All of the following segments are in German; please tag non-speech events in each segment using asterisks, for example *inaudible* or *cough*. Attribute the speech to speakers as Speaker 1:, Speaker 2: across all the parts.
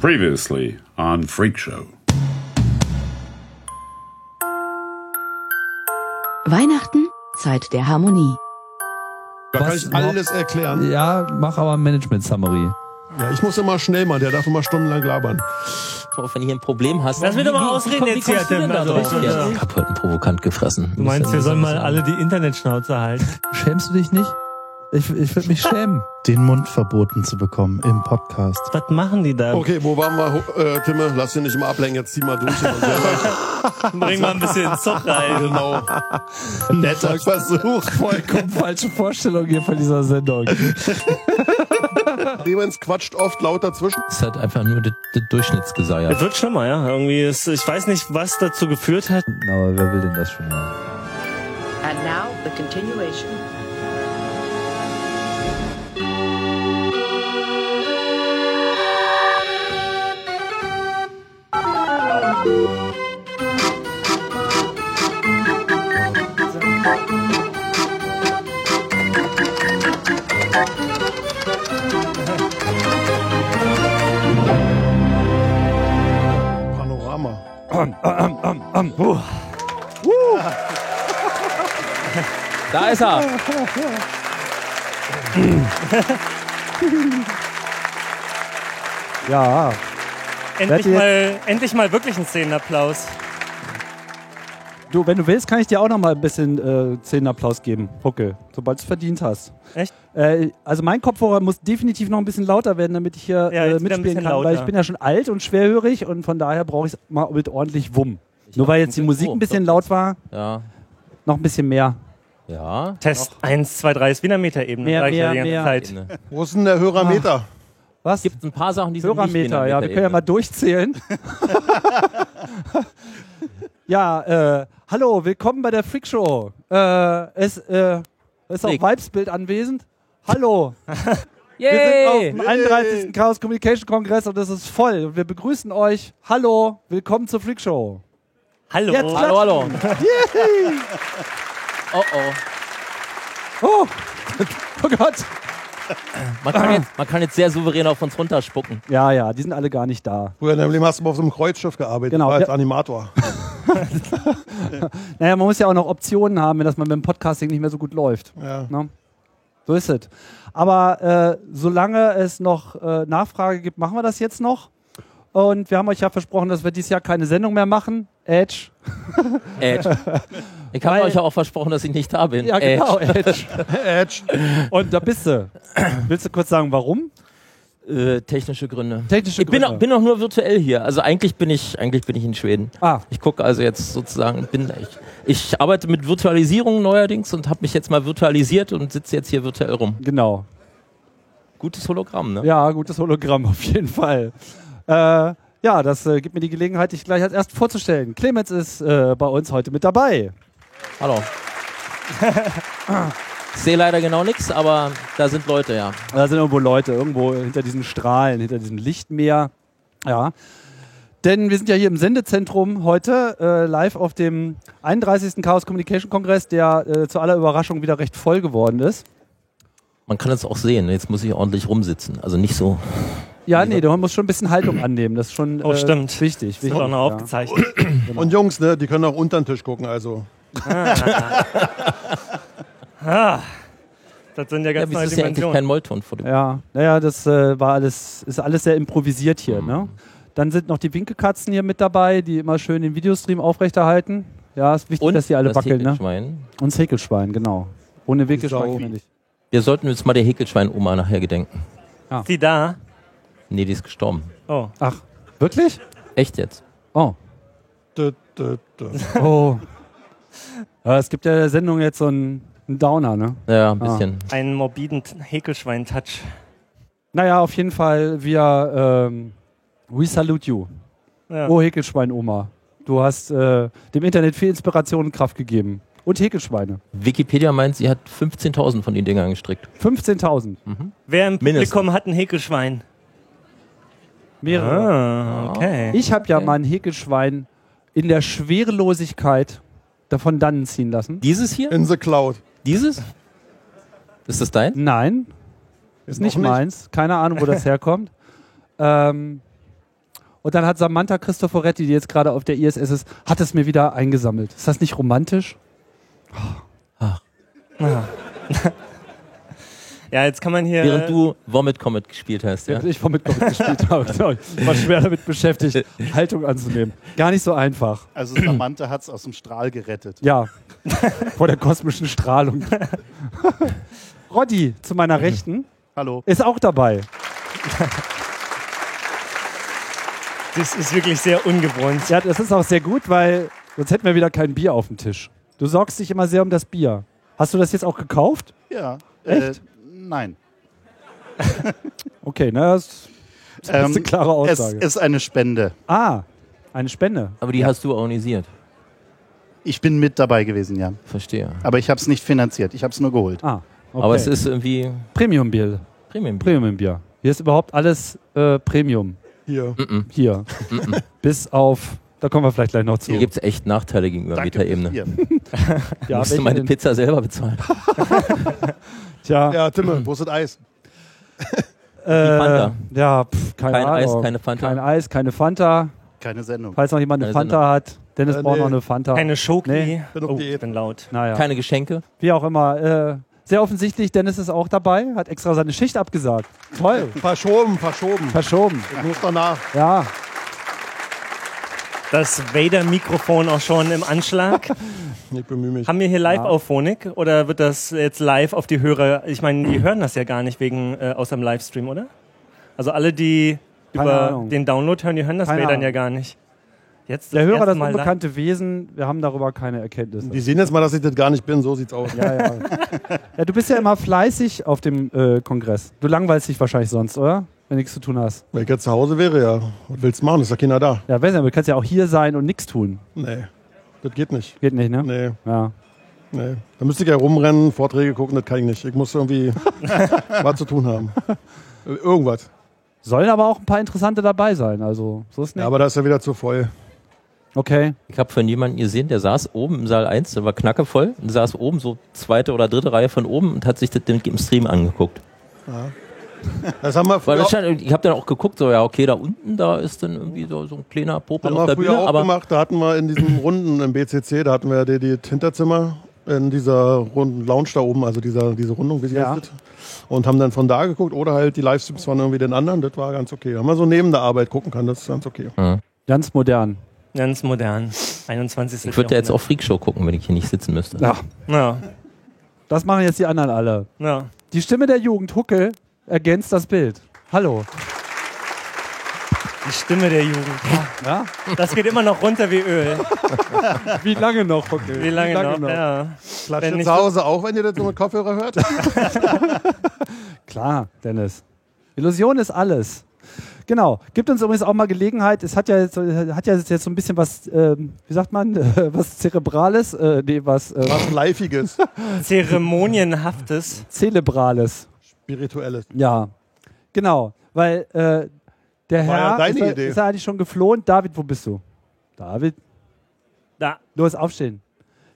Speaker 1: Previously on Freak Show.
Speaker 2: Weihnachten, Zeit der Harmonie.
Speaker 3: Da
Speaker 4: Was
Speaker 3: kann ich alles erklären.
Speaker 4: Ja, mach aber ein Management-Summary.
Speaker 3: Ja, ich muss immer schnell, Mann. Der darf immer stundenlang labern.
Speaker 5: Vor, wenn du hier ein Problem hast.
Speaker 6: Lass mich doch mal
Speaker 4: komm,
Speaker 6: ausreden
Speaker 4: wie
Speaker 6: jetzt hier,
Speaker 4: kommst du denn
Speaker 6: Tim.
Speaker 4: da
Speaker 6: Also,
Speaker 4: drauf
Speaker 5: Ja,
Speaker 4: jetzt?
Speaker 6: äh,
Speaker 5: ich hab heute einen Provokant gefressen.
Speaker 6: Du meinst, wir sollen mal alle
Speaker 5: alle
Speaker 6: die Internetschnauze halten?
Speaker 4: Schämst du dich nicht? Ich, ich würde mich schämen.
Speaker 7: den Mund verboten zu bekommen im Podcast.
Speaker 6: Was machen die da?
Speaker 3: Okay, wo waren wir, Ho- äh, Timme? Lass dich nicht immer ablenken. Jetzt zieh mal durch. *laughs* hier und selber.
Speaker 6: Bring mal ein *laughs* bisschen Zock rein.
Speaker 3: genau. Netter Versuch. *laughs*
Speaker 4: Vollkommen falsche Vorstellung hier von dieser
Speaker 7: *laughs*
Speaker 4: Sendung.
Speaker 3: Clemens quatscht oft laut dazwischen.
Speaker 5: Das ist halt einfach nur das das Durchschnittsgeseier.
Speaker 6: Es wird schlimmer, ja. Irgendwie ist, ich weiß nicht, was dazu geführt hat.
Speaker 4: Aber wer will denn das schon mal?
Speaker 8: And now the continuation.
Speaker 3: Panorama.
Speaker 4: Da ist er. ja,
Speaker 6: Endlich
Speaker 4: ihr-
Speaker 6: mal, endlich mal wirklich einen Szenenapplaus.
Speaker 9: Du, wenn du willst, kann ich dir auch noch mal ein bisschen äh, Szenenapplaus geben, Hucke, sobald du es verdient hast.
Speaker 6: Echt?
Speaker 9: Äh, also mein Kopfhörer muss definitiv noch ein bisschen lauter werden, damit ich hier
Speaker 6: Ja,
Speaker 9: äh,
Speaker 6: jetzt wieder ein
Speaker 9: mitspielen
Speaker 6: bisschen
Speaker 9: kann, weil ich
Speaker 6: lauter.
Speaker 9: bin ja schon alt und schwerhörig und von daher brauche ich es mal mit ordentlich Wumm. Nur weil jetzt die Musik ein bisschen laut war,
Speaker 5: Ja.
Speaker 9: noch ein bisschen mehr.
Speaker 5: Ja.
Speaker 6: Test 1, 2, 3 ist Wiener Meterebene.
Speaker 9: Mehr,
Speaker 6: Sag ich ja
Speaker 9: mehr,
Speaker 6: die ganze
Speaker 9: mehr.
Speaker 6: Zeit.
Speaker 3: Wo ist denn der Hörer-Meter?
Speaker 9: Was?
Speaker 5: Gibt ein paar Sachen, die sind nicht
Speaker 9: Hörermeter, ja, wir können ja mal
Speaker 5: Meterebene.
Speaker 9: durchzählen. *laughs* ja, äh, hallo, willkommen bei der Freak Show. Äh, es äh, ist auch
Speaker 5: Nick.
Speaker 9: Vibesbild anwesend. Hallo, *laughs* wir
Speaker 4: Yay!
Speaker 9: sind auf dem 31. Chaos Communication Kongress und es ist voll. Und wir begrüßen euch. Hallo, willkommen zur Freak Show.
Speaker 6: Hallo.
Speaker 9: Jetzt klatschen.
Speaker 5: Hallo, hallo. Oh, oh.
Speaker 9: *laughs* Oh, *laughs* oh Gott.
Speaker 5: Man kann, jetzt, man kann jetzt sehr souverän auf uns runterspucken.
Speaker 9: Ja, ja, die sind alle gar nicht da.
Speaker 3: Früher in deinem Leben hast du mal auf so einem Kreuzschiff gearbeitet.
Speaker 9: Genau.
Speaker 3: War als
Speaker 9: Ja.
Speaker 3: Animator.
Speaker 9: Naja, man muss ja auch noch Optionen haben, wenn das mal mit dem Podcasting nicht mehr so gut läuft.
Speaker 3: Ja.
Speaker 9: Ne? So ist es. Aber äh, solange es noch äh, Nachfrage gibt, machen wir das jetzt noch. Und wir haben euch ja versprochen, dass wir dieses Jahr keine Sendung mehr machen. Edge.
Speaker 5: Edge. Ich habe
Speaker 9: Weil-
Speaker 5: euch ja auch versprochen, dass ich nicht da bin.
Speaker 9: Ja,
Speaker 5: Edge.
Speaker 9: *laughs* genau, *laughs* Edge.
Speaker 3: Edge.
Speaker 9: Und da bist du. Willst du kurz sagen, warum?
Speaker 5: Äh, technische Gründe.
Speaker 9: Technische
Speaker 5: ich bin,
Speaker 9: Gründe.
Speaker 5: auch- bin auch nur virtuell hier. Also eigentlich bin ich, eigentlich bin ich in Schweden.
Speaker 9: Ah,
Speaker 5: Ich gucke also jetzt sozusagen, bin ich, ich arbeite mit Virtualisierung neuerdings und habe mich jetzt mal virtualisiert und sitze jetzt hier virtuell rum.
Speaker 9: genau.
Speaker 5: Gutes Hologramm, ne?
Speaker 9: Ja, gutes Hologramm auf jeden Fall. Äh, ja, das äh, gibt mir die Gelegenheit, dich gleich als erst vorzustellen. Clemens ist äh, bei uns heute mit dabei.
Speaker 5: Hallo. ich sehe leider genau nichts, aber da sind Leute, ja.
Speaker 9: Da sind irgendwo Leute, irgendwo hinter diesen Strahlen, hinter diesem Lichtmeer. Ja. Denn wir sind ja hier im Sendezentrum heute äh, live auf dem 31. Chaos Communication Kongress, der äh, zu aller Überraschung wieder recht voll geworden ist.
Speaker 5: Man kann es auch sehen. Jetzt muss ich ordentlich rumsitzen. Also nicht so.
Speaker 9: Ja, nee, du musst schon ein bisschen Haltung *clears throat* annehmen. Das ist schon äh,
Speaker 6: Oh, stimmt.
Speaker 9: wichtig.
Speaker 6: Wird
Speaker 9: wichtig
Speaker 6: auch noch
Speaker 9: ja.
Speaker 6: aufgezeichnet.
Speaker 3: Und Jungs, ne? Die können auch unter den Tisch gucken. Also.
Speaker 6: Ah, das sind ja
Speaker 5: Ja,
Speaker 6: ganz
Speaker 5: wieso
Speaker 6: neue
Speaker 5: ist ja eigentlich kein
Speaker 6: Dimensionen.
Speaker 5: Mollton vor dem.
Speaker 9: Ja, naja, das äh, war alles, ist alles sehr improvisiert hier. Ne? Dann sind noch die Winkelkatzen hier mit dabei, die immer schön den Videostream aufrechterhalten. Ja, ist wichtig, dass die alle
Speaker 5: das
Speaker 9: wackeln. Ne?
Speaker 5: Häkelschwein.
Speaker 9: Und das Häkelschwein, genau. Ohne Häkelschwein
Speaker 3: Sau.
Speaker 9: können wir nicht.
Speaker 5: Wir sollten jetzt mal der Häkelschwein-Oma nachher gedenken.
Speaker 6: Ist Die da.
Speaker 5: Nee, die ist gestorben.
Speaker 6: Oh.
Speaker 9: Ach,
Speaker 6: *laughs*
Speaker 9: wirklich?
Speaker 5: Echt jetzt?
Speaker 9: Oh.
Speaker 3: Dö, dö, dö.
Speaker 9: oh. Ja, es gibt ja der Sendung jetzt so einen, einen Downer, ne?
Speaker 5: Ja, ein bisschen.
Speaker 6: Einen morbiden T- Häkelschwein-Touch.
Speaker 9: Naja, auf jeden Fall, wir, ähm, we salute you.
Speaker 6: Ja.
Speaker 9: Oh, Häkelschwein, Oma. Du hast äh, dem Internet viel Inspiration und Kraft gegeben. Und Häkelschweine.
Speaker 5: Wikipedia meint, sie hat 15.000 von den Dingern gestrickt.
Speaker 9: 15.000.
Speaker 6: Wer im
Speaker 5: Mindestens.
Speaker 6: Publikum hat ein Häkelschwein?
Speaker 9: Mehrere.
Speaker 6: Ah, okay.
Speaker 9: Ich habe ja mal ein Häkelschwein in der Schwerelosigkeit davon dannen ziehen lassen.
Speaker 5: Dieses hier?
Speaker 3: In the Cloud.
Speaker 5: Dieses? Ist das dein?
Speaker 9: Nein,
Speaker 3: Ist
Speaker 9: nicht
Speaker 3: noch
Speaker 9: *laughs* meins. Keine Ahnung, wo das herkommt. ähm, Und dann hat Samantha Cristoforetti, die jetzt gerade auf der ISS ist, hat es mir wieder eingesammelt. Ist das nicht romantisch?
Speaker 6: Ja, jetzt kann man hier.
Speaker 5: Während du Vomit Comet gespielt hast, ja?
Speaker 9: Während ich vom Mittwoch *laughs* gespielt habe. Genau. Ich war schwer damit beschäftigt, Haltung anzunehmen. Gar nicht so einfach.
Speaker 7: Also Samantha hat es aus dem Strahl gerettet.
Speaker 9: Ja. *laughs* Vor der kosmischen Strahlung. *laughs* Roddy zu meiner Rechten
Speaker 7: Hallo.
Speaker 9: ist auch dabei.
Speaker 6: das ist wirklich sehr ungewohnt.
Speaker 9: Ja, das ist auch sehr gut, weil sonst hätten wir wieder kein Bier auf dem Tisch. Du sorgst dich immer sehr um das Bier. Hast du das jetzt auch gekauft?
Speaker 7: Ja.
Speaker 9: Echt?
Speaker 7: Äh, nein.
Speaker 9: Okay, na, das ist eine
Speaker 7: Ähm,
Speaker 9: klare
Speaker 7: Es
Speaker 9: Aussage.
Speaker 7: ist eine Spende.
Speaker 9: ah, eine Spende.
Speaker 5: Aber die hast du organisiert.
Speaker 7: Ich bin mit dabei gewesen, ja.
Speaker 5: Verstehe.
Speaker 7: Aber ich habe es nicht finanziert. Ich habe es nur geholt.
Speaker 9: Ah, okay.
Speaker 5: Aber es ist irgendwie
Speaker 9: Premium-Bier.
Speaker 5: Premium.
Speaker 9: Premium-Bier. Hier ist überhaupt alles äh, Premium. Hier.
Speaker 5: Mhm.
Speaker 9: Hier. *laughs* Bis auf, da kommen wir vielleicht gleich noch zu.
Speaker 5: Hier gibt es echt Nachteile gegenüber
Speaker 7: Danke
Speaker 5: Metaebene.
Speaker 7: fürs Bier.
Speaker 9: ja,
Speaker 5: Musst du
Speaker 9: welche
Speaker 5: meine
Speaker 9: denn?
Speaker 5: Pizza selber bezahlen.
Speaker 9: Tja,
Speaker 3: Ja, Timme, wo ist das Eis?
Speaker 9: äh,
Speaker 5: Fanta.
Speaker 9: ja pff, keine
Speaker 5: Kein Eis,
Speaker 9: Ahnung.
Speaker 5: keine Fanta.
Speaker 9: Kein Eis, keine Fanta.
Speaker 7: Keine Sendung.
Speaker 9: Falls noch jemand eine
Speaker 5: Keine
Speaker 9: Fanta hat, Dennis
Speaker 3: Äh,
Speaker 9: braucht noch
Speaker 3: nee.
Speaker 9: eine Fanta.
Speaker 6: Keine Schoki.
Speaker 9: Nee.
Speaker 3: Bin auf
Speaker 6: Oh, ich
Speaker 3: Diät.
Speaker 6: bin laut.
Speaker 9: naja.
Speaker 5: Keine Geschenke.
Speaker 9: Wie auch immer. Äh, sehr offensichtlich, Dennis ist auch dabei, hat extra seine Schicht abgesagt. Toll,
Speaker 3: Verschoben, verschoben.
Speaker 9: verschoben.
Speaker 3: Ich muss danach.
Speaker 9: Ja,
Speaker 6: Das Vader-Mikrofon auch schon im Anschlag.
Speaker 3: *laughs* Ich bemühe mich.
Speaker 6: Haben wir hier live auf Phonik oder wird das jetzt live auf die Hörer? Ich meine, die hören das ja gar nicht wegen äh, aus dem Livestream, oder? Also alle, die
Speaker 9: Keine
Speaker 6: über
Speaker 9: Ahnung.
Speaker 6: den Download hören, die hören das
Speaker 9: Keine
Speaker 6: Vadern
Speaker 9: Ahnung.
Speaker 6: ja gar nicht. Jetzt
Speaker 9: der Hörer,
Speaker 6: erste
Speaker 9: das
Speaker 6: Mal live.
Speaker 9: unbekannte Wesen, wir haben darüber keine Erkenntnisse.
Speaker 3: Die sehen jetzt mal, dass ich das gar nicht bin. So sieht's aus. *laughs*
Speaker 9: Ja, ja. ja, du bist ja immer fleißig auf dem äh, Kongress. Du langweilst dich wahrscheinlich sonst, oder? Wenn du nichts zu tun hast.
Speaker 3: Wenn ich jetzt zu Hause wäre, ja. Was willst du machen? Ist ja keiner da.
Speaker 9: Ja, weiß nicht, aber du kannst ja auch hier sein und nichts tun.
Speaker 3: Nee. Das geht nicht.
Speaker 9: Geht nicht, ne?
Speaker 3: Nee,
Speaker 9: Ja.
Speaker 3: nee. Da müsste ich ja rumrennen, Vorträge gucken, das kann ich nicht. Ich muss irgendwie was zu tun haben. Irgendwas.
Speaker 9: Sollen aber auch ein paar interessante dabei sein, also so ist nicht.
Speaker 3: Ja, aber da ist ja wieder zu voll.
Speaker 9: okay.
Speaker 5: Ich habe von jemandem gesehen, der saß oben im Saal 1, der war knackevoll, und saß oben, so zweite oder dritte Reihe von oben und hat sich das den im Stream angeguckt.
Speaker 3: Das haben wir
Speaker 5: Weil
Speaker 3: früher,
Speaker 5: das stand, ich habe dann auch geguckt, so ja, okay, da unten, da ist dann irgendwie so, so ein kleiner Popel
Speaker 3: haben
Speaker 5: auf
Speaker 3: wir
Speaker 5: der
Speaker 3: früher
Speaker 5: Bühne,
Speaker 3: auch
Speaker 5: aber
Speaker 3: gemacht. Da hatten wir in
Speaker 5: *laughs*
Speaker 3: diesen Runden im BCC, da hatten wir ja die, die Hinterzimmer in dieser runden Lounge da oben, also dieser, diese Rundung, wie sie
Speaker 9: Ja.
Speaker 3: heißt. Und haben dann von da geguckt oder halt die Livestreams von irgendwie den anderen. Das war ganz okay. Haben wir so neben der Arbeit gucken kann, das ist ganz okay.
Speaker 9: Ganz modern.
Speaker 6: Ganz modern. 21.
Speaker 5: ich würde ja jetzt auch
Speaker 6: Jahrhundert.
Speaker 5: Freakshow gucken, wenn ich hier nicht
Speaker 9: *laughs*
Speaker 5: sitzen müsste.
Speaker 9: Ja.
Speaker 6: Ja,
Speaker 9: Das machen jetzt die anderen alle.
Speaker 6: ja.
Speaker 9: Die Stimme der Jugend, Huckel, ergänzt das Bild. Hallo.
Speaker 6: Die Stimme der Jugend.
Speaker 9: Ja?
Speaker 3: *laughs*
Speaker 6: Das geht immer noch runter wie Öl.
Speaker 9: Wie lange noch, Huckel?
Speaker 6: Wie lange, noch? Ja.
Speaker 3: Klatscht
Speaker 6: Wenn
Speaker 3: ihr
Speaker 6: nicht
Speaker 3: zu Hause auch, wenn ihr das so mit Kopfhörer hört?
Speaker 9: Klar, Dennis. Illusion ist alles. Genau. Gibt uns übrigens auch mal Gelegenheit. Es hat ja jetzt, hat ja jetzt so ein bisschen was, ähm, wie sagt man, *laughs* was Zerebrales, äh, nee, was äh,
Speaker 3: Was Leifiges,
Speaker 6: Zeremonienhaftes.
Speaker 9: Zelebrales.
Speaker 3: Spirituelles.
Speaker 9: Ja. Genau. Weil äh, der
Speaker 3: War ja
Speaker 9: Herr
Speaker 3: deine
Speaker 9: ist, er-
Speaker 3: Idee.
Speaker 9: ist er eigentlich schon geflohen. David, wo bist du? David,
Speaker 6: Da.
Speaker 9: los, aufstehen.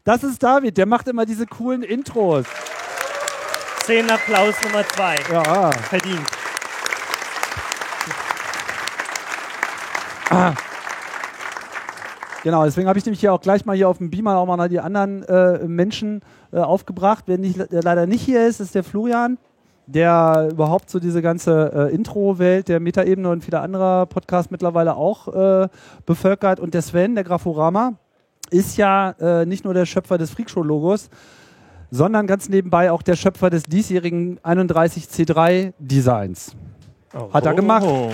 Speaker 9: Das ist David, der macht immer diese coolen Intros.
Speaker 6: Zehn Applaus Nummer zwei.
Speaker 9: Ja.
Speaker 6: Verdient.
Speaker 9: Genau, deswegen habe ich nämlich hier auch gleich mal hier auf dem Beamer auch mal die anderen äh, Menschen äh, aufgebracht. Wer nicht, der leider nicht hier ist, ist der Florian, der überhaupt so diese ganze äh, Intro-Welt der Metaebene und viele andere Podcasts mittlerweile auch äh, bevölkert. Und der Sven, der Graforama, ist ja äh, nicht nur der Schöpfer des Freakshow-Logos, sondern ganz nebenbei auch der Schöpfer des diesjährigen 31C3-Designs. Hat er gemacht.
Speaker 6: Oh.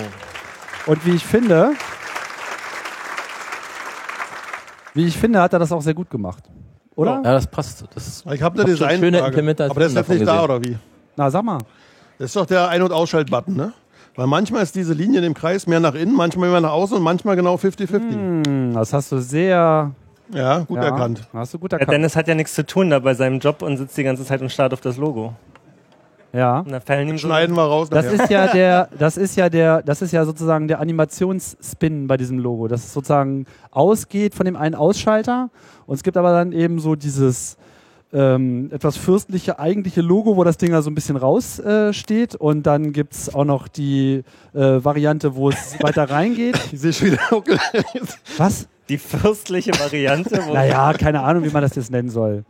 Speaker 9: Und wie ich finde, wie ich finde, hat er das auch sehr gut gemacht. Oder?
Speaker 5: Ja, das passt. Das ist
Speaker 3: Ich habe eine
Speaker 5: Ich hab schon schöne
Speaker 3: Designfrage.
Speaker 5: Implementation
Speaker 3: Aber der ist jetzt
Speaker 5: davon
Speaker 3: nicht da,
Speaker 5: gesehen.
Speaker 3: oder wie?
Speaker 9: Na, sag mal.
Speaker 3: Das ist doch der Ein- und Ausschaltbutton, ne? Weil manchmal ist diese Linie in dem Kreis mehr nach innen, manchmal mehr nach außen und manchmal genau 50-50.
Speaker 9: Hm, Das hast du sehr
Speaker 3: Ja, gut
Speaker 9: ja,
Speaker 3: erkannt.
Speaker 9: Hast du gut
Speaker 6: Ja,
Speaker 9: erkannt.
Speaker 6: Dennis hat ja nichts zu tun da bei seinem Job und sitzt die ganze Zeit und starrt auf das Logo.
Speaker 9: Ja.
Speaker 6: Und da fallen ihm so
Speaker 3: Schneiden wir raus.
Speaker 9: Das
Speaker 3: nachher.
Speaker 9: ist ja der, das ist ja der, das ist ja sozusagen der Animationsspin bei diesem Logo, dass es sozusagen ausgeht von dem einen Ausschalter und es gibt aber dann eben so dieses ähm, etwas fürstliche eigentliche Logo, wo das Ding da so ein bisschen raussteht. Äh, steht. und dann gibt es auch noch die äh, Variante, wo es weiter reingeht.
Speaker 7: Ich sehe
Speaker 3: *laughs*
Speaker 7: schon wieder Onkel.
Speaker 9: Was?
Speaker 6: Die fürstliche Variante. Wo
Speaker 9: *laughs* Naja, keine Ahnung, wie man das jetzt nennen soll.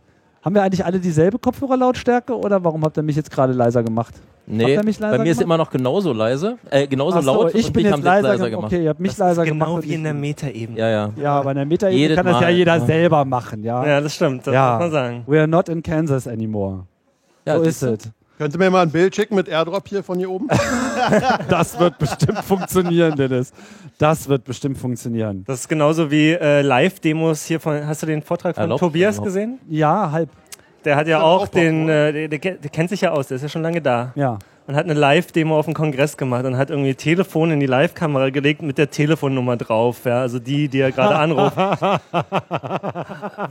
Speaker 9: Haben wir eigentlich alle dieselbe Kopfhörerlautstärke oder warum habt ihr mich jetzt gerade leiser gemacht? Habt
Speaker 5: Nee,
Speaker 9: ihr mich leiser
Speaker 5: bei mir ist
Speaker 9: gemacht?
Speaker 5: immer noch genauso leise, äh, genauso
Speaker 9: Ach so,
Speaker 5: laut
Speaker 9: ich
Speaker 5: und
Speaker 9: bin
Speaker 5: mich
Speaker 9: jetzt
Speaker 5: haben sie
Speaker 9: leiser,
Speaker 5: jetzt leiser
Speaker 9: gemacht.
Speaker 5: gemacht.
Speaker 9: Okay, ihr habt mich leiser gemacht.
Speaker 6: genau
Speaker 9: und
Speaker 6: wie in
Speaker 9: ich-
Speaker 6: der Metaebene.
Speaker 5: Ja, ja.
Speaker 9: ja, bei der Metaebene
Speaker 5: Jedes
Speaker 9: kann das ja
Speaker 5: Mal,
Speaker 9: jeder
Speaker 5: ja.
Speaker 9: selber machen, ja.
Speaker 6: Ja, das stimmt. Das
Speaker 9: Ja.
Speaker 6: muss man sagen.
Speaker 9: We are not in Kansas anymore.
Speaker 5: ja
Speaker 9: so ist
Speaker 5: das-
Speaker 9: es.
Speaker 3: Könnt ihr mir mal ein Bild schicken mit Airdrop hier von hier oben?
Speaker 9: Das wird bestimmt funktionieren, Dennis. Das wird bestimmt funktionieren.
Speaker 6: Das ist genauso wie äh, Live-Demos hier von. Hast du den Vortrag von
Speaker 5: Erlaubt
Speaker 6: Tobias
Speaker 5: überhaupt?
Speaker 6: gesehen?
Speaker 9: Ja, halb.
Speaker 6: Der hat ja
Speaker 3: Ja,
Speaker 6: auch
Speaker 3: auch
Speaker 6: den.
Speaker 3: noch,
Speaker 6: Äh, der, der, der kennt sich ja aus, der ist ja schon lange da.
Speaker 9: Ja.
Speaker 6: Und hat eine Live-Demo auf dem Kongress gemacht und hat irgendwie Telefon in die Live-Kamera gelegt mit der Telefonnummer drauf. Ja? Also die, die er gerade anruft.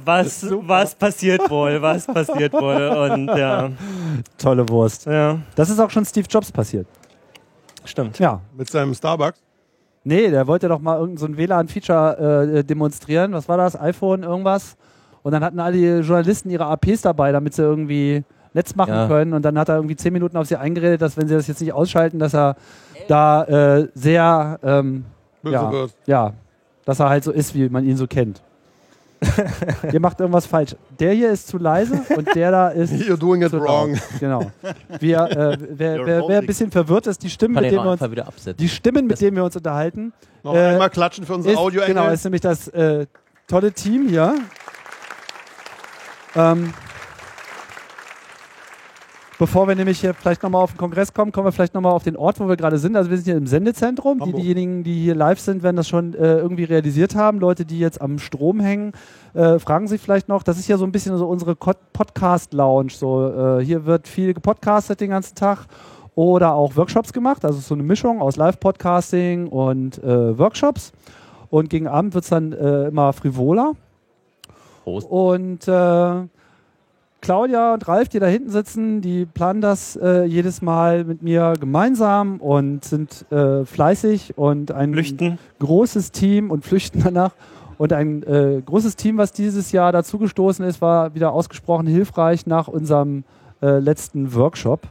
Speaker 6: was, was passiert wohl? Was passiert wohl? Und ja,
Speaker 9: Tolle Wurst.
Speaker 6: ja
Speaker 9: Das ist auch schon Steve Jobs passiert.
Speaker 6: stimmt.
Speaker 9: Ja.
Speaker 3: mit seinem Starbucks?
Speaker 9: Nee, der wollte doch mal irgendein so ein WLAN-Feature äh, demonstrieren. Was war das? iPhone, irgendwas? Und dann hatten alle Journalisten ihre APs dabei, damit sie irgendwie Netz machen
Speaker 5: Ja.
Speaker 9: können. Und dann hat er irgendwie zehn Minuten auf sie eingeredet, dass wenn sie das jetzt nicht ausschalten, dass er da äh, sehr, ähm,
Speaker 3: Böse
Speaker 9: ja,
Speaker 3: wird.
Speaker 9: ja, dass er halt so ist, wie man ihn so kennt. Ihr macht irgendwas falsch. Der hier ist zu leise und der da
Speaker 3: *laughs* *laughs*
Speaker 9: ist
Speaker 3: You're doing it
Speaker 9: zu
Speaker 3: wrong.
Speaker 9: laut. Genau. Wir, äh, wer,
Speaker 7: You're
Speaker 9: wer, wer ein
Speaker 7: holding.
Speaker 9: bisschen verwirrt ist, die Stimmen,
Speaker 5: Kann
Speaker 9: mit
Speaker 5: ich
Speaker 9: denen
Speaker 5: noch
Speaker 9: wir uns
Speaker 5: einfach wieder absetzen.
Speaker 9: die Stimmen, mit denen wir uns unterhalten,
Speaker 3: Noch
Speaker 9: Äh,
Speaker 3: einmal klatschen für unsere
Speaker 9: ist,
Speaker 3: audio -Engel.
Speaker 9: Genau, ist nämlich das äh, tolle Team hier. Ähm, bevor wir nämlich hier vielleicht nochmal auf den Kongress kommen, kommen wir vielleicht nochmal auf den Ort, wo wir gerade sind. Also wir sind hier im Sendezentrum. Die,
Speaker 3: Hamburg.
Speaker 9: diejenigen, die hier live sind, werden das schon äh, irgendwie realisiert haben. Leute, die jetzt am Strom hängen, äh, fragen sich vielleicht noch. Das ist ja so ein bisschen so unsere Kot- Podcast-Lounge. So, äh, hier wird viel gepodcastet den ganzen Tag oder auch Workshops gemacht. Also so eine Mischung aus Live-Podcasting und äh, Workshops. Und gegen Abend wird es dann äh, immer frivoler.
Speaker 5: Prost.
Speaker 9: Und äh, Claudia und Ralf, die da hinten sitzen, die planen das äh, jedes Mal mit mir gemeinsam und sind äh, fleißig und ein
Speaker 6: Flüchten.
Speaker 9: großes Team und flüchten danach. Und ein äh, großes Team, was dieses Jahr dazugestoßen ist, war wieder ausgesprochen hilfreich nach unserem äh, letzten Workshop.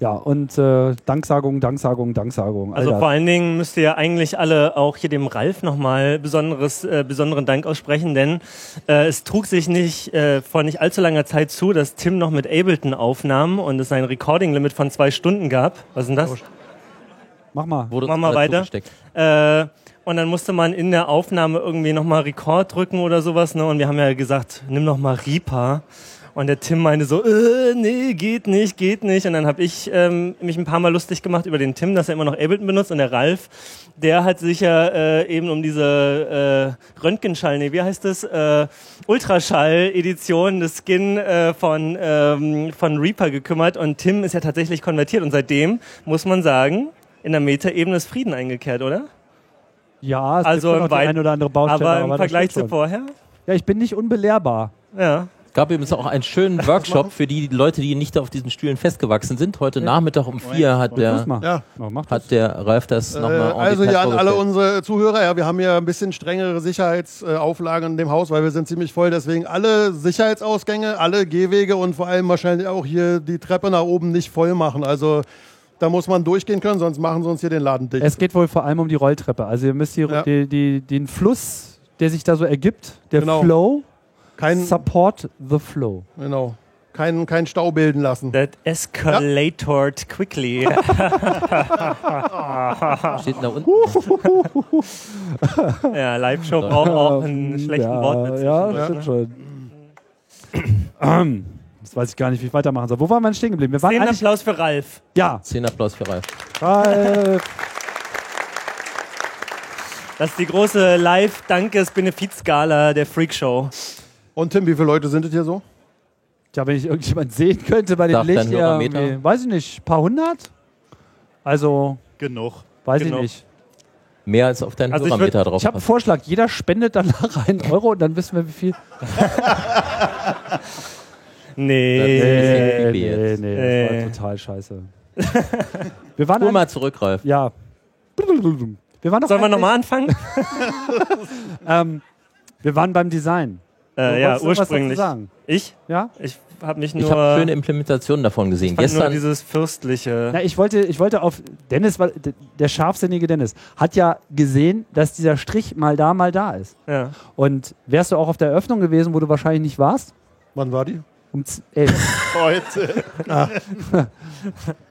Speaker 9: Ja, und äh, Danksagung, Danksagung, Danksagung.
Speaker 6: Also
Speaker 9: Alter.
Speaker 6: vor allen Dingen müsst ihr eigentlich alle auch hier dem Ralf nochmal besonderes, äh, besonderen Dank aussprechen, denn äh, es trug sich nicht äh, vor nicht allzu langer Zeit zu, dass Tim noch mit Ableton aufnahm und es ein Recording-Limit von zwei Stunden gab. Was ist denn das?
Speaker 9: Mach mal.
Speaker 5: Wurde uns
Speaker 6: Mach mal
Speaker 5: gerade
Speaker 6: weiter.
Speaker 5: zugesteckt.
Speaker 6: Äh, und dann musste man in der Aufnahme irgendwie nochmal Rekord drücken oder sowas. Ne? Und wir haben ja gesagt, nimm noch mal Reaper. Und der Tim meinte so, äh, nee, geht nicht, geht nicht. Und dann habe ich ähm, mich ein paar Mal lustig gemacht über den Tim, dass er immer noch Ableton benutzt. Und der Ralf, der hat sich ja äh, eben um diese äh, Röntgenschall, nee, wie heißt das? Äh, Ultraschall-Edition des Skin äh, von, ähm, von Reaper gekümmert. Und Tim ist ja tatsächlich konvertiert. Und seitdem muss man sagen, in der Metaebene ist Frieden eingekehrt, oder?
Speaker 9: Ja, es
Speaker 6: Also
Speaker 9: gibt
Speaker 6: im
Speaker 9: noch die
Speaker 6: Weit-
Speaker 9: eine oder andere Baustelle.
Speaker 6: aber im
Speaker 9: das
Speaker 6: Vergleich
Speaker 9: stimmt
Speaker 6: zu
Speaker 9: schon.
Speaker 6: vorher?
Speaker 9: Ja, ich bin nicht unbelehrbar.
Speaker 6: Ja.
Speaker 5: Gab übrigens auch einen schönen Workshop für die Leute, die nicht auf diesen Stühlen festgewachsen sind. Heute Nachmittag um vier hat
Speaker 9: Muss
Speaker 5: der,
Speaker 9: mal.
Speaker 3: Ja.
Speaker 9: Oh, mach das.
Speaker 5: hat der Ralf das
Speaker 3: Äh,
Speaker 5: nochmal
Speaker 3: also
Speaker 5: ordentlich
Speaker 3: hier an alle
Speaker 5: vorgestellt.
Speaker 3: unsere Zuhörer, ja, wir haben hier ein bisschen strengere Sicherheitsauflagen in dem Haus, weil wir sind ziemlich voll. Deswegen alle Sicherheitsausgänge, alle Gehwege und vor allem wahrscheinlich auch hier die Treppe nach oben nicht voll machen. Also da muss man durchgehen können, sonst machen sie uns hier den Laden dicht.
Speaker 9: Es geht wohl vor allem um die Rolltreppe. Also ihr müsst hier
Speaker 3: Ja.
Speaker 9: die, die, den Fluss, der sich da so ergibt, der
Speaker 3: Genau.
Speaker 9: Flow,
Speaker 3: Kein,
Speaker 9: support the flow.
Speaker 3: genau, kein, kein Stau bilden lassen.
Speaker 6: That escalated quickly. ja,
Speaker 5: Steht da unten.
Speaker 6: Live-Show braucht auch einen schlechten
Speaker 9: ja,
Speaker 6: Wortwitz.
Speaker 9: Ja,
Speaker 6: zwischendurch,
Speaker 9: stimmt
Speaker 6: ne?
Speaker 9: schon. Ahem. Jetzt weiß ich gar nicht, wie ich weitermachen soll. Wo waren wir denn stehen geblieben? Wir waren
Speaker 6: Den
Speaker 9: eigentlich,
Speaker 6: Applaus für Ralf.
Speaker 9: ja,
Speaker 5: Zehn Applaus für Ralf.
Speaker 9: Ralf.
Speaker 6: Das ist die große Live-Dankes-Benefizskala der Freakshow.
Speaker 3: Und Tim, wie viele Leute sind es hier so?
Speaker 9: Ja, wenn ich irgendjemand sehen könnte bei dem
Speaker 5: Sagt dein
Speaker 9: Licht hier,
Speaker 5: Hörometer?
Speaker 9: irgendwie, weiß ich nicht, paar hundert? Also,
Speaker 7: Genug.
Speaker 9: weiß
Speaker 6: Genau.
Speaker 9: ich nicht.
Speaker 5: Mehr als auf deinen
Speaker 6: Also ich würd-
Speaker 5: Hörer-Meter drauf.
Speaker 9: Ich habe einen
Speaker 5: passt.
Speaker 9: Vorschlag, jeder spendet *laughs* danach einen Euro und dann wissen wir, wie viel.
Speaker 6: Nee.
Speaker 5: Äh,
Speaker 9: nee,
Speaker 5: jetzt.
Speaker 9: nee,
Speaker 6: Äh.
Speaker 9: das war total *laughs* scheiße. wir waren
Speaker 5: Spul
Speaker 9: eigentlich-
Speaker 5: mal zurück, Ralf.
Speaker 9: ja. Wir waren doch
Speaker 6: Sollen wir
Speaker 9: eigentlich-
Speaker 6: nochmal anfangen?
Speaker 9: Ähm, wir waren beim Design. Du
Speaker 6: Äh, ja,
Speaker 9: wolltest noch was dazu
Speaker 6: ursprünglich.
Speaker 9: sagen.
Speaker 6: Ich?
Speaker 9: Ja?
Speaker 6: Ich habe mich
Speaker 5: Ich habe
Speaker 6: nur,
Speaker 5: schöne Implementationen davon gesehen.
Speaker 6: fand nur
Speaker 5: Gestern,
Speaker 6: dieses fürstliche.
Speaker 9: Na, ich wollte, ich wollte auf Dennis, weil d- der scharfsinnige Dennis hat ja gesehen, dass dieser Strich mal da, mal da ist.
Speaker 6: Ja.
Speaker 9: Und wärst du auch auf der Eröffnung gewesen, wo du wahrscheinlich nicht warst?
Speaker 3: Wann war die? Ah.
Speaker 9: Um z- elf.
Speaker 3: *laughs*
Speaker 7: Heute.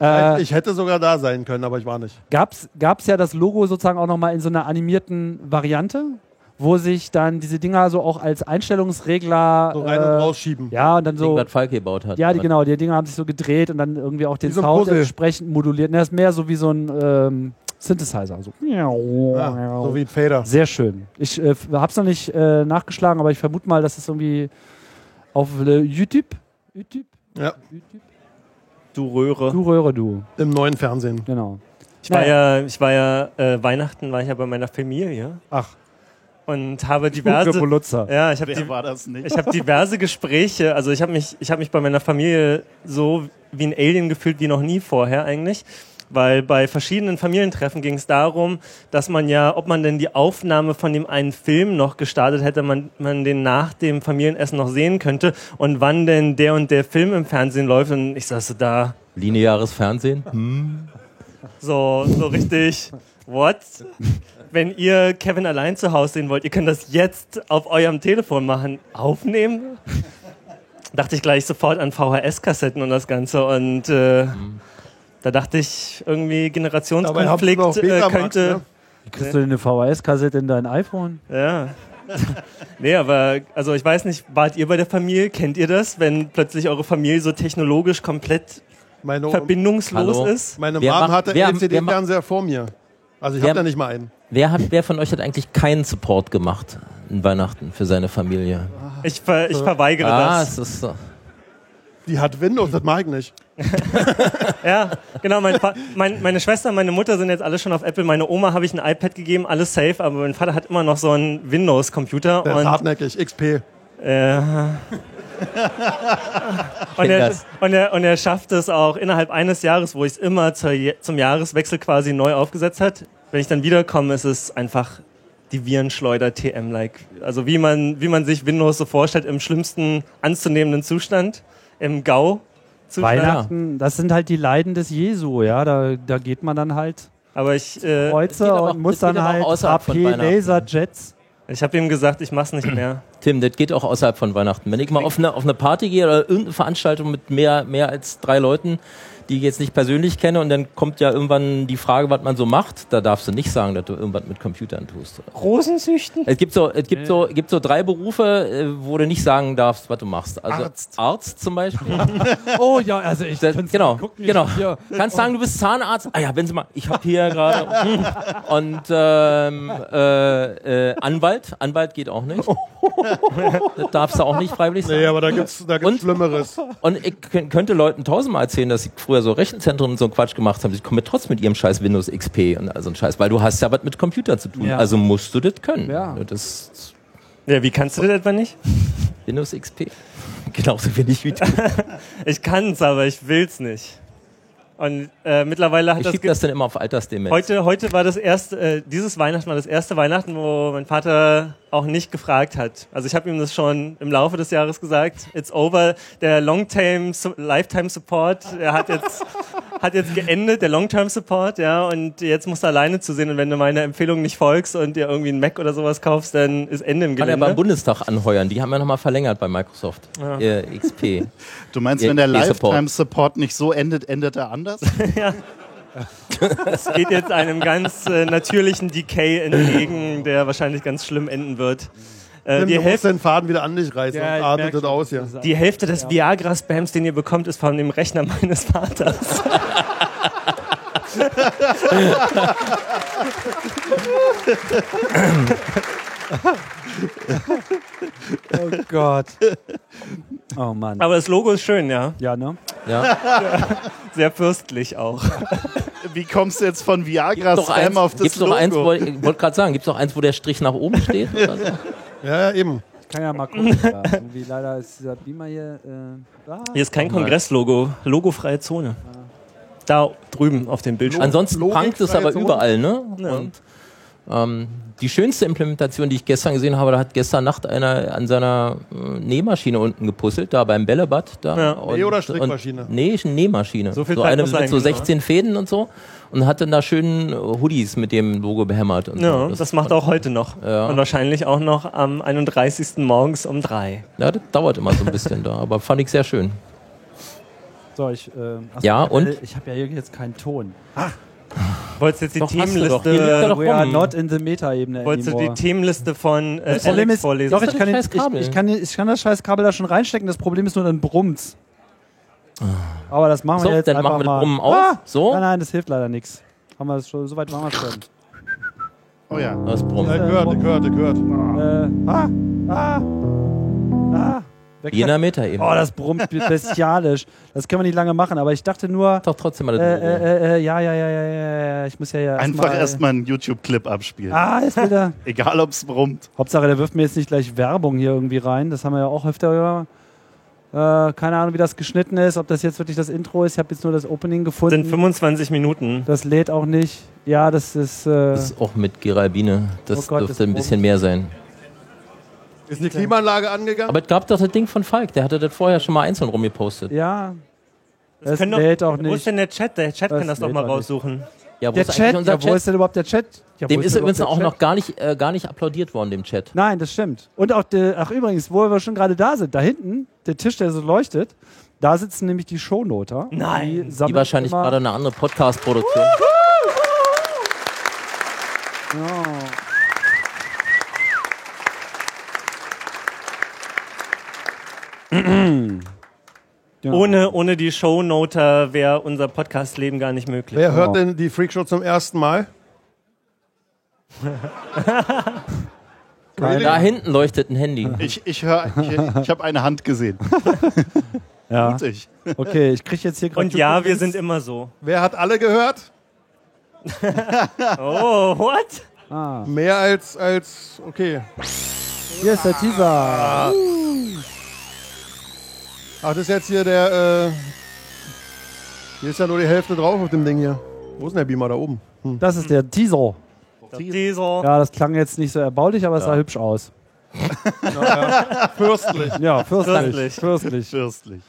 Speaker 9: *laughs* äh,
Speaker 3: Ich hätte sogar da sein können, aber ich war nicht.
Speaker 9: gab's, gab's ja das Logo sozusagen auch nochmal in so einer animierten Variante, wo sich dann diese Dinger so auch als Einstellungsregler
Speaker 3: So rein
Speaker 9: äh,
Speaker 3: und rausschieben.
Speaker 9: Ja, und dann so.
Speaker 5: was Falk gebaut hat.
Speaker 9: Ja, die, genau, die Dinger haben sich so gedreht und dann irgendwie auch den
Speaker 3: Wie so ein
Speaker 9: Sound
Speaker 3: Puzzle.
Speaker 9: entsprechend moduliert. Ne, Das ist mehr so wie so ein ähm, Synthesizer. So.
Speaker 3: Ah, so wie ein Fader.
Speaker 9: Sehr schön. Ich äh, habe es noch nicht äh, nachgeschlagen, aber ich vermute mal, dass es irgendwie auf äh, YouTube, YouTube,
Speaker 3: Ja,
Speaker 9: YouTube,
Speaker 6: Du Röhre.
Speaker 9: du Röhre, du.
Speaker 3: im neuen Fernsehen.
Speaker 9: Genau.
Speaker 6: Ich war ja, ich war ja äh, Weihnachten war ich ja bei meiner Familie
Speaker 3: Ach,
Speaker 6: und habe diverse.
Speaker 9: Pulitzer.
Speaker 6: Ja, ich habe
Speaker 7: Wer
Speaker 6: die,
Speaker 7: war das nicht?
Speaker 6: ich habe diverse Gespräche. Also ich habe mich, ich habe mich bei meiner Familie so wie ein Alien gefühlt wie noch nie vorher eigentlich. Weil bei verschiedenen Familientreffen ging es darum, dass man ja, ob man denn die Aufnahme von dem einen Film noch gestartet hätte, man, man den nach dem Familienessen noch sehen könnte und wann denn der und der Film im Fernsehen läuft. Und ich saß so
Speaker 9: genau-
Speaker 6: da,
Speaker 5: Lineares Fernsehen.
Speaker 6: so, so richtig. What? Wenn ihr Kevin allein zu Hause sehen wollt, ihr könnt das jetzt auf eurem Telefon machen. Aufnehmen? Dachte ich gleich sofort an VHS-Kassetten und das Ganze. Und äh, da dachte ich, irgendwie
Speaker 3: Dabei habt ihr
Speaker 6: Generationskonflikt
Speaker 3: doch
Speaker 6: äh,
Speaker 3: Betamax,
Speaker 6: könnte.
Speaker 9: Kriegst du denn eine VHS-Kassette in dein iPhone?
Speaker 6: Ja. *laughs* Nee, aber also ich weiß nicht, wart ihr bei der Familie? Kennt ihr das, wenn plötzlich eure Familie so technologisch komplett
Speaker 3: meine,
Speaker 6: verbindungslos
Speaker 5: Hallo?
Speaker 6: ist?
Speaker 3: meine
Speaker 5: Wer
Speaker 3: Mom
Speaker 5: macht-
Speaker 3: hatte
Speaker 5: wer- wer
Speaker 3: einen LCD-Fernseher vor mir. Also ich habe
Speaker 5: Wer-
Speaker 3: da nicht mal einen.
Speaker 5: Wer, hat, wer von euch hat eigentlich keinen Support gemacht in Weihnachten für seine Familie?
Speaker 6: Ich, ver, ich verweigere
Speaker 5: Ah,
Speaker 6: das.
Speaker 5: es ist so.
Speaker 3: Die hat Windows, das mag ich nicht.
Speaker 6: Ja, genau. Mein Fa- mein, meine Schwester und meine Mutter sind jetzt alle schon auf Apple. Meine Oma habe ich ein iPad gegeben, alles safe. Aber mein Vater hat immer noch so einen Windows-Computer.
Speaker 3: Der ist
Speaker 6: Und,
Speaker 3: hartnäckig, XP.
Speaker 6: äh, und, er,
Speaker 5: das.
Speaker 6: und, er, und er schafft es auch innerhalb eines Jahres, wo ich es immer zur, Je- zum Jahreswechsel quasi neu aufgesetzt hat. Wenn ich dann wiederkomme, ist es einfach die Virenschleuder TM-like. Also wie man, wie man sich Windows so vorstellt, im schlimmsten anzunehmenden Zustand, im GAU-Zustand.
Speaker 9: Weihnachten, das sind halt die Leiden des Jesu, ja. Da, da geht man dann halt
Speaker 6: Aber ich, äh,
Speaker 9: Kreuze
Speaker 5: geht aber auch-
Speaker 9: und muss
Speaker 5: das geht
Speaker 9: dann
Speaker 5: aber auch
Speaker 9: halt
Speaker 5: außerhalb von
Speaker 9: AP
Speaker 5: Weihnachten.
Speaker 9: Laserjets.
Speaker 6: Ich habe ihm gesagt, ich mach's nicht mehr.
Speaker 5: Tim, das geht auch außerhalb von Weihnachten. Wenn ich mal auf eine, auf eine Party gehe oder irgendeine Veranstaltung mit mehr, mehr als drei Leuten, die ich jetzt nicht persönlich kenne, und dann kommt ja irgendwann die Frage, was man so macht, da darfst du nicht sagen, dass du irgendwas mit Computern tust.
Speaker 6: Rosenzüchten?
Speaker 5: Es gibt so, es gibt so, es gibt so drei Berufe, äh, wo du nicht sagen darfst, was du machst. Also
Speaker 7: Arzt.
Speaker 5: Arzt zum Beispiel.
Speaker 9: Oh ja, also *laughs* ich
Speaker 5: Das, genau, genau.
Speaker 9: hier.
Speaker 5: *laughs* Kannst sagen, du bist Zahnarzt. Ah ja, wenn Sie mal, ich habe
Speaker 9: *laughs*
Speaker 5: hier gerade. Und ähm, äh, äh, Anwalt, Anwalt geht
Speaker 9: *laughs*
Speaker 5: auch nicht. Das darfst du auch nicht freiwillig
Speaker 3: Nee,
Speaker 5: sein.
Speaker 3: aber da gibt's, da
Speaker 5: Und?
Speaker 3: gibt's Schlimmeres.
Speaker 5: Und ich kön- könnte Leuten tausendmal erzählen, dass sie früher so Rechenzentren und so einen Quatsch gemacht haben. Sie kommen trotzdem mit ihrem scheiß Windows XP und all so ein Scheiß, weil du hast ja was mit Computer zu tun.
Speaker 9: Ja.
Speaker 5: Also musst du das können.
Speaker 9: Ja.
Speaker 5: Das
Speaker 6: Ja, wie kannst du das etwa nicht?
Speaker 5: Windows XP. *laughs* Genauso
Speaker 9: *laughs*
Speaker 5: wenig wie du.
Speaker 6: Ich kann's, aber ich will's nicht. Und äh, mittlerweile hat
Speaker 5: Ich
Speaker 6: das,
Speaker 5: schieb
Speaker 6: ge-
Speaker 5: das dann immer auf Altersdemenz.
Speaker 6: heute heute war das erste äh, dieses Weihnachten war das erste Weihnachten, wo mein Vater auch nicht gefragt hat. Also ich habe ihm das schon im Laufe des Jahres gesagt. It's over. Der Long-Term Su- Lifetime Support, er hat jetzt *laughs* hat jetzt geendet, der Long-Term Support, ja, und jetzt musst du alleine zusehen und wenn du meiner Empfehlung nicht folgst und dir irgendwie einen Mac oder sowas kaufst, dann ist Ende im
Speaker 5: Kann er
Speaker 6: Gelände.
Speaker 5: beim Bundestag anheuern. Die haben ja nochmal verlängert bei Microsoft. Äh,
Speaker 6: *laughs*
Speaker 5: XP.
Speaker 7: Du meinst,
Speaker 5: Ja,
Speaker 7: wenn der
Speaker 5: E-Support.
Speaker 7: Lifetime-Support nicht so endet, endet
Speaker 9: *laughs*
Speaker 7: er anders?
Speaker 6: geht jetzt einem ganz äh, natürlichen Decay entgegen, der wahrscheinlich ganz schlimm enden wird. Äh,
Speaker 3: Tim,
Speaker 6: die,
Speaker 3: du musst
Speaker 6: Hälfte,
Speaker 3: den Faden wieder an dich reißen und atmet das aus hier.
Speaker 6: die Hälfte des Viagra-Spams, den ihr bekommt, ist von dem Rechner meines Vaters.
Speaker 9: Oh Gott. Oh Mann.
Speaker 6: Aber das Logo ist schön, ja.
Speaker 9: Ja, ne?
Speaker 5: Ja.
Speaker 6: Sehr fürstlich auch.
Speaker 7: Wie kommst du jetzt von
Speaker 5: Doch eins,
Speaker 7: Viagra-Spam auf das
Speaker 5: gibt's
Speaker 7: Logo?
Speaker 5: noch eins, wo, ich wollte gerade sagen, gibt's noch eins, wo der Strich nach oben
Speaker 6: *laughs*
Speaker 5: steht? Oder so?
Speaker 3: Ja, ja, eben.
Speaker 9: Ich kann ja *laughs* mal gucken. ja. Irgendwie leider ist dieser Beamer hier. Äh, ah.
Speaker 6: Hier ist kein Kongresslogo. Logofreie Zone. Da drüben auf dem Bildschirm.
Speaker 5: Ansonsten
Speaker 3: Logik
Speaker 5: prankt es aber
Speaker 3: frei so.
Speaker 5: überall, ne?
Speaker 6: Ja.
Speaker 5: Und, Ähm, die schönste Implementation, die ich gestern gesehen habe, da hat gestern Nacht einer an seiner äh, Nähmaschine unten gepuzzelt, da beim Bällebad. Da
Speaker 6: Ja,
Speaker 5: und,
Speaker 3: Näh- oder
Speaker 5: und-
Speaker 3: Strickmaschine?
Speaker 5: Nee, ist eine Nähmaschine.
Speaker 6: So viel Zeit
Speaker 5: eine
Speaker 6: muss genau.
Speaker 5: mit so
Speaker 6: eigentlich,
Speaker 5: 16 Fäden und so. Und hat dann da schönen äh, Hoodies mit dem Logo behämmert. Und
Speaker 6: Ja,
Speaker 5: so.
Speaker 6: das, macht er auch heute noch.
Speaker 5: Ja.
Speaker 6: Und wahrscheinlich auch noch am 31. morgens um drei.
Speaker 5: Ja, das dauert immer so ein bisschen da, aber fand ich sehr schön.
Speaker 9: So, ich, ähm, achso,
Speaker 5: Ja,
Speaker 9: ich hab
Speaker 5: und?
Speaker 9: ich habe ja hier jetzt keinen Ton.
Speaker 6: Wolltest du jetzt die
Speaker 5: Doch, hast du doch. Hier liegt er
Speaker 6: Themenliste,
Speaker 5: doch.
Speaker 9: We are
Speaker 5: rum.
Speaker 9: not in the Meta-Ebene
Speaker 6: wolltest du die
Speaker 9: anymore.
Speaker 6: Themenliste von äh,
Speaker 9: das Problem
Speaker 6: Alex
Speaker 9: ist,
Speaker 6: vorlesen?
Speaker 9: doch,
Speaker 5: Ist
Speaker 9: ich
Speaker 5: doch
Speaker 9: kann,
Speaker 5: ein
Speaker 9: den,
Speaker 5: scheiß
Speaker 9: ich,
Speaker 5: Kabel.
Speaker 9: ich, kann, den- ich kann das scheiß Kabel da schon reinstecken. Das Problem ist nur, dann brummt's. Aber das machen
Speaker 5: So,
Speaker 9: wir Oh, jetzt
Speaker 5: dann
Speaker 9: einfach
Speaker 5: machen wir
Speaker 9: mal.
Speaker 5: den Brummen aus.
Speaker 9: Ah!
Speaker 5: So.
Speaker 9: Nein, nein, das hilft leider nichts. Haben wir das schon, soweit machen wir schon.
Speaker 7: Oh ja.
Speaker 5: Das
Speaker 3: Ja,
Speaker 5: Brummen.
Speaker 3: gehört, gehört, gehört.
Speaker 9: Äh, ah, ah, ah. Wer
Speaker 5: Wie ne- in
Speaker 9: kann-
Speaker 5: der Meta
Speaker 9: *laughs*
Speaker 5: eben.
Speaker 9: Oh, das brummt bestialisch. Das können wir nicht lange machen, aber ich dachte nur,
Speaker 5: doch trotzdem mal
Speaker 9: äh,
Speaker 5: das Logo.
Speaker 9: äh, äh, ja, ja, ja, ja, ja, ja, ich muss ja, ja
Speaker 7: Einfach erstmal einen YouTube-Clip abspielen.
Speaker 9: Ah, ist wieder.
Speaker 7: Egal, ob's brummt.
Speaker 9: Hauptsache, der wirft mir jetzt nicht gleich Werbung hier irgendwie rein. Das haben wir ja auch öfter. Äh, keine Ahnung, wie das geschnitten ist, ob das jetzt wirklich das Intro ist. Ich habe jetzt nur das Opening
Speaker 6: sind
Speaker 9: gefunden.
Speaker 6: 25 Minuten.
Speaker 9: Das lädt auch nicht. Ja, das ist. Äh,
Speaker 5: Das ist auch mit Geralbine. Das
Speaker 9: Oh Gott, das
Speaker 5: dürfte ein
Speaker 9: Brummen.
Speaker 5: bisschen mehr sein.
Speaker 3: Ist die Klimaanlage angegangen?
Speaker 5: Aber es gab doch das Ding von Falk, der hatte das vorher schon mal einzeln rumgepostet.
Speaker 9: ja. Das,
Speaker 6: können doch-
Speaker 9: lädt auch
Speaker 6: Wo ist
Speaker 9: nicht.
Speaker 6: denn der Chat? Der Chat
Speaker 9: Das
Speaker 6: kann das doch
Speaker 9: lädt
Speaker 6: mal
Speaker 9: auch nicht.
Speaker 6: raussuchen.
Speaker 5: Ja, wo
Speaker 9: Der
Speaker 5: ist
Speaker 9: Chat?
Speaker 5: eigentlich unser
Speaker 9: Ja, wo ist denn überhaupt der Chat? Ja, wo
Speaker 5: Dem ist
Speaker 9: denn
Speaker 5: übrigens
Speaker 9: überhaupt
Speaker 5: auch
Speaker 9: der
Speaker 5: noch
Speaker 9: Chat?
Speaker 5: gar nicht, äh, gar nicht applaudiert worden, dem Chat.
Speaker 9: Nein, das stimmt. Und auch der. Ach, übrigens, wo wir schon gerade da sind, da hinten, der Tisch, der so leuchtet, da sitzen nämlich die Shownoter.
Speaker 6: Nein,
Speaker 9: Die,
Speaker 5: Die
Speaker 9: sammeln
Speaker 5: wahrscheinlich
Speaker 9: immer-
Speaker 5: gerade eine andere Podcast-Produktion.
Speaker 9: Ja. Ja.
Speaker 6: Ohne, ohne die Shownoter wäre unser Podcastleben gar nicht möglich.
Speaker 3: Wer hört denn die Freakshow zum ersten Mal?
Speaker 5: Da hinten leuchtet ein Handy.
Speaker 7: Ich, ich höre, ich, ich habe eine Hand gesehen.
Speaker 9: *laughs* Ja.
Speaker 7: Und ich.
Speaker 9: Okay, ich kriege jetzt hier gerade.
Speaker 6: Und ja, wir sind immer so.
Speaker 3: Wer hat alle gehört?
Speaker 6: Oh, what?
Speaker 3: Mehr als, als, okay.
Speaker 9: Hier ist der Teaser.
Speaker 3: Ach, das ist jetzt hier der, äh, hier ist ja nur die Hälfte drauf auf dem Ding hier. Wo ist denn der Beamer da oben?
Speaker 9: Das ist der Teaser.
Speaker 6: Dieser.
Speaker 9: Ja, das klang jetzt nicht so erbaulich, aber es sah
Speaker 3: *laughs*
Speaker 9: hübsch aus.
Speaker 3: Fürstlich.
Speaker 9: Ja, fürstlich.
Speaker 6: Fürstlich.
Speaker 9: Fürstlich.
Speaker 7: Fürstlich.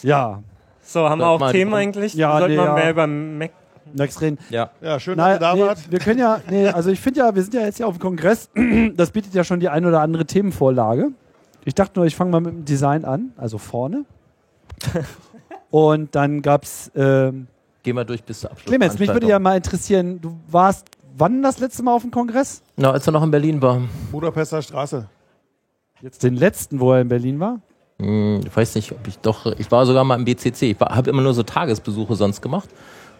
Speaker 9: Ja.
Speaker 6: So, haben
Speaker 5: Sollte
Speaker 6: wir auch
Speaker 5: man-
Speaker 6: Themen eigentlich?
Speaker 9: Ja,
Speaker 6: Sollte
Speaker 9: nee,
Speaker 6: man
Speaker 9: ja.
Speaker 6: mehr über Mac
Speaker 9: Next reden.
Speaker 5: Ja.
Speaker 3: Ja, schön, dass ihr
Speaker 9: Na,
Speaker 3: da
Speaker 9: nee,
Speaker 3: wart.
Speaker 9: wir können ja, nee, also ich finde ja, wir sind ja jetzt hier auf dem Kongress, *clears throat* das bietet ja schon die ein oder andere Themenvorlage. Ich dachte nur, ich fange mal mit dem Design an, also *laughs* vorne. Und dann gab's, ähm,
Speaker 5: Gehen wir durch bis zur Abschluss.
Speaker 9: Clemens, mich würde ja mal interessieren, du warst wann das letzte Mal auf dem Kongress?
Speaker 5: Na, als er noch in Berlin war.
Speaker 3: Budapester Straße.
Speaker 9: Jetzt den letzten, wo er in Berlin war?
Speaker 5: Hm, ich weiß nicht, ob ich doch. Ich war sogar mal im BCC. Ich habe immer nur so Tagesbesuche sonst gemacht,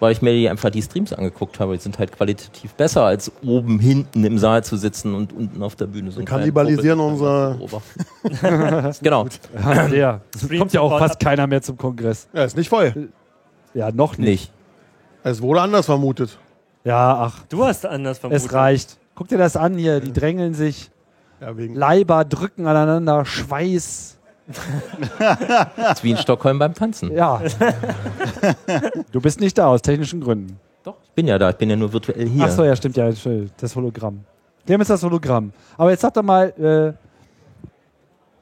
Speaker 5: weil ich mir die einfach die Streams angeguckt habe. Die sind halt qualitativ besser, als oben hinten im Saal zu sitzen und unten auf der Bühne. So einen kleinen
Speaker 3: Kannibalisieren
Speaker 5: Popel-
Speaker 3: unser-
Speaker 5: Beobachten. *laughs* genau.
Speaker 9: Der. Kommt ja auch fast keiner mehr zum Kongress.
Speaker 3: Ja, ist nicht voll.
Speaker 9: Ja, noch nicht.
Speaker 5: Nicht.
Speaker 3: Es wurde anders vermutet.
Speaker 9: Ja, ach,
Speaker 6: Du hast anders vermutet.
Speaker 9: es reicht. Guck dir das an hier, die drängeln sich.
Speaker 3: Ja, wegen.
Speaker 9: Leiber drücken aneinander, Schweiß.
Speaker 5: Ist wie in Stockholm beim Tanzen.
Speaker 9: Ja. *laughs* du bist nicht da aus technischen Gründen.
Speaker 5: Doch, ich bin ja da. Ich bin ja nur virtuell hier.
Speaker 9: Ach so, ja, stimmt ja, Entschuldigung, das Hologramm. Wir haben jetzt das Hologramm. Aber jetzt sag doch mal,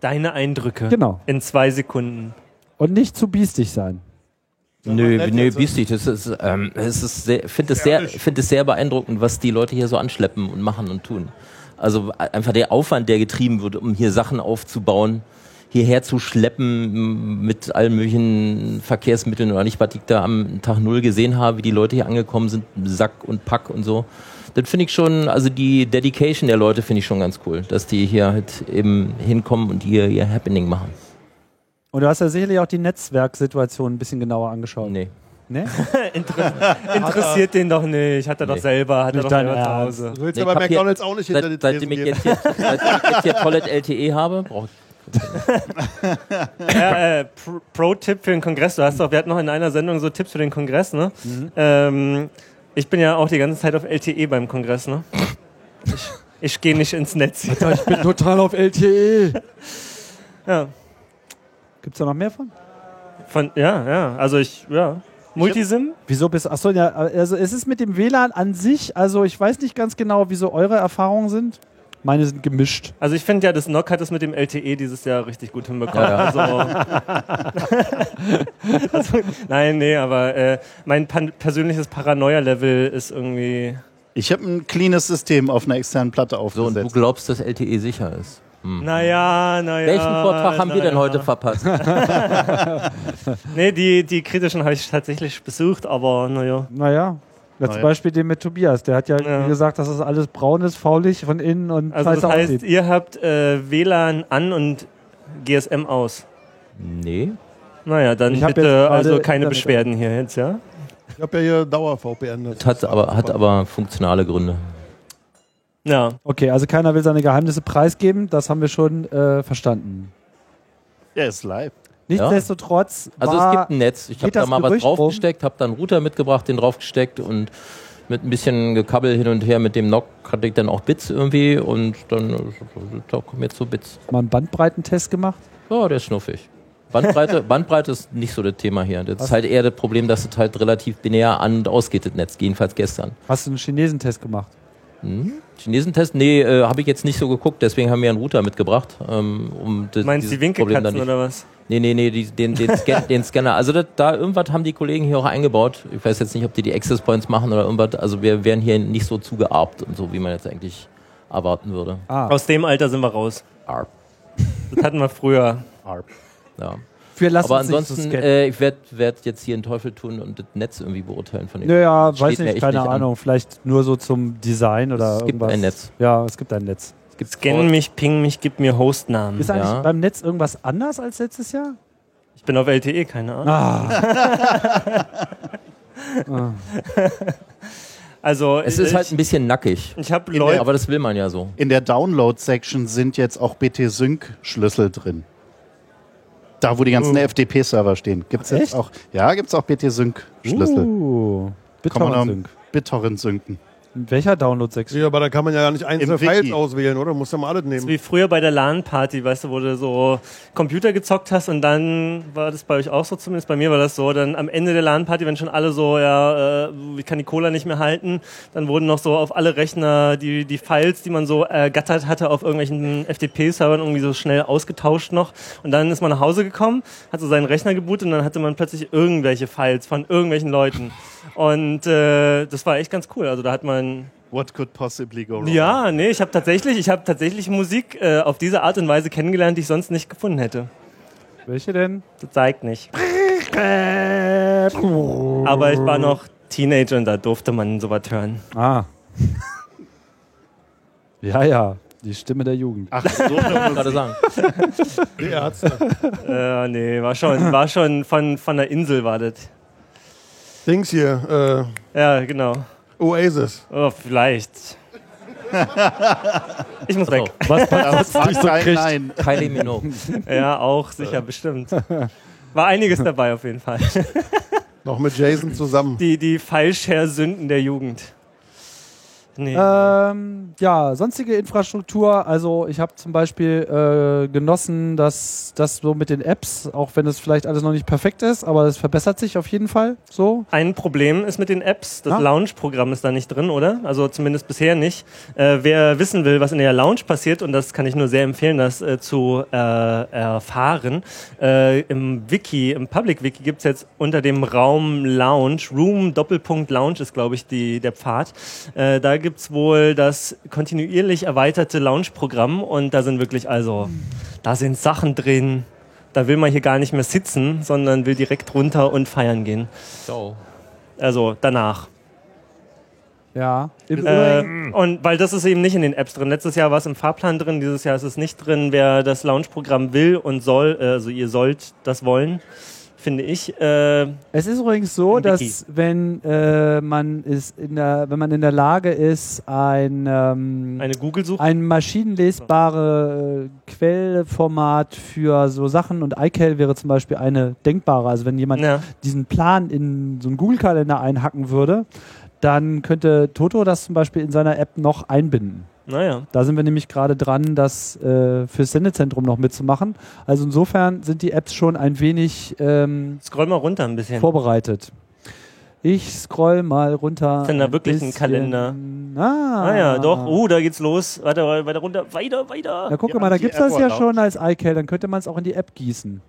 Speaker 6: Deine Eindrücke.
Speaker 9: äh, genau.
Speaker 6: In zwei Sekunden.
Speaker 9: Und nicht zu biestig sein.
Speaker 5: Nö,
Speaker 3: nett
Speaker 5: nö,
Speaker 3: jetzt, ne?
Speaker 5: biestig. Das ist, ähm, es ist sehr, finde es sehr, finde es sehr beeindruckend, was die Leute hier so anschleppen und machen und tun. Also e- einfach der Aufwand, der getrieben wird, um hier Sachen aufzubauen, hierher zu schleppen m, mit allen möglichen Verkehrsmitteln oder nicht, was ich da am Tag Null gesehen habe, wie die Leute hier angekommen sind, Sack und Pack und so. Das finde ich schon, also die Dedication der Leute finde ich schon ganz cool, dass die hier halt eben hinkommen und ihr, ihr Happening machen.
Speaker 9: Und du hast ja sicherlich auch die Netzwerksituation ein bisschen genauer angeschaut.
Speaker 5: Nee.
Speaker 9: Ne?
Speaker 6: Interessiert den doch nicht. Hat er doch
Speaker 5: Nee.
Speaker 6: selber. Hat er doch
Speaker 9: Nicht dein
Speaker 6: selber zu
Speaker 9: Ernst.
Speaker 6: Hause.
Speaker 3: Du willst
Speaker 5: Nee,
Speaker 3: ja bei
Speaker 5: ich hab hier-
Speaker 3: McDonalds auch nicht hinter die
Speaker 5: Seit, seitdem,
Speaker 3: Thesen
Speaker 5: ich
Speaker 3: gehen.
Speaker 5: jetzt hier, seitdem ich jetzt hier Toilette LTE habe, brauche ich
Speaker 6: Ja, äh, Pro- Pro-Tipp für den Kongress. Du hast doch, wir hatten noch in einer Sendung so Tipps für den Kongress, ne?
Speaker 5: Mhm.
Speaker 6: Ähm, ich bin ja auch die ganze Zeit auf LTE beim Kongress, ne? Ich, ich gehe nicht ins Netz.
Speaker 9: Ich bin total auf LTE.
Speaker 6: Ja,
Speaker 9: Gibt's da noch mehr von?
Speaker 6: von, ja, ja. Also ich, ja. Multisim?
Speaker 9: Wieso bist Achso, ja, also es ist mit dem WLAN an sich, also ich weiß nicht ganz genau, wieso eure Erfahrungen sind. Meine sind gemischt.
Speaker 6: Also ich finde ja, das NOC hat es mit dem LTE dieses Jahr richtig gut hinbekommen.
Speaker 5: Ja,
Speaker 6: Also, *laughs* also, nein, nee, aber äh, mein pan persönliches Paranoia-Level ist irgendwie...
Speaker 7: Ich habe ein cleanes System auf einer externen Platte
Speaker 5: So, und du
Speaker 7: aufgesetzt.
Speaker 5: glaubst, dass LTE sicher ist.
Speaker 6: Naja, naja.
Speaker 5: Mhm. Welchen Vortrag haben wir denn heute
Speaker 9: *laughs*
Speaker 5: verpasst?
Speaker 6: Nee, die, die kritischen habe ich tatsächlich besucht, aber naja.
Speaker 9: Naja. Ja, zum
Speaker 7: Naja.
Speaker 9: Beispiel den mit Tobias. Der hat ja,
Speaker 6: Ja.
Speaker 9: wie gesagt, dass das alles braun ist, faulig von innen und
Speaker 6: Also das
Speaker 9: scheiße
Speaker 6: heißt,
Speaker 9: aussieht.
Speaker 6: ihr habt äh, WLAN an und GSM aus.
Speaker 5: Nee.
Speaker 6: Naja, dann
Speaker 9: Ich hab jetzt
Speaker 6: bitte
Speaker 9: gerade
Speaker 6: also keine
Speaker 9: Internet
Speaker 6: Beschwerden hier jetzt, ja?
Speaker 3: Ich habe ja hier Dauer-VPN. das
Speaker 5: Hat
Speaker 3: ist
Speaker 5: aber, hat
Speaker 3: super.
Speaker 5: aber funktionale Gründe.
Speaker 6: Ja.
Speaker 9: Okay, also keiner will seine Geheimnisse preisgeben, das haben wir schon äh, verstanden.
Speaker 7: Der ist live.
Speaker 9: Nichtsdestotrotz
Speaker 5: Also
Speaker 9: war
Speaker 5: es gibt ein Netz. Ich habe
Speaker 9: geht
Speaker 5: da
Speaker 9: das
Speaker 5: mal was
Speaker 9: Gerücht rum?
Speaker 5: draufgesteckt, habe dann einen Router mitgebracht, den draufgesteckt und mit ein bisschen Gekabbel hin und her mit dem Nock hatte ich dann auch Bits irgendwie und dann äh, da kommen jetzt so Bits.
Speaker 9: mal einen Bandbreitentest gemacht.
Speaker 5: Ja, der ist schnuffig.
Speaker 9: *laughs*
Speaker 5: Bandbreite, Bandbreite ist nicht so das Thema hier. Das ist halt eher das Problem, dass es halt relativ binär an- und ausgeht, das Netz. Jedenfalls gestern.
Speaker 9: Hast du einen Chinesentest gemacht?
Speaker 5: Chinesentest? Nee, äh, habe ich jetzt nicht so geguckt, deswegen haben wir einen Router mitgebracht. Ähm, um das-
Speaker 6: Meinst du
Speaker 5: dieses
Speaker 6: die Winkelkatzen
Speaker 5: Problem da nicht-
Speaker 6: oder was?
Speaker 5: Nee, nee, nee, die, den, den, Scan, den Scanner. Also das, da irgendwas haben die Kollegen hier auch eingebaut. Ich weiß jetzt nicht, ob die die Access Points machen oder irgendwas. Also wir werden hier nicht so zugearbt und so, wie man jetzt eigentlich erwarten würde.
Speaker 9: Ah,
Speaker 6: Aus dem Alter sind wir raus.
Speaker 5: Arp.
Speaker 6: Das hatten wir früher.
Speaker 5: Ja.
Speaker 9: wir lassen
Speaker 5: Aber
Speaker 9: uns nicht so
Speaker 5: ansonsten,
Speaker 9: scannen.
Speaker 5: äh, ich werde werd jetzt hier einen Teufel tun und das Netz irgendwie beurteilen von dem.
Speaker 9: Naja,
Speaker 5: steht
Speaker 9: weiß
Speaker 5: mir
Speaker 9: nicht,
Speaker 5: echt
Speaker 9: keine
Speaker 5: nicht an.
Speaker 9: Ahnung. Vielleicht nur so zum Design oder
Speaker 5: Es gibt
Speaker 9: irgendwas.
Speaker 5: ein Netz.
Speaker 9: Ja, es gibt ein Netz.
Speaker 6: Scan mich, ping mich, gib mir Hostnamen.
Speaker 9: Ist eigentlich
Speaker 5: Ja.
Speaker 9: beim Netz irgendwas anders als letztes Jahr?
Speaker 6: Ich bin auf LTE, keine Ahnung.
Speaker 9: Ah,
Speaker 6: *laughs* Also
Speaker 5: Es ist
Speaker 6: ich,
Speaker 5: halt ein bisschen nackig.
Speaker 6: ich habe Leute.
Speaker 5: Aber das will man ja so.
Speaker 7: In der Download-Section sind jetzt auch BT-Sync-Schlüssel drin. Da, wo die ganzen FTP-Server stehen. Gibt's
Speaker 9: Ach,
Speaker 7: jetzt
Speaker 9: Oh. echt?
Speaker 7: auch, ja, gibt es auch BT-Sync-Schlüssel.
Speaker 9: uh,
Speaker 7: Kann man
Speaker 9: BitTorrent
Speaker 7: am
Speaker 9: Sync.
Speaker 7: um, BitTorrent synken.
Speaker 9: In Welcher Download-Section?
Speaker 3: Ja, aber da kann man ja gar nicht einzelne
Speaker 7: Im Wiki.
Speaker 3: Files auswählen, oder? Du musst ja mal alles
Speaker 6: Das
Speaker 3: nehmen.
Speaker 6: ist Wie früher bei der LAN-Party, weißt du, wo du so Computer gezockt hast und dann war das bei euch auch so, zumindest bei mir war das so, dann am Ende der LAN-Party, wenn schon alle so, ja, äh, ich kann die Cola nicht mehr halten, dann wurden noch so auf alle Rechner die, die Files, die man so ergattert hatte auf irgendwelchen FTP-Servern irgendwie so schnell ausgetauscht noch und dann ist man nach Hause gekommen, hat so seinen Rechner gebootet und dann hatte man plötzlich irgendwelche Files von irgendwelchen Leuten und äh, das war echt ganz cool, also da hat man
Speaker 7: What could possibly go wrong?
Speaker 6: ja, nee, ich habe tatsächlich, ich habe tatsächlich Musik äh, auf diese Art und Weise kennengelernt, die ich sonst nicht gefunden hätte.
Speaker 9: Welche denn?
Speaker 6: Das zeigt nicht. Aber ich war noch Teenager und da durfte man sowas hören.
Speaker 9: Ah. *laughs* ja, ja. Die Stimme der Jugend.
Speaker 7: Ach, so
Speaker 9: *laughs*
Speaker 7: eine
Speaker 5: Gerade sagen.
Speaker 3: Die Ärzte.
Speaker 6: Äh, nee, war schon, war schon von von der Insel war das.
Speaker 3: Dings hier,
Speaker 6: Ja, genau.
Speaker 3: äh, Oasis.
Speaker 6: Oh, vielleicht. Ich muss weg.
Speaker 9: Was
Speaker 7: Das war kein Nein.
Speaker 5: Kylie
Speaker 6: *laughs*
Speaker 5: Minogue.
Speaker 6: Ja, auch sicher, bestimmt. War einiges dabei auf jeden Fall.
Speaker 3: Noch mit Jason zusammen.
Speaker 6: Die die Fallshare-Sünden der Jugend. Nee.
Speaker 9: Ähm, ja, sonstige Infrastruktur. Also ich habe zum Beispiel äh, genossen, dass das so mit den Apps, auch wenn es vielleicht alles noch nicht perfekt ist, aber es verbessert sich auf jeden Fall so.
Speaker 6: Ein Problem ist mit den Apps, das
Speaker 9: Ah.
Speaker 6: Lounge-Programm ist da nicht drin, oder? Also zumindest bisher nicht. Äh, wer wissen will, was in der Lounge passiert, und das kann ich nur sehr empfehlen, das äh, zu äh, erfahren, äh, im Wiki, im Public-Wiki gibt's jetzt unter dem Raum Lounge, Room Doppelpunkt Lounge ist, glaube ich, die, der Pfad. Äh, da gibt's wohl das kontinuierlich erweiterte Lounge-Programm und da sind wirklich, also, da sind Sachen drin. Da will man hier gar nicht mehr sitzen, sondern will direkt runter und feiern gehen.
Speaker 5: Ciao.
Speaker 6: Also danach.
Speaker 9: Ja. Im
Speaker 6: Äh, und weil das ist eben nicht in den Apps drin. Letztes Jahr war es im Fahrplan drin, dieses Jahr ist es nicht drin. Wer das Launch-Programm will und soll, äh, also ihr sollt das wollen, finde ich. Äh,
Speaker 9: Es ist übrigens so,
Speaker 6: Im Wiki.
Speaker 9: dass wenn äh, man ist in der, wenn man in der Lage ist, ein ähm,
Speaker 6: eine Google-Suche.
Speaker 9: ein maschinenlesbare äh, Quellformat für so Sachen und iCal wäre zum Beispiel eine denkbare. Also wenn jemand
Speaker 6: Ja.
Speaker 9: diesen Plan in so einen Google-Kalender einhacken würde, dann könnte Toto das zum Beispiel in seiner App noch einbinden.
Speaker 6: Naja.
Speaker 9: Da sind wir nämlich gerade dran, das äh, fürs Sendezentrum noch mitzumachen. Also insofern sind die Apps schon ein wenig ähm,
Speaker 6: Scroll mal runter ein bisschen.
Speaker 9: vorbereitet. Ich scroll mal runter.
Speaker 6: Ist denn da wirklich ein Kalender?
Speaker 9: Ah,
Speaker 6: Ah ja, doch. Oh, da geht's los. Warte, weiter runter. Weiter, weiter.
Speaker 9: Na, guck
Speaker 7: Ja,
Speaker 9: mal, da
Speaker 7: die
Speaker 9: gibt es das
Speaker 7: App
Speaker 9: ja
Speaker 7: erlaubt.
Speaker 9: schon als iCal. Dann könnte man es auch in die App gießen.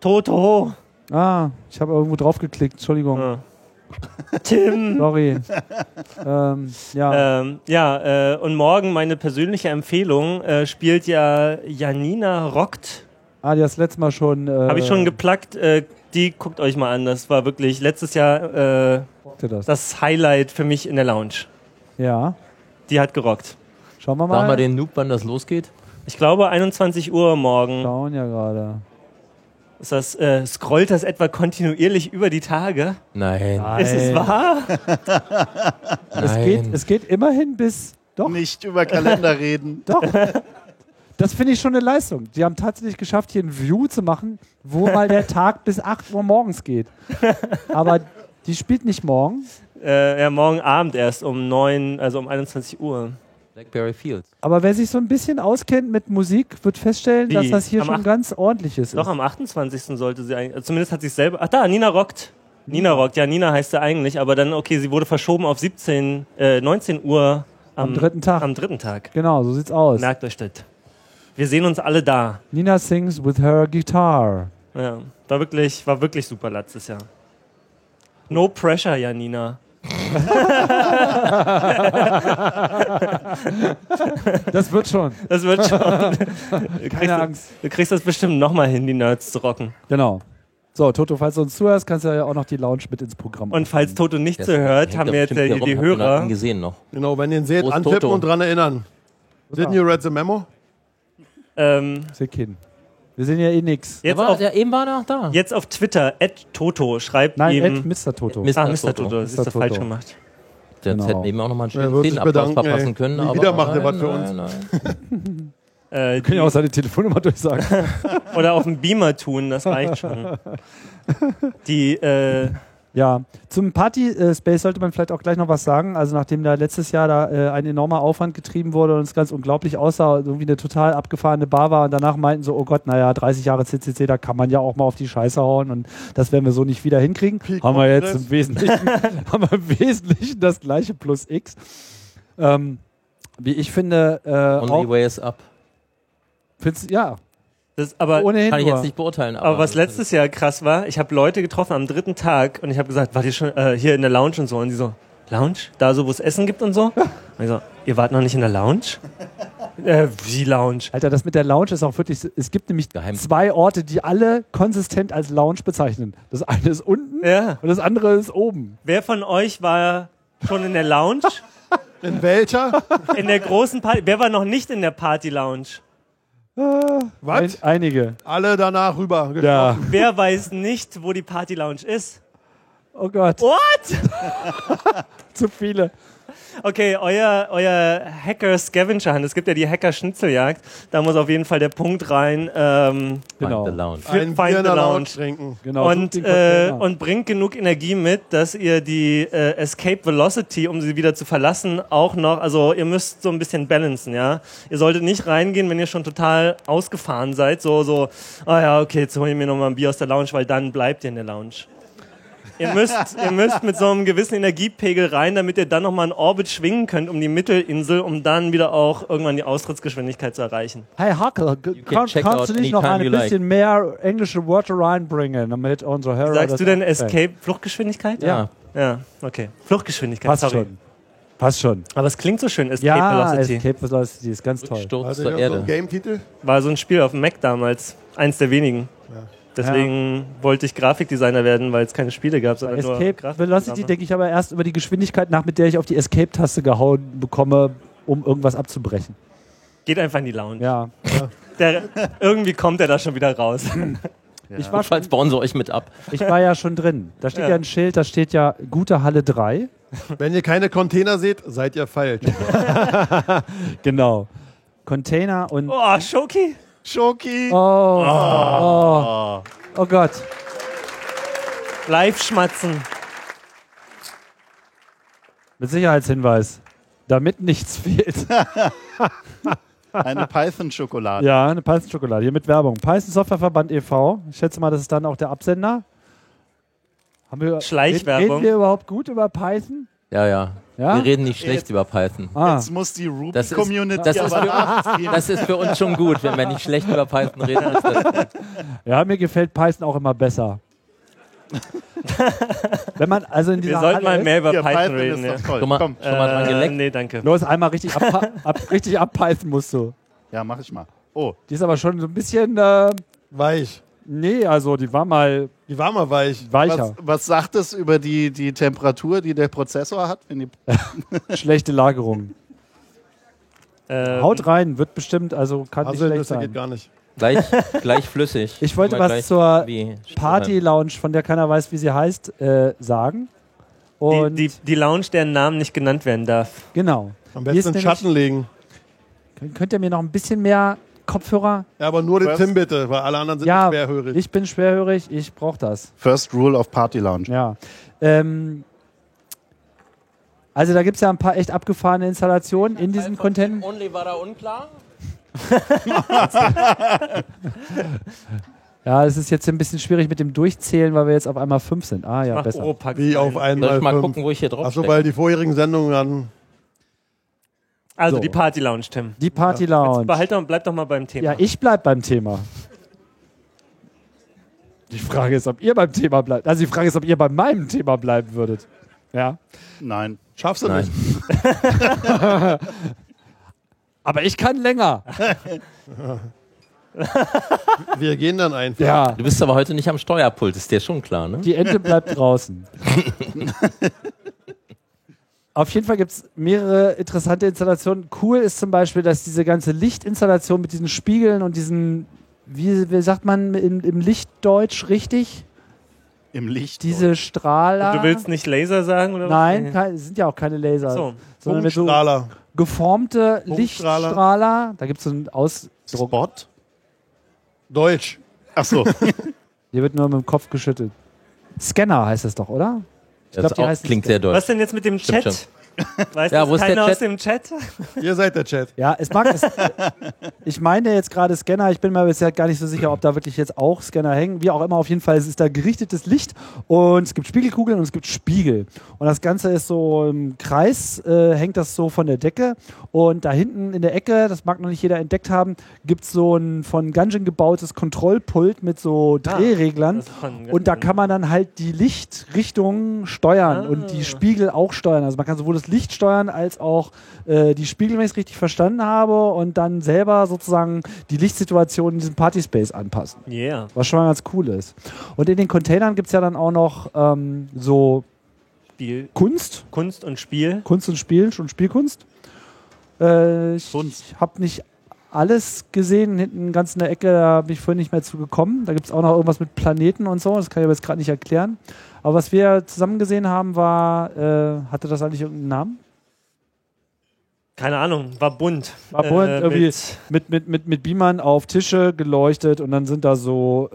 Speaker 6: Toto.
Speaker 9: Ah, ich habe irgendwo drauf geklickt. Entschuldigung.
Speaker 6: Ah. Tim. *laughs*
Speaker 9: Sorry. ähm, ja.
Speaker 6: Ähm, ja, äh, und morgen meine persönliche Empfehlung äh, spielt ja Janina Rockt.
Speaker 9: ah, die hast letztes Mal schon. Äh,
Speaker 6: Habe ich schon geplagt. Äh, die guckt euch mal an. Das war wirklich letztes Jahr äh,
Speaker 9: geguckt. Das.
Speaker 6: das Highlight für mich in der Lounge.
Speaker 9: Ja.
Speaker 6: Die hat gerockt.
Speaker 9: Schauen wir mal.
Speaker 5: Sag mal den Noob, wann das losgeht.
Speaker 6: Ich glaube, 21 Uhr morgen.
Speaker 9: Schauen ja gerade.
Speaker 6: Ist das, äh, scrollt das etwa kontinuierlich über die Tage?
Speaker 5: Nein.
Speaker 6: Ist es wahr?
Speaker 9: Äh, Es
Speaker 5: Nein.
Speaker 9: geht, es geht immerhin bis. Doch,
Speaker 7: Nicht über Kalender reden.
Speaker 9: doch. Das finde ich schon eine Leistung. Die haben tatsächlich geschafft, hier ein View zu machen, wo mal
Speaker 6: *laughs*
Speaker 9: der Tag bis 8 Uhr morgens geht. Aber die spielt nicht morgen.
Speaker 6: Äh, ja, morgen Abend erst um 9, also um 21 Uhr.
Speaker 5: Blackberry Fields.
Speaker 9: Aber wer sich so ein bisschen auskennt mit Musik, wird feststellen,
Speaker 6: Wie?
Speaker 9: dass das hier
Speaker 6: Am
Speaker 9: schon
Speaker 6: acht-
Speaker 9: ganz ordentliches
Speaker 6: Doch,
Speaker 9: ist.
Speaker 6: am 28. sollte sie eigentlich. also Zumindest hat sie es selber. Ach da, Nina rockt. Nina rockt, ja, Nina heißt sie eigentlich, aber dann, okay, sie wurde verschoben auf 17, äh, 19 Uhr am,
Speaker 9: Am dritten Tag.
Speaker 6: Am dritten Tag.
Speaker 9: Genau, so sieht's aus.
Speaker 6: Merkt euch das. Wir sehen uns alle da.
Speaker 9: Nina sings with her guitar.
Speaker 6: Ja, war wirklich, war wirklich super letztes Jahr. No pressure, ja, Nina.
Speaker 9: Das wird
Speaker 6: *laughs*
Speaker 9: schon.
Speaker 6: Das
Speaker 5: *laughs*
Speaker 6: wird schon. Du kriegst-
Speaker 9: Keine Angst.
Speaker 6: Du kriegst das bestimmt nochmal hin, die Nerds zu rocken.
Speaker 9: Genau. So, Toto, falls du uns zuhörst, kannst du ja auch noch die Lounge mit ins Programm.
Speaker 6: Und falls Toto nicht so hört,
Speaker 5: Hängt
Speaker 6: haben
Speaker 5: da
Speaker 6: wir jetzt
Speaker 5: bestimmt
Speaker 6: ja
Speaker 5: hier
Speaker 6: die, die
Speaker 5: rum. Hat man
Speaker 6: Hörer.
Speaker 5: ihn gesehen noch.
Speaker 3: Genau, wenn ihr ihn seht,
Speaker 5: Wo ist
Speaker 3: antippen
Speaker 5: Toto?
Speaker 3: und dran erinnern. Didn't you read the memo?
Speaker 6: Ähm,
Speaker 9: Sick hin. Wir sind ja eh nix.
Speaker 5: Der
Speaker 6: jetzt,
Speaker 5: war,
Speaker 6: auf,
Speaker 5: der, eben war er noch da.
Speaker 6: jetzt auf Twitter, Toto, schreibt
Speaker 9: Nein,
Speaker 6: ihm.
Speaker 9: Ed, Mr. Toto.
Speaker 5: Mr.
Speaker 6: Ah, Mr.
Speaker 5: Toto.
Speaker 6: Toto, das
Speaker 9: Mr.
Speaker 6: ist falsch
Speaker 9: Toto.
Speaker 6: gemacht.
Speaker 5: Der
Speaker 9: Genau.
Speaker 5: hätte eben auch nochmal einen
Speaker 3: Ja,
Speaker 5: schönen
Speaker 3: wird sich
Speaker 5: Szenenapplaus
Speaker 3: bedanken, ey.
Speaker 5: verpassen können.
Speaker 3: Nie
Speaker 5: aber
Speaker 3: wieder macht er was
Speaker 5: nein,
Speaker 3: für
Speaker 5: nein, nein.
Speaker 6: Äh,
Speaker 9: Können ja auch seine Telefonnummer durchsagen.
Speaker 6: oder auf dem Beamer tun, das
Speaker 5: *laughs*
Speaker 6: reicht schon. Die, äh,
Speaker 9: Ja, zum Party-Space sollte man vielleicht auch gleich noch was sagen. Also nachdem da letztes Jahr da äh, ein enormer Aufwand getrieben wurde und es ganz unglaublich aussah, und irgendwie eine total abgefahrene Bar war und danach meinten so, oh Gott, naja, 30 Jahre CCC, da kann man ja auch mal auf die Scheiße hauen und das werden wir so nicht wieder hinkriegen. haben wir jetzt im Wesentlichen, haben wir im Wesentlichen das gleiche plus X. Ähm, wie ich finde, äh,
Speaker 5: Only
Speaker 9: auch,
Speaker 5: way is up.
Speaker 9: find's, ja,
Speaker 6: das, aber,
Speaker 9: ohnehin
Speaker 5: Kann ich
Speaker 9: nur.
Speaker 5: jetzt nicht beurteilen. Aber,
Speaker 6: aber was letztes Jahr krass war, ich habe Leute getroffen am dritten Tag und ich habe gesagt, wart ihr schon äh, hier in der Lounge und so? Und die so, Lounge? Da so, wo es Essen gibt und *laughs* so? Und ich so, ihr wart noch nicht in der Lounge? äh, wie Lounge?
Speaker 9: Alter, das mit der Lounge ist auch wirklich. so- Es gibt nämlich
Speaker 5: Geheim.
Speaker 9: zwei Orte, die alle konsistent als Lounge bezeichnen. Das eine ist unten
Speaker 6: Ja.
Speaker 9: und das andere ist oben.
Speaker 6: Wer von euch war schon in der Lounge?
Speaker 3: In welcher?
Speaker 6: In der großen Party? Wer war noch nicht in der Party-Lounge?
Speaker 3: Was?
Speaker 9: Ein, einige.
Speaker 3: Alle danach rüber.
Speaker 9: Ja.
Speaker 6: Wer weiß nicht, wo die Party-Lounge ist?
Speaker 9: Oh Gott,
Speaker 6: What?
Speaker 9: zu viele.
Speaker 6: Okay, euer, euer Hacker-Scavenger-Hand. Es gibt ja die Hacker-Schnitzeljagd. Da muss auf jeden Fall der Punkt rein. Ähm,
Speaker 5: Genau. The
Speaker 9: Genau.
Speaker 5: Lounge.
Speaker 3: Ein
Speaker 6: Find
Speaker 3: Bier in
Speaker 6: the
Speaker 3: der Lounge
Speaker 6: Lounge.
Speaker 3: trinken.
Speaker 9: genau sucht
Speaker 6: und,
Speaker 9: den
Speaker 6: äh,
Speaker 9: Container.
Speaker 6: und bringt genug Energie mit, dass ihr die äh, Escape Velocity, um sie wieder zu verlassen, auch noch, also ihr müsst so ein bisschen balancen, ja. Ihr solltet nicht reingehen, wenn ihr schon total ausgefahren seid, so, so, ah ja, okay, jetzt hol ich mir nochmal ein Bier aus der Lounge, weil dann bleibt ihr in der Lounge. Ihr müsst, ihr müsst mit so einem gewissen Energiepegel rein, damit ihr dann nochmal einen Orbit schwingen könnt um die Mittelinsel, um dann wieder auch irgendwann die Austrittsgeschwindigkeit zu erreichen.
Speaker 9: hey Hakel, g-
Speaker 5: can
Speaker 9: kann,
Speaker 5: check out
Speaker 9: kannst du nicht noch ein
Speaker 5: anytime you
Speaker 9: bisschen mehr englische Wörter reinbringen, damit unsere Hörer das
Speaker 6: Sagst du denn
Speaker 9: verstehen?
Speaker 6: Escape Fluchtgeschwindigkeit?
Speaker 5: Ja.
Speaker 6: Ja, okay. Fluchtgeschwindigkeit,
Speaker 9: Passt
Speaker 6: sorry.
Speaker 9: schon. Passt schon.
Speaker 6: Aber es klingt so schön, Escape
Speaker 9: Ja,
Speaker 6: Velocity.
Speaker 9: Escape Velocity ist ganz toll.
Speaker 5: Sturz
Speaker 3: Also
Speaker 5: zur
Speaker 3: ich hab so einen
Speaker 5: Erde.
Speaker 3: Game-Titel.
Speaker 6: War so ein Spiel auf dem Mac damals. Eins der wenigen. Deswegen wollte ich Grafikdesigner werden, weil es keine Spiele gab, sondern nur
Speaker 9: Escape Velocity
Speaker 6: Grafikprogramme.
Speaker 9: denke ich aber erst über die Geschwindigkeit nach, mit der ich auf die Escape-Taste gehauen bekomme, um irgendwas abzubrechen.
Speaker 6: Geht einfach in die Lounge.
Speaker 9: Ja.
Speaker 6: Der, irgendwie kommt er da schon
Speaker 9: *laughs*
Speaker 6: wieder raus.
Speaker 9: Ich, war schon,
Speaker 5: Falls bauen sie euch mit ab.
Speaker 9: ich war ja schon drin. Da steht
Speaker 6: Ja.
Speaker 9: ja. ein Schild, da steht ja gute Halle 3.
Speaker 3: Wenn ihr keine Container seht, seid ihr
Speaker 5: *laughs*
Speaker 3: falsch.
Speaker 9: Genau. Container und. Oh,
Speaker 6: Oh, Schoki.
Speaker 7: Schoki!
Speaker 9: oh,
Speaker 6: Ah.
Speaker 9: oh Gott.
Speaker 6: Live schmatzen.
Speaker 9: Mit Sicherheitshinweis. Damit nichts
Speaker 6: *laughs*
Speaker 9: fehlt.
Speaker 7: Eine Python-Schokolade.
Speaker 9: Ja, eine e Python-Schokolade. Hier mit Werbung. Python Softwareverband e.V. Ich schätze mal, das ist dann auch der Absender. Haben wir,
Speaker 6: Schleichwerbung.
Speaker 9: Reden wir überhaupt gut über Python?
Speaker 5: Ja, ja.
Speaker 9: Ja?
Speaker 5: Wir reden nicht schlecht über Python.
Speaker 9: Ah,
Speaker 7: Jetzt muss die
Speaker 5: Das ist-
Speaker 7: Ruby-Community
Speaker 5: das ist-
Speaker 7: aber nachziehen.
Speaker 5: Das ist für uns schon gut, wenn wir nicht schlecht über Python reden. Ist das,
Speaker 9: ja, mir gefällt Python auch immer
Speaker 6: *laughs*
Speaker 9: besser. Wenn man also in
Speaker 6: Wir
Speaker 9: dieser
Speaker 6: sollten
Speaker 9: Halle
Speaker 6: mal
Speaker 9: ist-
Speaker 6: mehr über
Speaker 7: Hier,
Speaker 6: Python,
Speaker 7: Python
Speaker 6: reden.
Speaker 7: ist
Speaker 6: Ja.
Speaker 7: doch toll.
Speaker 5: schon mal,
Speaker 7: Komm.
Speaker 5: schon mal dran
Speaker 6: Äh,
Speaker 5: geleckt.
Speaker 6: nee, danke.
Speaker 9: Los, einmal richtig, ab,
Speaker 6: *laughs*
Speaker 9: ab, richtig abpeifen musst du.
Speaker 7: Ja, mach ich mal. Oh,
Speaker 9: Die ist aber schon so ein bisschen, äh,
Speaker 3: Weich.
Speaker 9: nee, also die war mal
Speaker 3: Die war mal weich.
Speaker 9: weicher.
Speaker 7: was, was sagt es über die, die Temperatur, die der Prozessor hat? Wenn die,
Speaker 9: Schlechte Lagerung.
Speaker 6: Äh,
Speaker 9: Haut rein, wird bestimmt, also kann nicht schlecht
Speaker 3: Ähm, Haselnüsse geht
Speaker 9: sein.
Speaker 3: gar nicht.
Speaker 5: Gleich, gleich flüssig.
Speaker 9: Ich wollte
Speaker 5: Mal
Speaker 9: was
Speaker 5: gleich
Speaker 9: zur
Speaker 5: die-
Speaker 9: Party-Lounge, von der keiner weiß, wie sie heißt, äh, sagen. Und
Speaker 6: die, die, die Lounge, deren Namen nicht genannt werden darf.
Speaker 9: genau.
Speaker 3: Am
Speaker 9: Hier
Speaker 3: besten
Speaker 9: ist
Speaker 3: in den
Speaker 9: nämlich-
Speaker 3: Schatten legen.
Speaker 9: Kön- Könnt ihr mir noch ein bisschen mehr Kopfhörer?
Speaker 3: Ja, aber nur den
Speaker 7: Was?
Speaker 3: Tim bitte, weil alle anderen sind
Speaker 9: Ja,
Speaker 3: schwerhörig.
Speaker 9: Ich bin schwerhörig, ich brauche das.
Speaker 7: First Rule of Party Lounge.
Speaker 9: Ja. Ähm, also da gibt es ja ein paar echt abgefahrene Installationen in diesen Content.
Speaker 5: Only war da unklar.
Speaker 9: Ja, es ist jetzt ein bisschen schwierig mit dem Durchzählen, weil wir jetzt auf einmal fünf sind. Ah ja,
Speaker 6: Mach
Speaker 9: besser.
Speaker 6: Oropax.
Speaker 3: Wie auf
Speaker 5: Soll
Speaker 3: einmal
Speaker 5: ich mal
Speaker 3: fünf.
Speaker 5: gucken, wo ich hier drauf
Speaker 3: Achso, weil die vorherigen Sendungen hatten.
Speaker 6: Also
Speaker 9: So.
Speaker 6: die Party Lounge, Tim.
Speaker 9: Die Party Lounge.
Speaker 6: Behalt doch, bleib doch mal beim Thema.
Speaker 9: Ja, ich bleib beim Thema. Die Frage ist, ob ihr beim Thema bleibt. Also die Frage ist, ob ihr bei meinem Thema bleiben würdet. Ja.
Speaker 7: Nein.
Speaker 3: Schaffst du
Speaker 5: Nein.
Speaker 3: nicht.
Speaker 9: Aber ich kann länger.
Speaker 3: Wir gehen dann einfach.
Speaker 9: Ja.
Speaker 5: Du bist aber heute nicht am Steuerpult, ist dir schon klar, ne?
Speaker 9: Die Ente bleibt draußen. Auf jeden Fall gibt es mehrere interessante Installationen. Cool ist zum Beispiel, dass diese ganze Lichtinstallation mit diesen Spiegeln und diesen, wie, wie sagt man im, im Lichtdeutsch richtig?
Speaker 7: Im Licht.
Speaker 9: Diese Strahler.
Speaker 6: Du willst nicht Laser sagen oder
Speaker 9: Nein,
Speaker 6: was?
Speaker 9: kein, sind ja auch keine Laser.
Speaker 6: So.
Speaker 9: Sondern wenn so
Speaker 3: Strahler.
Speaker 9: geformte
Speaker 3: Punktstrahler.
Speaker 9: Lichtstrahler, da gibt es so einen Ausdruck.
Speaker 7: Spot?
Speaker 3: Deutsch.
Speaker 7: Ach so.
Speaker 9: Hier wird nur mit dem Kopf geschüttelt. Scanner heißt das doch, oder? glaub,
Speaker 5: Das
Speaker 9: die
Speaker 5: auch,
Speaker 9: heißen-
Speaker 5: klingt sehr deutsch.
Speaker 6: Was denn jetzt mit dem
Speaker 5: Stimmt
Speaker 6: Chat? Weiß
Speaker 5: Ja,
Speaker 6: das
Speaker 5: wo ist der
Speaker 6: keiner
Speaker 5: Chat?
Speaker 6: aus dem Chat?
Speaker 3: *laughs* Ihr seid der Chat.
Speaker 9: Ja, es mag es. ich meine jetzt gerade Scanner, ich bin mir bisher gar nicht so sicher, ob da wirklich jetzt auch Scanner hängen. Wie auch immer, auf jeden Fall, es ist da gerichtetes Licht und es gibt Spiegelkugeln und es gibt Spiegel. Und das Ganze ist so im Kreis, äh, hängt das so von der Decke. Und da hinten in der Ecke, das mag noch nicht jeder entdeckt haben, gibt es so ein von Gungeon gebautes Kontrollpult mit so Drehreglern.
Speaker 6: Also von-
Speaker 9: Und da kann man dann halt die Lichtrichtung steuern und die Spiegel auch steuern. Also man kann sowohl das Licht steuern als auch äh, die Spiegel, wenn ich es richtig verstanden habe, und dann selber sozusagen die Lichtsituation in diesem Partyspace anpassen.
Speaker 6: Yeah.
Speaker 9: Was schon mal ganz cool ist. Und in den Containern gibt es ja dann auch noch ähm, so
Speaker 6: Spiel.
Speaker 9: Kunst,
Speaker 6: Kunst und Spiel.
Speaker 9: Kunst und Spiel und Spielkunst. Äh, ich
Speaker 7: Kunst.
Speaker 9: habe nicht alles gesehen, hinten ganz in der Ecke, da bin ich vorhin nicht mehr zu gekommen. Da gibt es auch noch irgendwas mit Planeten und so, das kann ich aber jetzt gerade nicht erklären. Aber was wir zusammen gesehen haben, war, äh, hatte das eigentlich irgendeinen Namen?
Speaker 6: Keine Ahnung, war bunt. Äh,
Speaker 9: War bunt, irgendwie-
Speaker 6: Mit
Speaker 9: Mit, mit, mit, mit Beamern auf Tische geleuchtet und dann sind da so,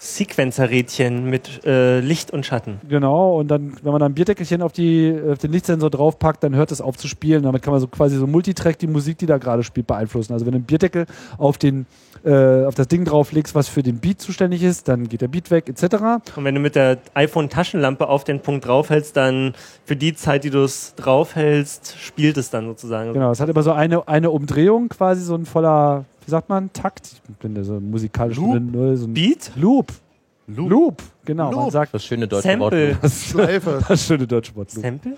Speaker 6: Sequencer-Rädchen mit äh, Licht und Schatten.
Speaker 9: äh, genau, und dann, wenn man dann ein Bierdeckelchen auf, die, auf den Lichtsensor draufpackt, dann hört es auf zu spielen. Damit kann man so quasi so Multitrack die Musik, die da gerade spielt, beeinflussen. Also wenn du einen Bierdeckel auf, den, äh, auf das Ding drauflegst, was für den Beat zuständig ist, dann geht der Beat weg, etc.
Speaker 6: Und wenn du mit der iPhone-Taschenlampe auf den Punkt draufhältst, dann für die Zeit, die du es draufhältst, spielt es dann sozusagen.
Speaker 9: Genau, es hat immer so eine, eine Umdrehung quasi, so ein voller, wie sagt man, Takt. Ich bin da so musikalisch
Speaker 6: Loop?
Speaker 9: drin, ne, so ein
Speaker 6: Beat?
Speaker 9: Loop. Loop. Genau, man
Speaker 7: Loop.
Speaker 9: sagt
Speaker 5: Das schöne deutsche
Speaker 6: Sample.
Speaker 5: Wort.
Speaker 9: das,
Speaker 3: Schleife.
Speaker 9: *laughs* das schöne deutsche Wort. Loop.
Speaker 6: Sample?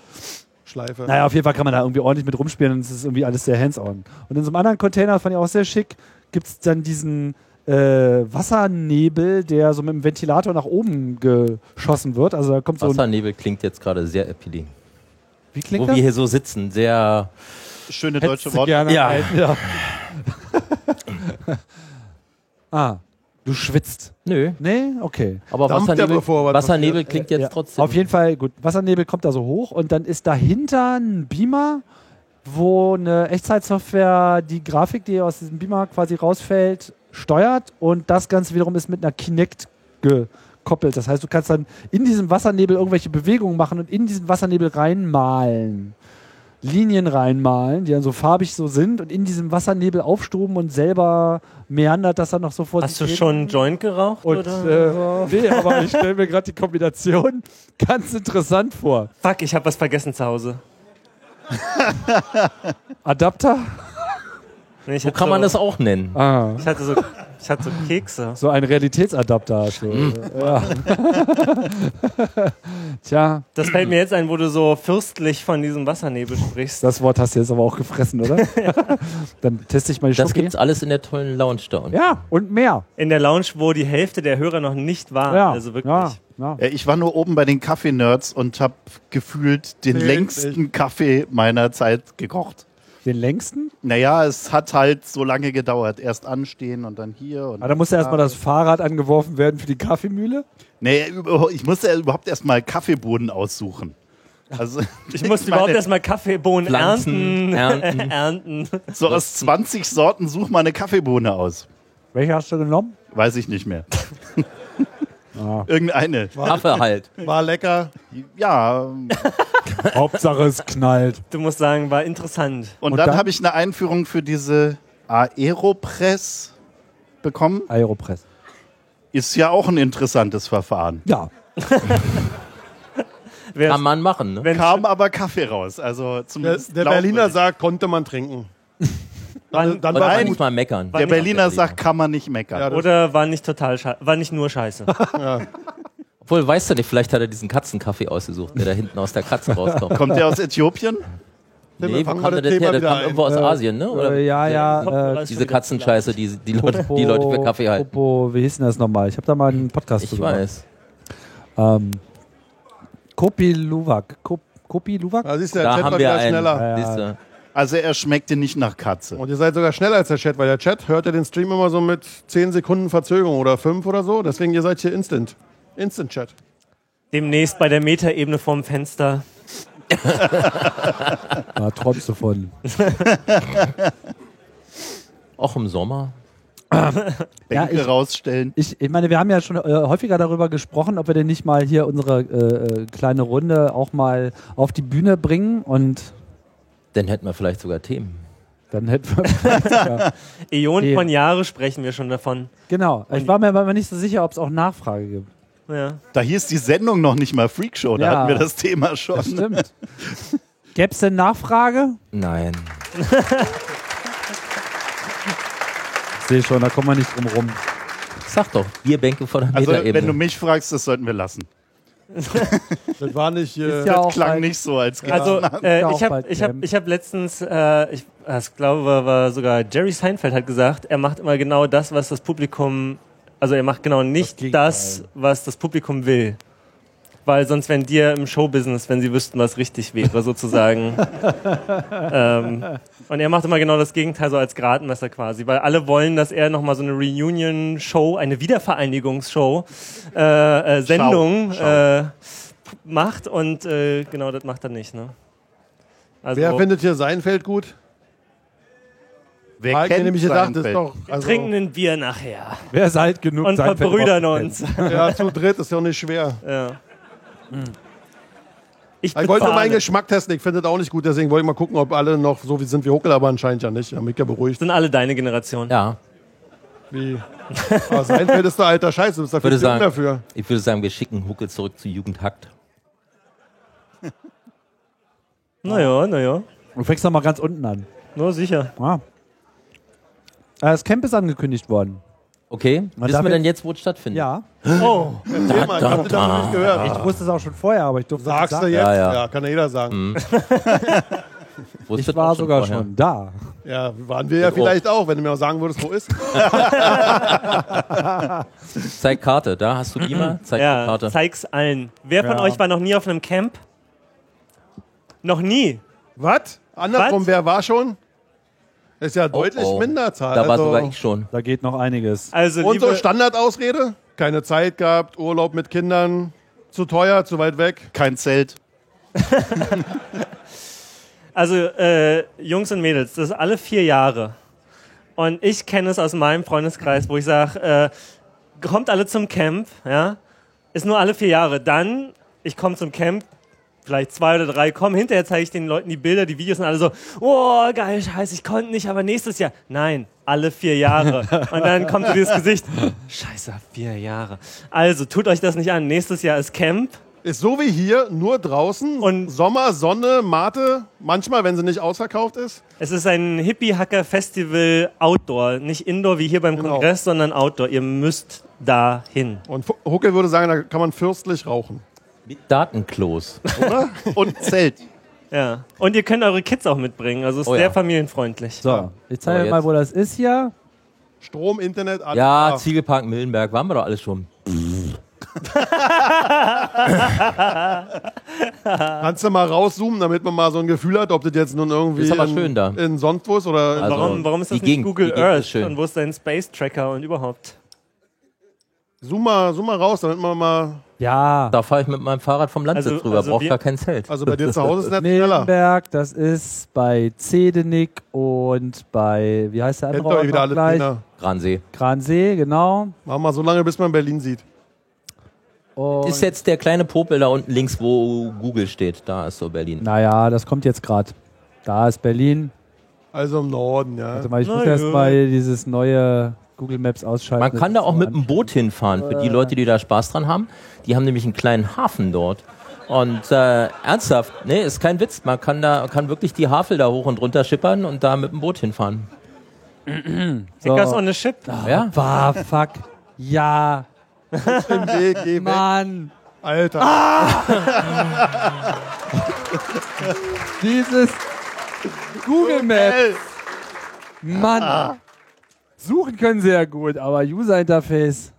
Speaker 3: Schleife.
Speaker 9: Naja, auf jeden Fall kann man da irgendwie ordentlich mit rumspielen und es ist irgendwie alles sehr hands-on. Und in so einem anderen Container, fand ich auch sehr schick, gibt es dann diesen äh, Wassernebel, der so mit dem Ventilator nach oben geschossen wird. Also da kommt so ein...
Speaker 5: Wassernebel klingt jetzt gerade sehr appealing.
Speaker 9: Wie
Speaker 5: Wo wir hier so sitzen, sehr.
Speaker 7: Schöne
Speaker 9: Hättest
Speaker 7: deutsche
Speaker 9: du
Speaker 7: Worte.
Speaker 9: gerne
Speaker 5: Ja.
Speaker 9: ein- ja. *laughs* ah, du schwitzt.
Speaker 5: Nö.
Speaker 9: Nee, okay.
Speaker 5: Aber
Speaker 3: Dampft
Speaker 5: Wassernebel,
Speaker 3: aber vor, was
Speaker 5: Wassernebel klingt jetzt
Speaker 9: Ja,
Speaker 5: trotzdem.
Speaker 9: Auf jeden Fall, gut, Wassernebel kommt da so hoch und dann ist dahinter ein Beamer, wo eine Echtzeitsoftware die Grafik, die aus diesem Beamer quasi rausfällt, steuert und das Ganze wiederum ist mit einer Kinect gekoppelt. Das heißt, du kannst dann in diesem Wassernebel irgendwelche Bewegungen machen und in diesen Wassernebel reinmalen. Linien reinmalen, die dann so farbig so sind und in diesem Wassernebel aufstoben und selber meandert das dann noch so vor
Speaker 6: Hast du
Speaker 9: sich hin.
Speaker 6: schon einen Joint geraucht?
Speaker 9: Und, äh,
Speaker 6: oder?
Speaker 9: nee, aber ich stelle mir gerade die Kombination *laughs* ganz interessant vor.
Speaker 6: Fuck, ich habe was vergessen zu Hause.
Speaker 9: Adapter?
Speaker 6: Nee, ich
Speaker 5: Wo
Speaker 6: hatte
Speaker 5: kann man
Speaker 6: so,
Speaker 5: das auch nennen?
Speaker 9: Ah,
Speaker 6: Ich hatte so, ich hatte so Kekse.
Speaker 9: so ein Realitätsadapter. hast du. ja. *laughs* Tja,
Speaker 6: Das fällt mir jetzt ein, wo du so fürstlich von diesem Wassernebel sprichst.
Speaker 9: das Wort hast du jetzt aber auch gefressen, oder? *laughs* Dann teste ich mal die
Speaker 5: Das
Speaker 9: Schoki.
Speaker 5: gibt's alles in der tollen Lounge da unten.
Speaker 9: Ja, und mehr.
Speaker 6: In der Lounge, wo die Hälfte der Hörer noch nicht war.
Speaker 9: ja,
Speaker 6: Also wirklich.
Speaker 9: Ja, ja.
Speaker 7: Ja, Äh, ich war nur oben bei den Kaffee-Nerds und habe gefühlt den
Speaker 3: Nee,
Speaker 7: längsten Kaffee meiner Zeit gekocht.
Speaker 9: Den längsten?
Speaker 7: Naja, es hat halt so lange gedauert. Erst anstehen und dann hier. Und
Speaker 9: Aber Ah, da muss ja erstmal das Fahrrad angeworfen werden für die Kaffeemühle.
Speaker 7: Nee, über- ich musste ja überhaupt erstmal Kaffeeboden aussuchen. Also,
Speaker 6: Ich
Speaker 7: *laughs*
Speaker 6: musste überhaupt erstmal Kaffeebohnen
Speaker 5: Pflanzen, *laughs*
Speaker 6: ernten.
Speaker 5: ernten.
Speaker 6: ernten.
Speaker 7: So aus 20 Sorten such mal eine Kaffeebohne aus.
Speaker 9: Welche hast du genommen?
Speaker 7: Weiß ich nicht mehr. Irgendeine.
Speaker 5: Affe halt.
Speaker 3: War lecker.
Speaker 7: Ja, und,
Speaker 9: Hauptsache es knallt.
Speaker 6: Du musst sagen, war interessant.
Speaker 7: dann
Speaker 9: dann?
Speaker 7: habe ich eine Einführung für diese Aeropress bekommen.
Speaker 9: Aeropress.
Speaker 7: Ist ja auch ein interessantes Verfahren.
Speaker 9: Ja.
Speaker 6: Wer
Speaker 5: Kann man machen, ne?
Speaker 6: wenn,
Speaker 7: Kam aber Kaffee raus. Also
Speaker 3: Der,
Speaker 7: zumindest
Speaker 3: der
Speaker 7: glaubwürdig.
Speaker 3: Berliner sagt, konnte man trinken.
Speaker 6: wann,
Speaker 3: Dann
Speaker 5: Und
Speaker 3: war
Speaker 5: man
Speaker 3: es
Speaker 5: nicht
Speaker 3: gut.
Speaker 5: mal meckern.
Speaker 7: Der Berliner
Speaker 5: Kaffee
Speaker 7: sagt, kann man nicht meckern.
Speaker 3: Ja,
Speaker 6: oder war nicht total scheiße, war nicht
Speaker 9: *laughs*
Speaker 6: nur scheiße.
Speaker 5: Obwohl, weißt du nicht, vielleicht hat er diesen Katzenkaffee ausgesucht, der da hinten aus der Katze rauskommt.
Speaker 7: Kommt der aus Äthiopien?
Speaker 5: nee, wo
Speaker 3: fangen
Speaker 5: kam
Speaker 3: wir
Speaker 5: der
Speaker 3: das
Speaker 5: denn
Speaker 3: Thema
Speaker 5: her? Der
Speaker 3: wieder
Speaker 5: kam
Speaker 3: ein.
Speaker 5: irgendwo aus Asien, ne? Oder
Speaker 9: Äh, ja, ja. Äh,
Speaker 5: diese Katzenscheiße, die die Leute, die Leute für Kaffee halten.
Speaker 9: Popo, wie hieß denn das nochmal? Ich habe da mal einen Podcast
Speaker 5: Ich weiß.
Speaker 9: Ähm, Kopi Luwak. Kop- Kopi
Speaker 5: *laughs*
Speaker 9: Luwak?
Speaker 3: Da Ah, siehst du, der
Speaker 5: Da
Speaker 3: Chat
Speaker 5: haben
Speaker 3: war
Speaker 5: wir
Speaker 3: wieder
Speaker 5: einen.
Speaker 3: schneller.
Speaker 9: Ja,
Speaker 5: Siehst du.
Speaker 7: Also er schmeckte nicht nach Katze.
Speaker 3: Und ihr seid sogar schneller als der Chat, weil der Chat hört ja den Stream immer so mit 10 Sekunden Verzögerung oder 5 oder so. Deswegen, ihr seid hier instant. Instant-Chat.
Speaker 6: Demnächst bei der Metaebene vorm Fenster.
Speaker 9: Ah, träumst du von.
Speaker 5: Auch im Sommer.
Speaker 7: Bänke
Speaker 9: ich-
Speaker 7: rausstellen.
Speaker 9: Ich, ich meine, wir haben ja schon äh, häufiger darüber gesprochen, ob wir denn nicht mal hier unsere äh, äh, kleine Runde auch mal auf die Bühne bringen und
Speaker 5: Dann hätten wir vielleicht sogar Themen.
Speaker 9: dann hätten
Speaker 5: *laughs*
Speaker 9: wir.
Speaker 6: Eonen
Speaker 9: Okay.
Speaker 6: von Jahre sprechen wir schon davon.
Speaker 9: genau. Ich war mir aber nicht so sicher, ob es auch Nachfrage gibt.
Speaker 6: Ja.
Speaker 7: Da hieß die Sendung noch nicht mal Freakshow, da
Speaker 9: Ja.
Speaker 7: hatten wir das Thema
Speaker 9: Das
Speaker 5: *laughs*
Speaker 7: schon.
Speaker 9: stimmt. Gäbe es denn Nachfrage?
Speaker 5: Nein.
Speaker 9: *laughs* Ich sehe schon, da kommen wir nicht drum rum.
Speaker 5: Sag doch, Bierbänke von der
Speaker 7: Also wenn du
Speaker 5: Meterebene.
Speaker 7: mich fragst, das sollten wir lassen.
Speaker 3: Das war nicht. Äh,
Speaker 9: Ist ja auch
Speaker 7: Klang
Speaker 9: ein-
Speaker 7: nicht so, als geht's.
Speaker 6: Also
Speaker 9: *laughs*
Speaker 6: äh,
Speaker 9: Ja, auch
Speaker 6: ich habe
Speaker 9: bald
Speaker 6: ich hab,
Speaker 9: WM.
Speaker 6: ich hab letztens, äh, ich äh, ich glaube, war sogar Jerry Seinfeld hat gesagt, er macht immer genau das, was das Publikum, also er macht genau nicht das,
Speaker 9: Gegenteil.
Speaker 6: was das Publikum will. Weil sonst wären dir im Showbusiness, wenn sie wüssten, was richtig
Speaker 9: *laughs*
Speaker 6: wäre, sozusagen. ähm, und er macht immer genau das Gegenteil, so als Gradmesser quasi. Weil alle wollen, dass er nochmal so eine Reunion-Show, eine Wiedervereinigungsshow, äh, äh, Sendung
Speaker 7: Schau.
Speaker 6: Äh, macht und äh, genau das macht er nicht. Ne? Also,
Speaker 3: wer findet hier Seinfeld gut?
Speaker 7: Wer
Speaker 3: Weil ich mir nämlich gedacht, das ist
Speaker 7: Seinfeld?
Speaker 3: doch. Also,
Speaker 6: trinken ein Bier nachher
Speaker 9: Wer ist alt genug?
Speaker 6: und
Speaker 9: Seinfeld
Speaker 6: verbrüdern
Speaker 9: rauszukennen?
Speaker 6: uns.
Speaker 3: ja, zu dritt ist ja auch nicht schwer.
Speaker 6: *laughs* ja. Ich,
Speaker 3: Hm. Ich wollte nur meinen
Speaker 6: bezahle.
Speaker 3: Geschmack testen. Ich finde das auch nicht gut. Deswegen wollte ich mal gucken, ob alle noch so wie sind wie Huckel, aber anscheinend ja nicht. Haben mich ja beruhigt.
Speaker 6: sind alle deine Generation.
Speaker 5: Ja,
Speaker 3: Wie? Aber Seinfeld ist der alter Scheiß. Du bist da viel
Speaker 5: Würde
Speaker 3: zu jung
Speaker 5: sagen.
Speaker 3: dafür.
Speaker 5: ich würde sagen, wir schicken Hucke zurück zu Jugendhackt.
Speaker 6: Naja, naja.
Speaker 9: Du fängst doch mal ganz unten an.
Speaker 6: Nur sicher.
Speaker 9: Ah. Äh, Das Camp ist angekündigt worden.
Speaker 5: Okay,
Speaker 9: darf
Speaker 5: wissen wir denn
Speaker 9: jetzt-
Speaker 5: jetzt, wo es
Speaker 3: Hm.
Speaker 5: stattfindet?
Speaker 9: Ja.
Speaker 6: Oh,
Speaker 3: Erzähl mal, ich hab das noch nicht gehört.
Speaker 9: Ich wusste es auch schon vorher, aber ich durfte es nicht
Speaker 3: Sagst du
Speaker 9: sagen.
Speaker 3: jetzt?
Speaker 5: Ja,
Speaker 3: Ja,
Speaker 5: ja.
Speaker 3: kann ja jeder sagen.
Speaker 5: Wusstet
Speaker 9: Ich war
Speaker 5: auch
Speaker 9: sogar
Speaker 5: vorher.
Speaker 9: schon da.
Speaker 3: Ja, waren wir ja
Speaker 5: auch.
Speaker 3: vielleicht auch, wenn du mir auch sagen würdest, wo ist.
Speaker 5: Zeig Karte, da hast
Speaker 9: *clears throat*
Speaker 5: du die mal. Zeig die
Speaker 6: ja,
Speaker 5: Karte.
Speaker 6: zeig's allen. Wer von
Speaker 9: Ja.
Speaker 6: euch war noch nie auf einem Camp? Noch nie.
Speaker 3: Was? Andersrum,
Speaker 6: Was?
Speaker 3: wer war schon? Ist ja
Speaker 5: Oh,
Speaker 3: deutlich
Speaker 5: oh.
Speaker 3: Minderzahl.
Speaker 5: Da war
Speaker 3: also,
Speaker 5: sogar ich schon.
Speaker 9: Da geht noch einiges.
Speaker 6: Also,
Speaker 3: Und so
Speaker 6: liebe,
Speaker 3: Standardausrede? Keine Zeit gehabt, Urlaub mit Kindern, zu teuer, zu weit weg.
Speaker 7: Kein Zelt.
Speaker 6: also äh, Jungs und Mädels, das ist alle vier Jahre. Und ich kenne es aus meinem Freundeskreis, wo ich sage, äh, kommt alle zum Camp, ja, ist nur alle vier Jahre. Dann, ich komme zum Camp, vielleicht zwei oder drei kommen. Hinterher zeige ich den Leuten die Bilder, die Videos und alle so, oh, geil, scheiße, ich konnte nicht, aber nächstes Jahr. Nein, alle vier Jahre. Und dann kommt so dieses Gesicht, *laughs* scheiße, vier Jahre. Also, tut euch das nicht an. Nächstes Jahr ist Camp.
Speaker 3: Ist so wie hier, nur draußen.
Speaker 6: Und-
Speaker 3: Sommer, Sonne, Mate. Manchmal, wenn sie nicht ausverkauft ist.
Speaker 6: Es ist ein Hippie-Hacker-Festival Outdoor. Nicht Indoor wie hier beim
Speaker 3: Genau.
Speaker 6: Kongress, sondern Outdoor. Ihr müsst dahin.
Speaker 3: Und Fu- Huckel würde sagen, da kann man fürstlich rauchen.
Speaker 5: Mit Datenklos.
Speaker 7: Und Zelt.
Speaker 6: Ja. Und ihr könnt eure Kids auch mitbringen. Also ist
Speaker 5: Oh ja.
Speaker 6: sehr familienfreundlich.
Speaker 9: So, ich
Speaker 5: So,
Speaker 9: zeige euch
Speaker 5: jetzt-
Speaker 9: mal, wo das ist hier.
Speaker 3: Strom, Internet, alles.
Speaker 5: Ja,
Speaker 3: da.
Speaker 5: Ziegelpark, Millenberg, waren wir doch alles schon.
Speaker 3: Kannst du mal rauszoomen, damit man mal so ein Gefühl hat, ob das jetzt nun irgendwie
Speaker 5: Ist aber
Speaker 3: in,
Speaker 5: schön da.
Speaker 3: in sonst wo ist oder in
Speaker 5: Also-
Speaker 6: Warum, warum ist das
Speaker 5: die
Speaker 6: nicht
Speaker 5: Gegend-
Speaker 6: Google
Speaker 5: die Gegend ist
Speaker 6: Earth?
Speaker 5: schön.
Speaker 6: Und wo ist dein Space Tracker und überhaupt?
Speaker 3: Zoom mal, zoom mal raus, damit man mal.
Speaker 9: Ja,
Speaker 5: Da fahre ich mit meinem Fahrrad vom Landsitz
Speaker 6: Also-
Speaker 5: drüber,
Speaker 6: also
Speaker 5: braucht
Speaker 6: wir-
Speaker 5: gar kein Zelt.
Speaker 3: Also bei dir zu Hause ist es nicht schneller.
Speaker 9: Mildenberg, das ist bei Zedenick und bei, wie heißt der
Speaker 3: Kennt
Speaker 9: andere?
Speaker 3: doch
Speaker 9: Ort
Speaker 3: eh wieder
Speaker 9: noch
Speaker 3: alle
Speaker 9: gleich?
Speaker 3: Kinder.
Speaker 5: Gransee.
Speaker 9: Gransee, genau.
Speaker 3: Mach mal so lange, bis man Berlin sieht.
Speaker 9: Und
Speaker 5: Ist jetzt der kleine Popel da unten links, wo Google steht. Da ist so Berlin.
Speaker 9: naja, das kommt jetzt gerade. Da ist Berlin.
Speaker 3: Also im Norden, ja.
Speaker 9: Warte mal, ich muss
Speaker 6: Na
Speaker 9: erst
Speaker 6: ja.
Speaker 9: mal dieses neue Google Maps ausschalten.
Speaker 5: Man kann da auch mit dem
Speaker 9: dem
Speaker 5: Boot hinfahren. Für die Leute, die da Spaß dran haben, die haben nämlich einen kleinen Hafen dort. Und äh, ernsthaft, nee, ist kein Witz. Man kann da kann wirklich die Havel da hoch und runter schippern und da mit dem Boot hinfahren.
Speaker 6: Hackers on a Ship.
Speaker 5: Ja,
Speaker 9: Bah, fuck. Ja,
Speaker 3: Im Weg, geh weg.
Speaker 9: Mann.
Speaker 3: Alter.
Speaker 9: Dieses Google Maps.
Speaker 3: Ey,
Speaker 9: Mann. Suchen können sie ja gut, aber User Interface.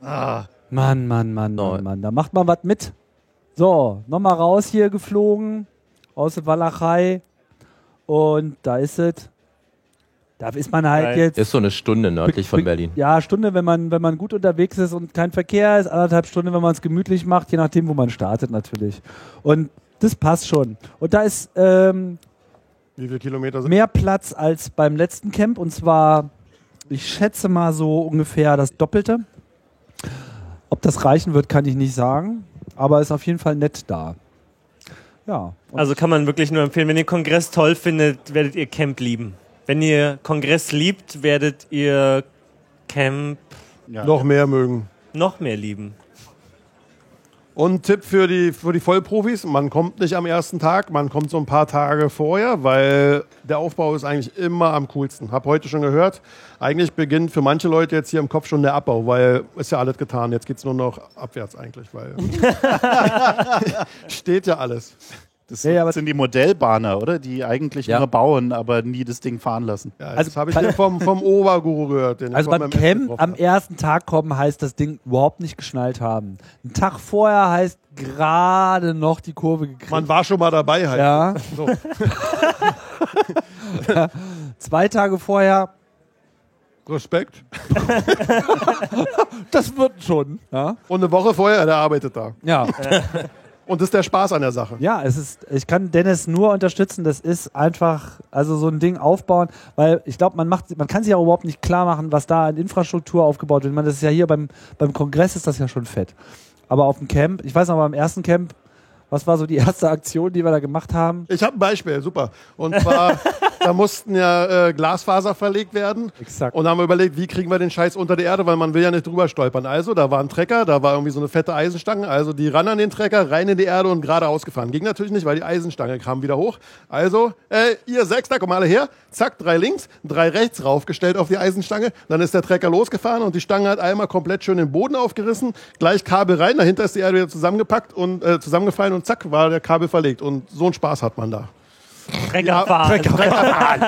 Speaker 9: Mann, Mann, Mann,
Speaker 5: No.
Speaker 9: Mann, Mann. Da macht man was mit. So, nochmal raus hier geflogen. Aus der Walachei. Und da ist es. Da ist man halt
Speaker 6: Geil.
Speaker 9: jetzt.
Speaker 5: ist so eine Stunde nördlich von Berlin.
Speaker 9: Ja, Stunde, wenn man, wenn man gut unterwegs ist und kein Verkehr ist, anderthalb Stunden, wenn man es gemütlich macht, je nachdem, wo man startet natürlich. Und das passt schon. Und da ist ähm,
Speaker 3: Wie viele Kilometer sind
Speaker 9: mehr Platz als beim letzten Camp und zwar, ich schätze mal so ungefähr das Doppelte. Ob das reichen wird, kann ich nicht sagen, aber ist auf jeden Fall nett da. Ja. Und
Speaker 6: Also kann man wirklich nur empfehlen. Wenn ihr Kongress toll findet, werdet ihr Camp lieben. Wenn ihr Kongress liebt, werdet ihr Camp
Speaker 7: Ja.
Speaker 3: Noch mehr mögen.
Speaker 6: noch mehr lieben.
Speaker 3: Und Tipp für die, für die Vollprofis, man kommt nicht am ersten Tag, man kommt so ein paar Tage vorher, weil der Aufbau ist eigentlich immer am coolsten. Hab heute schon gehört, eigentlich beginnt für manche Leute jetzt hier im Kopf schon der Abbau, weil ist ja alles getan, jetzt geht's nur noch abwärts eigentlich,
Speaker 9: *laughs*
Speaker 3: weil steht ja alles.
Speaker 7: Das
Speaker 9: Ja, ja, aber-
Speaker 7: sind die Modellbahner, oder? Die eigentlich
Speaker 5: Ja.
Speaker 7: nur bauen, aber nie das Ding fahren lassen.
Speaker 3: Ja,
Speaker 9: Also
Speaker 3: das habe ich hier vom, vom Oberguru gehört. Den ich
Speaker 9: Also
Speaker 3: von
Speaker 9: beim
Speaker 3: meinem Ex
Speaker 9: Camp
Speaker 3: getroffen
Speaker 9: am ersten Tag kommen heißt das Ding überhaupt nicht geschnallt haben. Ein Tag vorher heißt gerade noch die Kurve gekriegt.
Speaker 3: Man war schon mal dabei halt.
Speaker 9: ja,
Speaker 3: So.
Speaker 9: zwei Tage vorher,
Speaker 3: Respekt.
Speaker 9: das wird schon. Ja,
Speaker 3: Und eine Woche vorher, der arbeitet da.
Speaker 9: ja.
Speaker 3: Und das ist der Spaß an der Sache.
Speaker 9: ja es ist, ich kann Dennis nur unterstützen. Das ist einfach, also so ein Ding aufbauen, weil ich glaube, man macht, man kann sich auch überhaupt nicht klar machen, was da an Infrastruktur aufgebaut wird. Man, das ist ja hier beim, beim Kongress ist das ja schon fett. Aber auf dem Camp, ich weiß noch, beim ersten Camp, was war so die *laughs* erste Aktion, die wir da gemacht haben?
Speaker 3: Ich habe ein Beispiel, super. Und zwar, da mussten ja äh, Glasfaser verlegt werden.
Speaker 9: Exakt.
Speaker 3: Und da haben wir überlegt, wie kriegen wir den Scheiß unter die Erde, weil man will ja nicht drüber stolpern. Also, da war ein Trecker, da war irgendwie so eine fette Eisenstange. Also, die ran an den Trecker, rein in die Erde und geradeaus gefahren. Ging natürlich nicht, weil die Eisenstange kam wieder hoch. Also, äh, ihr sechs, da kommen alle her. Zack, drei links, drei rechts raufgestellt auf die Eisenstange. Dann ist der Trecker losgefahren und die Stange hat einmal komplett schön den Boden aufgerissen. Gleich Kabel rein, dahinter ist die Erde wieder zusammengepackt und äh, zusammengefallen und zack, war der Kabel verlegt. Und so einen Spaß hat man da.
Speaker 6: Trecker fahren.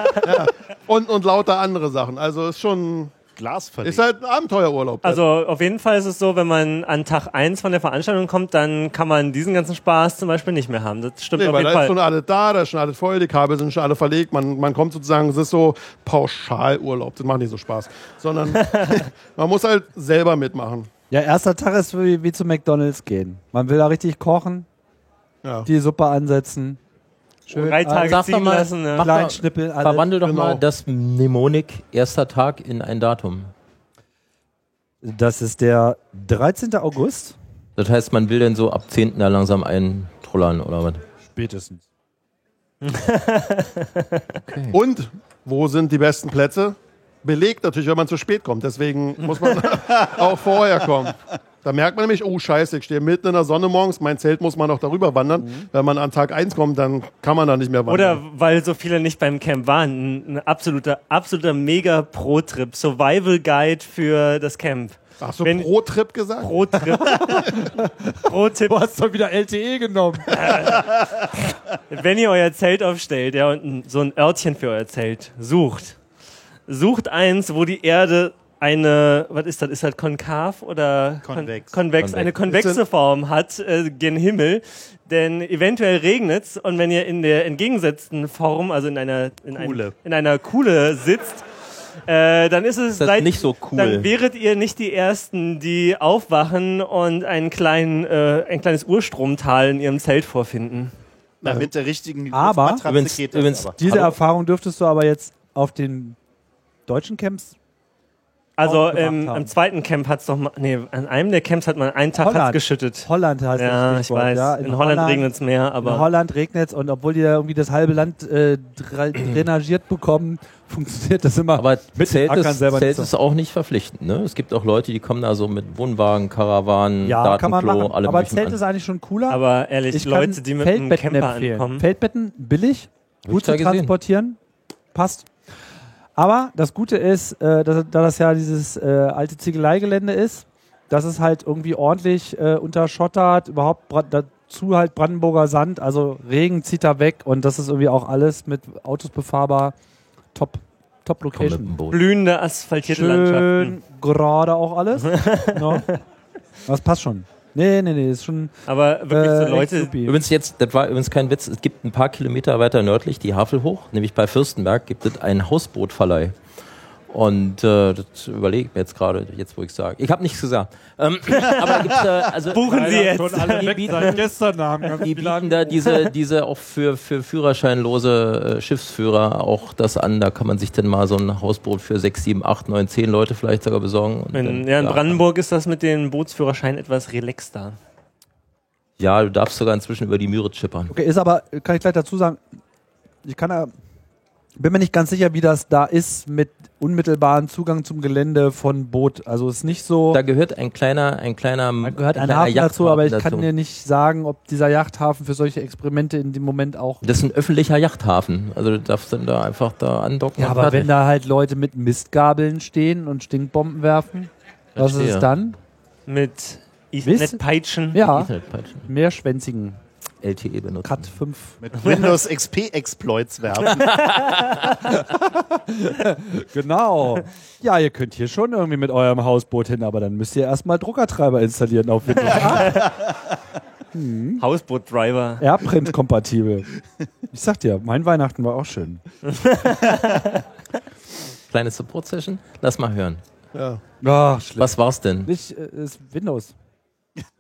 Speaker 3: Und, und lauter andere Sachen. Also, ist schon,
Speaker 7: Glas verlegt.
Speaker 3: ist halt ein Abenteuerurlaub.
Speaker 6: Also auf jeden Fall ist es so, wenn man an Tag 1 von der Veranstaltung kommt, dann kann man diesen ganzen Spaß zum Beispiel nicht mehr haben. Das stimmt
Speaker 3: Nee,
Speaker 6: auf
Speaker 3: weil
Speaker 6: jeden
Speaker 3: da ist schon
Speaker 6: Fall.
Speaker 3: alles da, da ist schon alles voll, die Kabel sind schon alle verlegt. Man, man kommt sozusagen, es ist so Pauschalurlaub. Das macht nicht so Spaß.
Speaker 6: *laughs*
Speaker 3: Sondern man muss halt selber mitmachen.
Speaker 9: Ja, erster Tag ist wie, wie zu McDonalds gehen. Man will da richtig kochen,
Speaker 3: Ja.
Speaker 9: die Suppe ansetzen,
Speaker 6: Drei Tage
Speaker 5: Äh, Sag doch
Speaker 6: ziehen
Speaker 5: mal,
Speaker 6: lassen. Ja.
Speaker 5: mach-
Speaker 9: klein schnippeln, alles.
Speaker 5: Verwandel doch
Speaker 3: genau.
Speaker 5: mal das Mnemonik erster Tag in ein Datum.
Speaker 9: Das ist der 13. August.
Speaker 5: Das heißt, man will dann so ab 10. da langsam ein Kullern oder was?
Speaker 9: Spätestens.
Speaker 3: Und wo sind die besten Plätze? Belegt natürlich, wenn man zu spät kommt. Deswegen muss
Speaker 6: *laughs*
Speaker 3: man auch vorher kommen. Da merkt man nämlich, oh Scheiße, ich stehe mitten in der Sonne morgens, mein Zelt muss man noch darüber wandern. Wenn man an Tag 1 kommt, dann kann man da nicht mehr wandern.
Speaker 6: Mhm. Oder weil so viele nicht beim Camp waren. Ein, ein absoluter, absoluter Mega-Pro-Trip. Survival-Guide für das Camp.
Speaker 3: Ach so,
Speaker 6: wenn-
Speaker 3: Pro-Trip gesagt? *laughs*
Speaker 6: Pro-Trip. Pro-Tipp.
Speaker 4: Du hast doch wieder LTE genommen.
Speaker 6: Wenn ihr euer Zelt aufstellt, ja, und ein- so ein Örtchen für euer Zelt sucht, sucht eins, wo die Erde eine, was ist das, ist das konkav oder kon-
Speaker 7: Konvex.
Speaker 6: konvex,
Speaker 5: Konvex.
Speaker 6: eine konvexe Form hat, äh, gen Himmel, denn eventuell regnet's und wenn ihr in der entgegengesetzten Form, also in einer, in, ein,
Speaker 7: Kuhle.
Speaker 6: in einer Kuhle sitzt, äh, dann ist es
Speaker 5: das nicht so cool.
Speaker 6: Dann wäret ihr nicht die ersten, die aufwachen und einen kleinen, äh, ein kleines Urstromtal in ihrem Zelt vorfinden.
Speaker 7: Na, mit der richtigen
Speaker 9: Aber-
Speaker 7: Luftmatratze
Speaker 5: Übrigens-
Speaker 7: geht das
Speaker 5: übrigens-
Speaker 7: aber.
Speaker 9: Diese
Speaker 5: Hallo?
Speaker 9: Erfahrung dürftest du aber jetzt auf den deutschen Camps.
Speaker 6: Also
Speaker 9: aufgebracht
Speaker 6: ähm,
Speaker 9: haben.
Speaker 6: am zweiten Camp hat's doch mal, nee, an einem der Camps hat man einen Tag
Speaker 9: Holland.
Speaker 6: hat's geschüttet.
Speaker 9: Holland heißt
Speaker 6: ja,
Speaker 9: das
Speaker 6: ich
Speaker 9: Stichwort,
Speaker 6: weiß.
Speaker 9: ja.
Speaker 6: in, Holland, regnet's mehr,
Speaker 9: In
Speaker 6: aber
Speaker 9: Holland regnet es und obwohl die da irgendwie das halbe Land äh,
Speaker 6: *clears throat*
Speaker 9: dra- drainagiert bekommen, funktioniert das immer.
Speaker 5: Aber Zelt,
Speaker 9: Ackern
Speaker 5: ist,
Speaker 9: selber nicht
Speaker 5: Zelt
Speaker 9: so.
Speaker 5: ist auch nicht verpflichtend. Ne? Es gibt auch Leute, die kommen da so mit Wohnwagen, Karawanen,
Speaker 9: ja, kann man
Speaker 5: Datenklo,
Speaker 9: machen.
Speaker 5: alle
Speaker 9: aber
Speaker 5: möglichen
Speaker 9: Zelt
Speaker 5: an-
Speaker 9: ist eigentlich schon cooler.
Speaker 6: aber ehrlich,
Speaker 9: kann
Speaker 6: Leute, die mit einem
Speaker 9: Feldbetten
Speaker 6: Camper
Speaker 9: empfehlen.
Speaker 6: ankommen.
Speaker 9: Feldbetten billig,
Speaker 5: ich
Speaker 9: gut
Speaker 5: da
Speaker 9: zu
Speaker 5: gesehen.
Speaker 9: transportieren, passt. Aber das Gute ist, äh, dass, da das ja dieses äh, alte Ziegeleigelände ist, dass es halt irgendwie ordentlich äh, unterschottert, überhaupt bra- dazu halt Brandenburger Sand, also Regen zieht da weg und das ist irgendwie auch alles mit Autos befahrbar. Top, top
Speaker 5: Komm mit dem
Speaker 9: Location.
Speaker 5: Boot.
Speaker 6: blühende asphaltierte Landschaften.
Speaker 9: Schön gerade auch alles.
Speaker 6: *laughs*
Speaker 9: no. Das passt schon. Nee, nee, nee, ist schon.
Speaker 6: Aber wirklich
Speaker 9: äh,
Speaker 6: so
Speaker 9: echt
Speaker 6: Leute,
Speaker 9: supi.
Speaker 5: Übrigens jetzt, das war übrigens kein Witz, es gibt ein paar Kilometer weiter nördlich, die Havel hoch, nämlich bei Fürstenberg gibt es einen Hausbootverleih. Und äh, das überlege ich mir jetzt gerade, jetzt wo ich sage. Ich habe nichts gesagt. Ähm, *laughs* aber gibt's, äh, also
Speaker 6: buchen Sie jetzt.
Speaker 5: die bieten,
Speaker 4: gestern haben
Speaker 5: die bieten da diese, diese auch für, für führerscheinlose äh, Schiffsführer auch das an. Da kann man sich dann mal so ein Hausboot für sechs, sieben, acht, neun, zehn Leute vielleicht sogar besorgen. Und
Speaker 6: In,
Speaker 5: dann-
Speaker 6: ja, in Brandenburg ist das mit den Bootsführerscheinen etwas relaxter.
Speaker 5: Ja, du darfst sogar inzwischen über die Müritz schippern.
Speaker 9: Okay, ist aber, kann ich gleich dazu sagen, ich kann da, bin mir nicht ganz sicher, wie das da ist mit unmittelbarem Zugang zum Gelände von Boot. Also ist nicht so,
Speaker 5: Da gehört ein kleiner, ein kleiner,
Speaker 9: da gehört ein
Speaker 5: kleiner
Speaker 9: Hafen dazu, aber ich
Speaker 5: Yachthafen
Speaker 9: kann dir nicht sagen, ob dieser Yachthafen für solche Experimente in dem Moment auch.
Speaker 5: Das ist ein öffentlicher Yachthafen. Also du darfst dann da einfach da andocken.
Speaker 9: Ja,
Speaker 5: und
Speaker 9: aber
Speaker 5: fertig.
Speaker 9: wenn da halt Leute mit Mistgabeln stehen und Stinkbomben werfen, was ist
Speaker 5: Verstehe.
Speaker 9: es dann?
Speaker 6: Mit
Speaker 9: Wisst-
Speaker 6: Ethernet-Peitschen.
Speaker 9: Ja,
Speaker 5: Internetpeitschen.
Speaker 9: mehrschwänzigen
Speaker 5: LTE benutzen.
Speaker 9: Cut 5.
Speaker 7: Mit Windows XP-Exploits werben.
Speaker 9: *laughs* Genau. Ja, ihr könnt hier schon irgendwie mit eurem Hausboot hin, aber dann müsst ihr erstmal Druckertreiber installieren auf *laughs* Windows
Speaker 6: Hausboot-Driver.
Speaker 9: Airprint-kompatibel. Ich sag dir, mein Weihnachten war auch schön.
Speaker 5: Kleine Support-Session. Lass mal hören.
Speaker 9: Ach, schlimm.
Speaker 5: Was war's denn?
Speaker 9: Nicht, äh, ist Windows.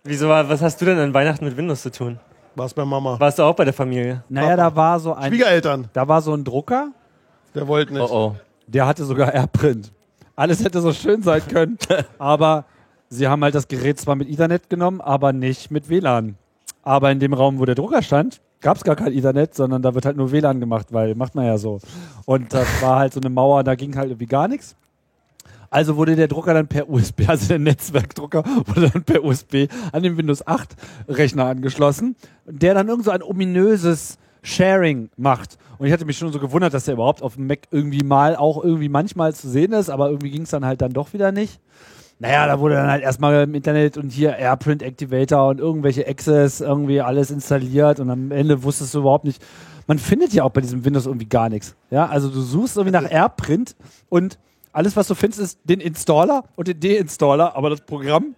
Speaker 6: Wieso, war- was hast du denn an Weihnachten mit Windows zu tun?
Speaker 3: Was bei Mama?
Speaker 6: Warst du auch bei der Familie?
Speaker 9: Naja, da war so ein,
Speaker 3: Schwiegereltern,
Speaker 9: da war so ein Drucker,
Speaker 3: der wollte nicht.
Speaker 5: Oh oh.
Speaker 9: der hatte sogar Airprint. Alles hätte so schön sein können, aber sie haben halt das Gerät zwar mit Ethernet genommen, aber nicht mit WLAN. Aber in dem Raum, wo der Drucker stand, gab es gar kein Ethernet, sondern da wird halt nur WLAN gemacht, weil macht man ja so. Und das war halt so eine Mauer, da ging halt irgendwie gar nichts. Also wurde der Drucker dann per USB, also der Netzwerkdrucker wurde dann per USB an den Windows 8 Rechner angeschlossen, der dann irgend so ein ominöses Sharing macht. Und ich hatte mich schon so gewundert, dass der überhaupt auf dem Mac irgendwie mal auch irgendwie manchmal zu sehen ist, aber irgendwie ging es dann halt dann doch wieder nicht. Naja, da wurde dann halt erstmal im Internet und hier Airprint Activator und irgendwelche Access irgendwie alles installiert und am Ende wusstest du überhaupt nicht. Man findet ja auch bei diesem Windows irgendwie gar nichts. Ja, also du suchst irgendwie nach Airprint und alles, was du findest, ist den Installer und den Deinstaller, aber das Programm.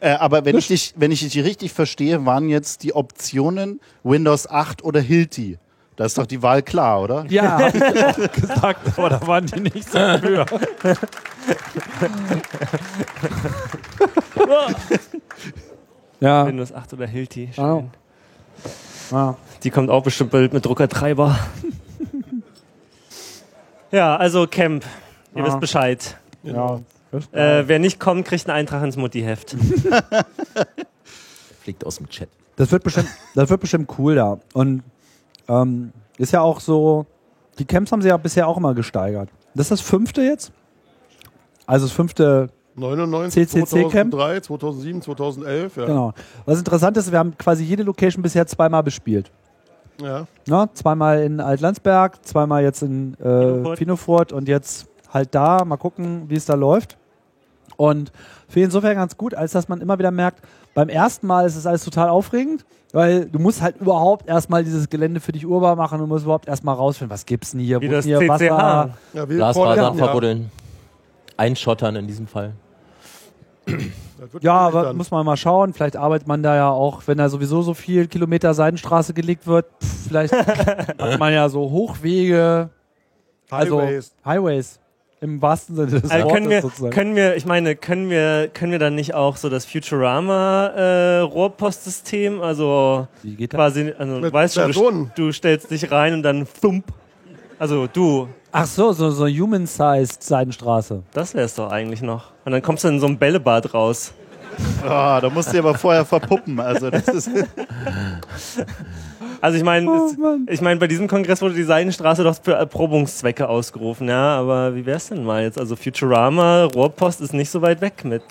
Speaker 7: Äh, aber wenn ich, dich, wenn ich dich richtig verstehe, waren jetzt die Optionen Windows 8 oder Hilti. Da ist doch die Wahl klar, oder?
Speaker 9: Ja, hab ich dir auch *laughs* gesagt, aber da waren die nicht so *laughs* für. ja,
Speaker 6: Windows 8 oder Hilti. Schön.
Speaker 9: Ah. ah.
Speaker 6: Die kommt auch bestimmt bald mit Druckertreiber. *laughs* ja, also Camp. Ihr
Speaker 9: Ah.
Speaker 6: wisst Bescheid.
Speaker 9: ja.
Speaker 6: Äh, wer nicht kommt, kriegt einen Eintrag ins Muttiheft.
Speaker 5: Fliegt aus dem Chat.
Speaker 9: Das wird bestimmt, das wird bestimmt cool da. Und ähm, ist ja auch so, die Camps haben sie ja bisher auch immer gesteigert. Das ist das fünfte jetzt? Also das fünfte
Speaker 3: 99,
Speaker 9: CCC Camp?
Speaker 3: 2003, 2007, 2011. Ja.
Speaker 9: Genau. Was interessant ist, wir haben quasi jede Location bisher zweimal bespielt.
Speaker 3: Ja.
Speaker 9: Ne? Zweimal in Altlandsberg, zweimal jetzt in äh,
Speaker 6: Finofurt.
Speaker 9: Finofurt und jetzt halt da. Mal gucken, wie es da läuft. Und finde ich insofern ganz gut, als dass man immer wieder merkt, beim ersten Mal ist es alles total aufregend, weil du musst halt überhaupt erstmal dieses Gelände für dich urbar machen, du musst überhaupt erstmal rausfinden, was gibt's denn hier,
Speaker 6: Wie
Speaker 9: wo ist
Speaker 6: das
Speaker 9: denn hier
Speaker 6: CCH.
Speaker 9: Wasser,
Speaker 3: ja wir
Speaker 5: Glasfasern
Speaker 3: vorletzten Jahr.
Speaker 5: verbuddeln. Einschottern in diesem Fall.
Speaker 3: Das wird
Speaker 9: Ja,
Speaker 3: schwierig
Speaker 9: aber
Speaker 3: dann.
Speaker 9: muss man mal schauen. Vielleicht arbeitet man da ja auch, wenn da sowieso so viel Kilometer Seidenstraße gelegt wird. Pff,
Speaker 6: *laughs*
Speaker 9: vielleicht hat man ja so Hochwege, also
Speaker 3: Highways.
Speaker 9: Highways im wahrsten Sinne des
Speaker 6: Also
Speaker 9: Wortes
Speaker 6: können wir,
Speaker 9: sozusagen.
Speaker 6: können wir, ich meine, können wir, können wir dann nicht auch so das Futurama-Rohrpostsystem, also
Speaker 9: Wie geht das?
Speaker 6: quasi, also
Speaker 3: Mit
Speaker 6: weißt schon, du,
Speaker 3: Personen.
Speaker 6: du stellst dich rein und dann thump. Also du,
Speaker 9: Ach so, so, so human-sized Seidenstraße.
Speaker 6: das wär's doch eigentlich noch. Und dann kommst du in so ein Bällebad raus.
Speaker 7: Ah, da musst du dir aber vorher verpuppen. Also das ist *laughs*
Speaker 6: Also ich meine,
Speaker 9: Oh,
Speaker 6: es-
Speaker 9: Mann.
Speaker 6: ich meine, bei diesem Kongress wurde die Seidenstraße doch für Erprobungszwecke ausgerufen, ja, aber wie wär's denn mal jetzt? Also Futurama, Rohrpost ist nicht so weit weg mit.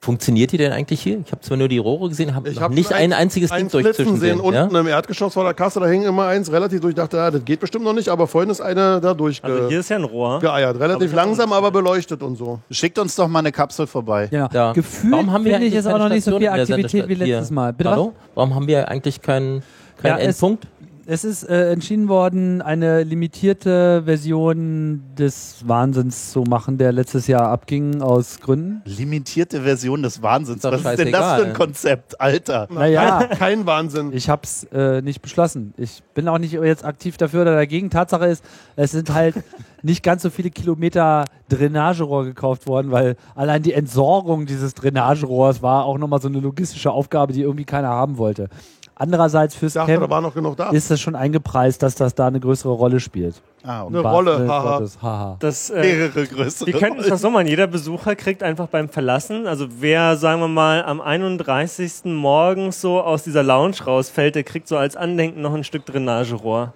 Speaker 5: Funktioniert die denn eigentlich hier? Ich habe zwar nur die Rohre gesehen, habe
Speaker 3: Ich
Speaker 5: hab
Speaker 3: hab
Speaker 5: nicht ein einziges
Speaker 3: ein
Speaker 5: Ding durchzwischen
Speaker 3: Flitzen sehen.
Speaker 5: sehen.
Speaker 3: Unten
Speaker 5: ja?
Speaker 3: im Erdgeschoss vor der Kasse, da hing immer eins relativ durch. Ich dachte, ja, das geht bestimmt noch nicht, aber vorhin ist einer da
Speaker 6: Also hier
Speaker 3: durchgeeiert.
Speaker 6: ist ja ein Rohr.
Speaker 3: Relativ langsam, aber beleuchtet und
Speaker 6: *laughs*
Speaker 3: so.
Speaker 7: Schickt uns doch mal eine Kapsel vorbei.
Speaker 9: Genau.
Speaker 5: Ja.
Speaker 9: Gefühlt
Speaker 5: Warum haben wir
Speaker 9: finde ich jetzt
Speaker 5: eigentlich
Speaker 9: auch
Speaker 5: keine
Speaker 9: noch nicht so
Speaker 5: Station
Speaker 9: viel
Speaker 5: in der
Speaker 9: Aktivität wie
Speaker 5: Sendestadt?
Speaker 9: letztes
Speaker 5: Hier.
Speaker 9: Mal. Bitte was?
Speaker 5: Hallo? Warum haben wir eigentlich keinen keinen
Speaker 9: Ja, es-
Speaker 5: Endpunkt?
Speaker 9: Es ist äh, entschieden worden, eine limitierte Version des Wahnsinns zu machen, der letztes Jahr abging aus Gründen.
Speaker 7: Limitierte Version des
Speaker 5: Ist
Speaker 7: Wahnsinns.
Speaker 5: doch
Speaker 7: Was ist denn das
Speaker 5: scheißegal.
Speaker 7: für ein Konzept, Alter?
Speaker 6: *laughs*
Speaker 9: Naja,
Speaker 3: Kein Wahnsinn.
Speaker 9: Ich habe es äh, nicht beschlossen. Ich bin auch nicht jetzt aktiv dafür oder dagegen. Tatsache ist, es
Speaker 3: *laughs*
Speaker 9: sind halt nicht ganz so viele Kilometer Drainagerohr gekauft worden, weil allein die Entsorgung dieses Drainagerohrs war auch nochmal so eine logistische Aufgabe, die irgendwie keiner haben wollte. Andererseits fürs
Speaker 3: Ich dachte, da
Speaker 9: Camp
Speaker 3: war noch genug da.
Speaker 9: ist es schon eingepreist, dass das da eine größere Rolle spielt.
Speaker 7: Ah, und
Speaker 3: Eine
Speaker 9: Im
Speaker 3: Rolle,
Speaker 9: wahrsten Sinne des
Speaker 3: haha.
Speaker 9: Wortes. haha.
Speaker 6: Das, äh,
Speaker 7: mehrere größere.
Speaker 6: Wir könnten es
Speaker 7: Rollen.
Speaker 6: doch so machen. Jeder Besucher kriegt einfach beim Verlassen, also wer, sagen wir mal, am 31. morgens so aus dieser Lounge rausfällt, der kriegt so als Andenken noch ein Stück Drainagerohr.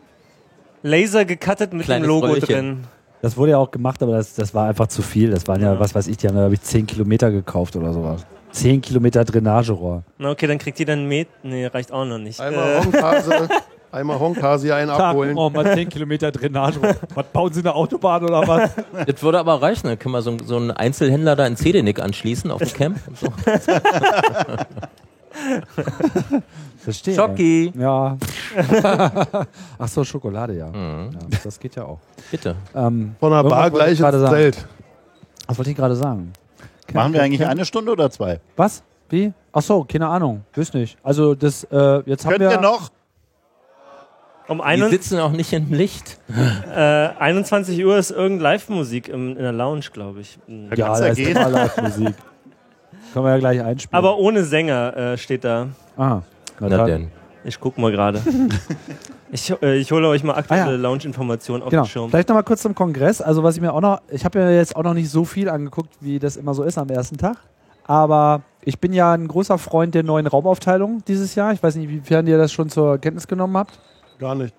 Speaker 6: Laser gecuttet mit
Speaker 5: Kleines
Speaker 6: dem Logo
Speaker 5: Röhrchen.
Speaker 6: drin.
Speaker 9: Das wurde ja auch gemacht, aber das, das war einfach zu viel. Das waren ja, was weiß ich, die haben da, glaube ich, 10 Kilometer gekauft oder sowas. 10 Kilometer Drainagerohr.
Speaker 6: Na okay, dann kriegt jeder einen Met. Nee, reicht auch noch nicht.
Speaker 3: Einmal Honkhase,
Speaker 9: *laughs*
Speaker 3: einmal Honkhase einen abholen.
Speaker 4: Oh, mal 10 Kilometer Drainage. was bauen Sie eine Autobahn oder was?
Speaker 5: Das würde aber reichen. Dann können wir so, so einen Einzelhändler da in Zedenick anschließen
Speaker 6: *laughs*
Speaker 5: auf dem Camp. Und so.
Speaker 9: Verstehe.
Speaker 5: Schocki.
Speaker 9: Ja. *laughs* Ach so, Schokolade, ja. ja das geht ja auch.
Speaker 5: Bitte.
Speaker 9: Ähm,
Speaker 3: Von der
Speaker 9: irgendwas
Speaker 3: Bar
Speaker 9: wollte
Speaker 3: gleich
Speaker 9: ich gerade
Speaker 3: ins
Speaker 9: sagen.
Speaker 3: Zelt.
Speaker 9: Was wollte ich gerade sagen?
Speaker 7: Machen wir eigentlich eine Stunde oder zwei?
Speaker 9: Was? Wie? Ach so, keine Ahnung. Wüsst nicht. Also, das, äh, jetzt haben
Speaker 7: Könnt
Speaker 9: wir.
Speaker 7: ihr noch?
Speaker 6: um
Speaker 5: Die
Speaker 6: 21,
Speaker 5: sitzen auch nicht im Licht.
Speaker 6: äh, 21 Uhr ist irgendeine Live-Musik im- in der Lounge, glaube ich. Hm.
Speaker 9: ja,
Speaker 7: kann's ja
Speaker 9: da ist
Speaker 7: gehen.
Speaker 9: immer Live-Musik. Können wir ja gleich einspielen.
Speaker 6: Aber ohne Sänger äh, steht da.
Speaker 9: ah, na
Speaker 5: Na
Speaker 9: dann.
Speaker 5: denn.
Speaker 6: Ich guck mal
Speaker 9: *laughs*
Speaker 6: gerade. ich, äh, ich hole euch mal aktuelle
Speaker 9: Ah ja.
Speaker 6: Lounge-Informationen auf
Speaker 9: Genau.
Speaker 6: den Schirm.
Speaker 9: Vielleicht nochmal kurz zum Kongress. Also, was ich mir auch noch, ich habe ja jetzt auch noch nicht so viel angeguckt, wie das immer so ist am ersten Tag. Aber ich bin ja ein großer Freund der neuen Raumaufteilung dieses Jahr. Ich weiß nicht, wiefern ihr das schon zur Kenntnis genommen habt.
Speaker 3: Gar nicht.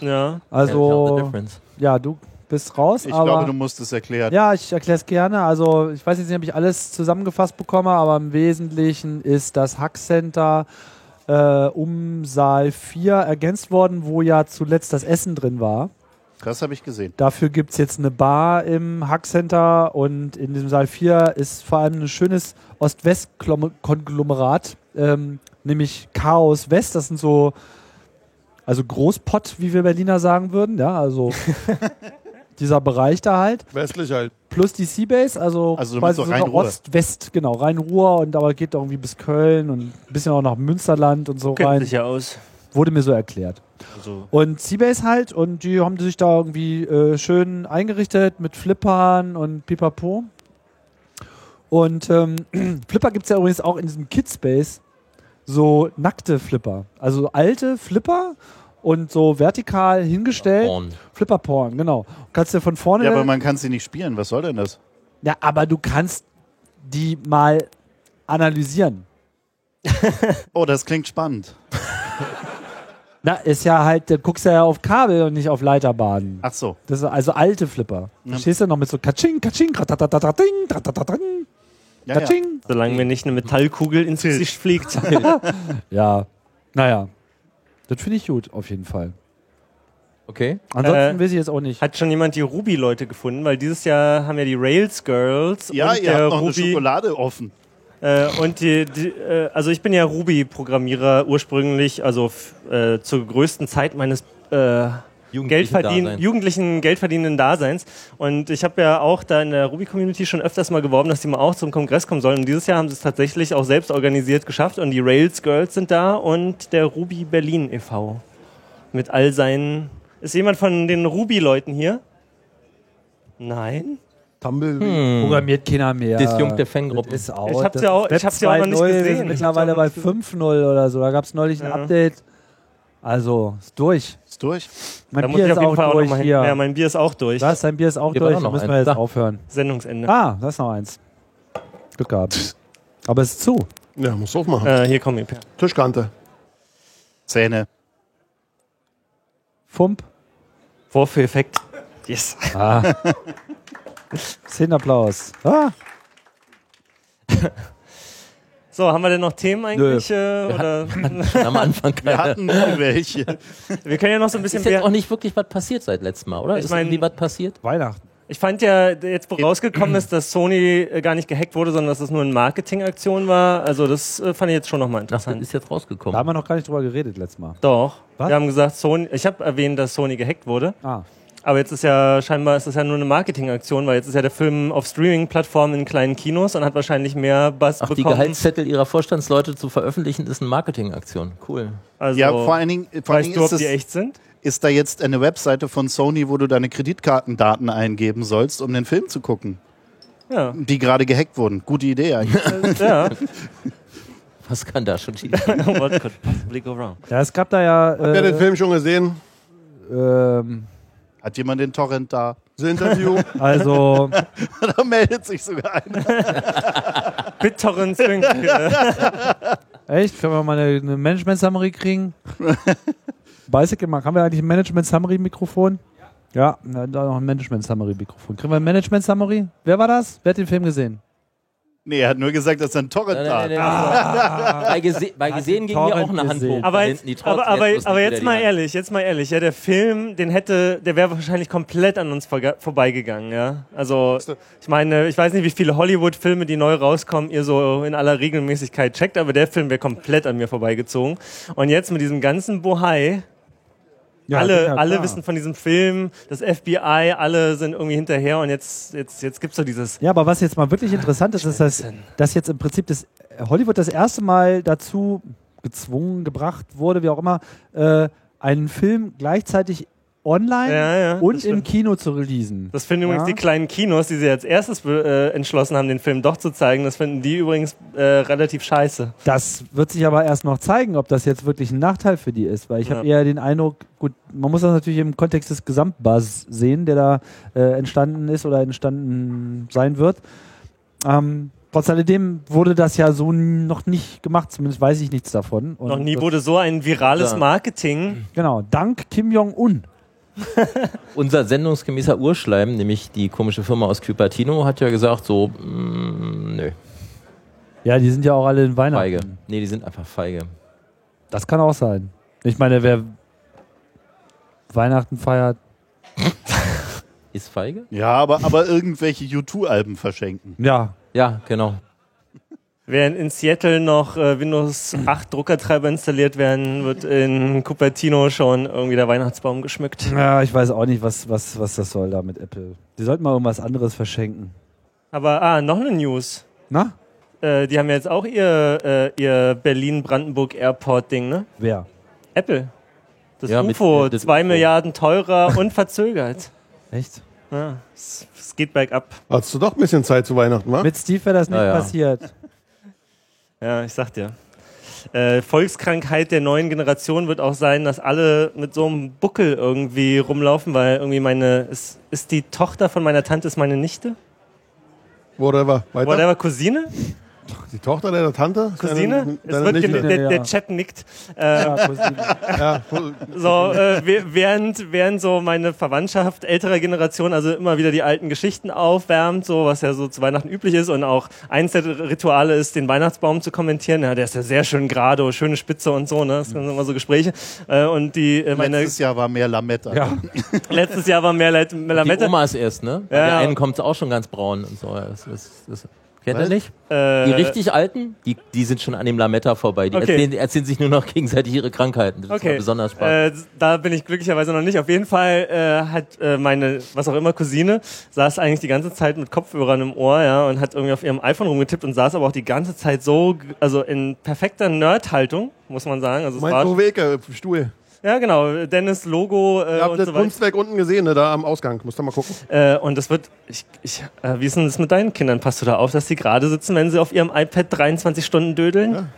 Speaker 6: Ja.
Speaker 5: Can't tell the
Speaker 9: Also,
Speaker 5: difference.
Speaker 9: ja, du bist raus.
Speaker 7: Ich
Speaker 9: aber
Speaker 7: glaube, du musst es erklären.
Speaker 9: ja, ich erkläre es gerne. Also, ich weiß jetzt nicht, ob ich alles zusammengefasst bekomme, aber im Wesentlichen ist das Hack Center äh, um Saal 4 ergänzt worden, wo ja zuletzt das Essen drin war.
Speaker 7: Das habe ich gesehen.
Speaker 9: Dafür gibt es jetzt eine Bar im Hack Center und in diesem Saal 4 ist vor allem ein schönes Ost-West-Konglomerat, ähm, nämlich Chaos West. Das sind so, also Großpott, wie wir Berliner sagen würden, ja, also dieser Bereich da halt.
Speaker 3: Westlich halt.
Speaker 9: Plus die Seabase, also,
Speaker 7: Also du
Speaker 9: quasi
Speaker 7: meinst doch
Speaker 9: so eine
Speaker 7: Rhein-Ruhr?
Speaker 9: Ost-West, genau, Rhein-Ruhr und aber geht irgendwie bis Köln und ein bisschen auch nach Münsterland und so
Speaker 6: Kennt
Speaker 9: rein.
Speaker 6: sich ja aus.
Speaker 9: Wurde mir so erklärt.
Speaker 6: Also,
Speaker 9: Und Seabase halt, und die haben sich da irgendwie äh, schön eingerichtet mit Flippern und Pipapo. Und ähm, *clears throat* Flipper gibt es ja übrigens auch in diesem Kidspace so nackte Flipper. Also alte Flipper und so vertikal hingestellt.
Speaker 5: Porn.
Speaker 9: Flipperporn, genau. Kannst dir von vorne.
Speaker 7: Ja, aber man kann sie nicht spielen. Was soll denn das?
Speaker 9: Ja, aber du kannst die mal analysieren.
Speaker 7: Oh, das klingt spannend.
Speaker 9: Na, ist ja halt, dann guckst du ja auf Kabel und nicht auf Leiterbahnen.
Speaker 7: Ach so.
Speaker 9: Das ist also alte Flipper. Verstehst du noch mit so Katsching, Katsching, Kratatatating, Tratatating,
Speaker 7: Ja, ja.
Speaker 9: Katsching.
Speaker 6: Solange mir nicht eine Metallkugel ins Gesicht
Speaker 7: *laughs*
Speaker 6: fliegt.
Speaker 9: Ja, naja. Das finde ich gut, auf jeden Fall.
Speaker 5: Okay.
Speaker 9: Ansonsten
Speaker 6: Äh,
Speaker 9: weiß ich jetzt auch nicht.
Speaker 6: Hat schon jemand die Ruby-Leute gefunden? Weil dieses Jahr haben ja die Rails Girls
Speaker 7: Ja,
Speaker 6: und
Speaker 7: ihr
Speaker 6: der
Speaker 7: habt noch eine
Speaker 6: Ruby
Speaker 7: Schokolade offen.
Speaker 6: Äh, und die, die äh, also ich bin ja Ruby-Programmierer ursprünglich, also f- äh, zur größten Zeit meines äh,
Speaker 5: Jugendlichen
Speaker 6: Geldverdien
Speaker 5: Dasein.
Speaker 6: jugendlichen geldverdienenden Daseins. Und ich habe ja auch da in der Ruby-Community schon öfters mal geworben, dass die mal auch zum Kongress kommen sollen. Und dieses Jahr haben sie es tatsächlich auch selbst organisiert geschafft. Und die Rails Girls sind da und der Ruby Berlin e.V. mit all seinen. Ist jemand von den Ruby-Leuten hier? Nein. Hm.
Speaker 3: Tumblebee.
Speaker 9: Programmiert keiner mehr.
Speaker 5: Disjunkte Fangruppen.
Speaker 9: Das Ist out.
Speaker 6: Ich hab's
Speaker 9: Oh, Das
Speaker 6: ja auch-
Speaker 9: ist Web
Speaker 6: ich hab's ja auch noch nicht
Speaker 9: 2.0, wir
Speaker 6: gesehen.
Speaker 9: sind
Speaker 6: Ich hab's
Speaker 9: Mittlerweile
Speaker 6: ja auch noch
Speaker 9: bei
Speaker 6: nicht gesehen.
Speaker 9: 5.0 oder so. Da gab es neulich ein
Speaker 6: Ja.
Speaker 9: Update. Also, ist durch.
Speaker 7: Ist durch.
Speaker 9: Mein
Speaker 6: Da muss
Speaker 9: Bier
Speaker 6: ich
Speaker 9: ist
Speaker 6: auf jeden
Speaker 9: auch
Speaker 6: Fall auch
Speaker 9: durch
Speaker 6: nochmal hin.
Speaker 9: hier.
Speaker 6: Ja, mein Bier ist auch durch.
Speaker 9: Was? Dein Bier ist auch
Speaker 5: Hier war
Speaker 9: durch.
Speaker 5: noch
Speaker 9: müssen wir
Speaker 5: eins.
Speaker 9: jetzt
Speaker 5: Da.
Speaker 9: aufhören.
Speaker 6: Sendungsende.
Speaker 9: Ah, da ist noch eins. Glück
Speaker 6: *laughs*
Speaker 9: gehabt. Aber es ist zu.
Speaker 3: Ja, musst du aufmachen.
Speaker 6: Äh, hier komm ich.
Speaker 3: Tischkante.
Speaker 7: Zähne.
Speaker 9: Fump.
Speaker 6: Vorführeffekt. Yes.
Speaker 9: Ah. Zehn Applaus. Ah,
Speaker 6: So, haben wir denn noch Themen eigentlich? Äh, oder?
Speaker 5: Am Anfang
Speaker 7: Wir
Speaker 5: keine.
Speaker 6: *laughs*
Speaker 7: hatten welche.
Speaker 6: Wir können ja noch so ein bisschen.
Speaker 5: Ist jetzt auch
Speaker 6: mehr-
Speaker 5: nicht wirklich was passiert seit letztem Mal, oder?
Speaker 6: Ich
Speaker 5: ist
Speaker 6: mein-
Speaker 5: irgendwie was passiert?
Speaker 9: Weihnachten.
Speaker 6: Ich fand ja jetzt, wo rausgekommen ist, dass Sony äh, gar nicht gehackt wurde, sondern dass es nur eine Marketingaktion war. Also, das äh, fand ich jetzt schon nochmal
Speaker 5: Das
Speaker 6: interessant.
Speaker 5: ist jetzt
Speaker 9: Da haben
Speaker 5: rausgekommen.
Speaker 9: wir noch gar nicht drüber geredet letztes Mal.
Speaker 6: Doch.
Speaker 9: Was?
Speaker 6: Wir haben gesagt, Sony. Ich habe erwähnt, dass Sony gehackt wurde.
Speaker 9: Ah.
Speaker 6: Aber jetzt ist ja scheinbar ist das ja nur eine Marketingaktion, weil jetzt ist ja der Film auf Streaming-Plattformen in kleinen Kinos und hat wahrscheinlich mehr Buzz
Speaker 5: Ach, die
Speaker 6: bekommen.
Speaker 5: Gehaltszettel ihrer Vorstandsleute zu veröffentlichen, ist eine Marketingaktion. Cool.
Speaker 6: also,
Speaker 7: Ja, vor allen Dingen, vor allen
Speaker 6: weißt
Speaker 7: Dingen
Speaker 6: du, ob
Speaker 7: ist,
Speaker 6: die
Speaker 7: es,
Speaker 6: echt sind?
Speaker 7: ist da jetzt eine Webseite von Sony, wo du deine Kreditkartendaten eingeben sollst, um den Film zu gucken,
Speaker 6: Ja.
Speaker 7: die gerade gehackt wurden. Gute Idee eigentlich.
Speaker 6: ja.
Speaker 5: Was kann da
Speaker 6: *laughs*
Speaker 5: schon schief? gehen?
Speaker 6: *laughs* What could possibly go wrong?
Speaker 9: Ja, es gab da ja.
Speaker 3: Wer hat den
Speaker 9: Äh,
Speaker 3: Film schon gesehen?
Speaker 9: ähm,
Speaker 7: Hat jemand den Torrent da? *laughs*
Speaker 3: Das *laughs* Interview?
Speaker 9: also,
Speaker 7: da meldet sich sogar einer.
Speaker 6: BitTorrent Sync.
Speaker 9: echt? Können wir mal eine, eine Management-Summary kriegen?
Speaker 3: *laughs*
Speaker 9: Bicycle Mark, haben wir eigentlich ein Management-Summary-Mikrofon? Ja, na, da noch ein Management-Summary-Mikrofon. Kriegen wir ein Management-Summary? Wer war das? Wer hat den Film gesehen?
Speaker 7: Nee, er hat nur gesagt, dass er einen Torrent
Speaker 5: Nein,
Speaker 7: da
Speaker 5: nein,
Speaker 7: hat.
Speaker 5: nein, nein. Bei, gese bei gesehen ging mir
Speaker 9: Torrent
Speaker 5: auch eine Hand
Speaker 9: gesehen.
Speaker 5: hoch. Da
Speaker 6: Aber jetzt,
Speaker 5: hinten die Torte,
Speaker 6: aber, aber,
Speaker 5: bloß nicht
Speaker 6: aber
Speaker 5: wieder
Speaker 6: jetzt
Speaker 5: die
Speaker 6: mal
Speaker 5: Hand.
Speaker 6: ehrlich, jetzt mal ehrlich, ja, der Film, den hätte, der wäre wahrscheinlich komplett an uns vorge- vorbeigegangen, ja. Also, ich meine, ich weiß nicht, wie viele Hollywood-Filme, die neu rauskommen, ihr so in aller Regelmäßigkeit checkt, aber der Film wäre komplett an mir vorbeigezogen. Und jetzt mit diesem ganzen Bohai,
Speaker 9: Ja,
Speaker 6: alle,
Speaker 9: sicher,
Speaker 6: alle
Speaker 9: klar.
Speaker 6: wissen von diesem Film, das FBI, alle sind irgendwie hinterher und jetzt, jetzt, jetzt gibt's so dieses,
Speaker 9: Ja, aber was jetzt mal wirklich interessant ist, ist, dass, dass jetzt im Prinzip das Hollywood das erste Mal dazu gezwungen, gebracht wurde, wie auch immer, äh, einen Film gleichzeitig online
Speaker 6: Ja, ja,
Speaker 9: und
Speaker 6: das
Speaker 9: im
Speaker 6: stimmt.
Speaker 9: Kino zu releasen.
Speaker 6: Das finden übrigens
Speaker 9: Ja.
Speaker 6: die kleinen Kinos, die sie als erstes be- äh, entschlossen haben, den Film doch zu zeigen. Das finden die übrigens äh, relativ scheiße.
Speaker 9: Das wird sich aber erst noch zeigen, ob das jetzt wirklich ein Nachteil für die ist, weil ich habe
Speaker 6: Ja.
Speaker 9: eher den Eindruck, gut, man muss das natürlich im Kontext des Gesamtbuzz sehen, der da äh, entstanden ist oder entstanden sein wird. Ähm, trotz alledem wurde das ja so n- noch nicht gemacht, zumindest weiß ich nichts davon. Und
Speaker 6: Noch nie
Speaker 9: das-
Speaker 6: wurde so ein virales
Speaker 5: Ja.
Speaker 6: Marketing.
Speaker 9: Genau, dank Kim Jong-un.
Speaker 5: Unser sendungsgemäßer Urschleim, nämlich die komische Firma aus Cupertino, hat ja gesagt, so, mm, nö,
Speaker 9: Ja, die sind ja auch alle in
Speaker 6: Genau.
Speaker 9: Weihnachten.
Speaker 5: feige. Nee, die sind einfach feige.
Speaker 9: Das kann auch sein. Ich meine, wer Weihnachten feiert.
Speaker 5: Ist feige?
Speaker 7: Ja, aber, aber irgendwelche U2-Alben verschenken.
Speaker 9: Ja.
Speaker 5: Ja, genau.
Speaker 6: Während in Seattle noch äh, Windows 8 Druckertreiber installiert werden, wird in Cupertino schon irgendwie der Weihnachtsbaum geschmückt.
Speaker 9: Ja, ich weiß auch nicht, was, was, was das soll da mit Apple. Die sollten mal irgendwas anderes verschenken.
Speaker 6: Aber ah, noch eine News.
Speaker 9: Na?
Speaker 6: Äh, die haben jetzt auch ihr, äh, ihr Berlin-Brandenburg-Airport-Ding, ne?
Speaker 9: Wer?
Speaker 6: Apple. Das
Speaker 5: Ja, mit-
Speaker 6: UFO,
Speaker 5: mit- das
Speaker 6: zwei
Speaker 5: UFO.
Speaker 6: Milliarden teurer und verzögert.
Speaker 9: Echt?
Speaker 6: Ja, es, es geht bergab.
Speaker 3: Hast du doch ein bisschen Zeit zu Weihnachten, wa?
Speaker 9: Mit Steve wäre das nicht
Speaker 5: Ja, ja.
Speaker 9: passiert.
Speaker 6: Ja, ich sag dir. Äh, Volkskrankheit der neuen Generation wird auch sein, dass alle mit so einem Buckel irgendwie rumlaufen, weil irgendwie meine, ist, ist die Tochter von meiner Tante, ist meine Nichte?
Speaker 3: Whatever. Weiter.
Speaker 6: Whatever, Cousine?
Speaker 3: Die Tochter deiner Tante?
Speaker 6: Cousine?
Speaker 3: Deine, deine
Speaker 6: es wird
Speaker 3: Nichte.
Speaker 6: gene- der,
Speaker 10: Ja,
Speaker 6: der
Speaker 10: ja.
Speaker 6: Chat nickt. Äh,
Speaker 10: Ja, Cousine.
Speaker 3: Ja, cool.
Speaker 6: so, äh, we- während, während so meine Verwandtschaft älterer Generation also immer wieder die alten Geschichten aufwärmt, so was ja so zu Weihnachten üblich ist und auch eins der Rituale ist, den Weihnachtsbaum zu kommentieren. Ja, der ist ja sehr schön gerade, schöne Spitze und so, ne? Das sind immer so Gespräche. Äh, und die äh, meine
Speaker 7: Letztes Jahr war mehr Lametta.
Speaker 10: ja.
Speaker 6: letztes Jahr war mehr Let-
Speaker 5: Die
Speaker 6: Lametta.
Speaker 5: Oma ist erst, ne? Bei
Speaker 6: Ja,
Speaker 5: der
Speaker 6: ja.
Speaker 5: einen kommt es auch schon ganz braun und so. Das, das, das, kennt
Speaker 7: Was?
Speaker 5: ihr nicht?
Speaker 6: äh,
Speaker 5: Die richtig Alten, die, die sind schon an dem Lametta vorbei. Die
Speaker 6: Okay.
Speaker 5: erzählen, erzählen sich nur noch gegenseitig ihre Krankheiten. Das
Speaker 6: Okay.
Speaker 5: macht besonders Spaß.
Speaker 6: Äh, da bin ich glücklicherweise noch nicht. Auf jeden Fall äh, hat äh, meine, was auch immer, Cousine, saß eigentlich die ganze Zeit mit Kopfhörern im Ohr, ja, und hat irgendwie auf ihrem iPhone rumgetippt und saß aber auch die ganze Zeit so, g- also in perfekter Nerd-Haltung, muss man sagen. Also es
Speaker 3: Mein
Speaker 6: war,
Speaker 3: Koweke, Stuhl.
Speaker 6: ja, genau, Dennis, Logo äh,
Speaker 3: Ihr habt
Speaker 6: und
Speaker 3: das
Speaker 6: so weiter.
Speaker 3: Kunstwerk unten gesehen, ne, da am Ausgang. Müsst ihr mal gucken.
Speaker 6: Äh, und das wird, ich, ich, äh, wie ist denn das mit deinen Kindern? Passt du da auf, dass die gerade sitzen, wenn sie auf ihrem iPad 23 Stunden dödeln?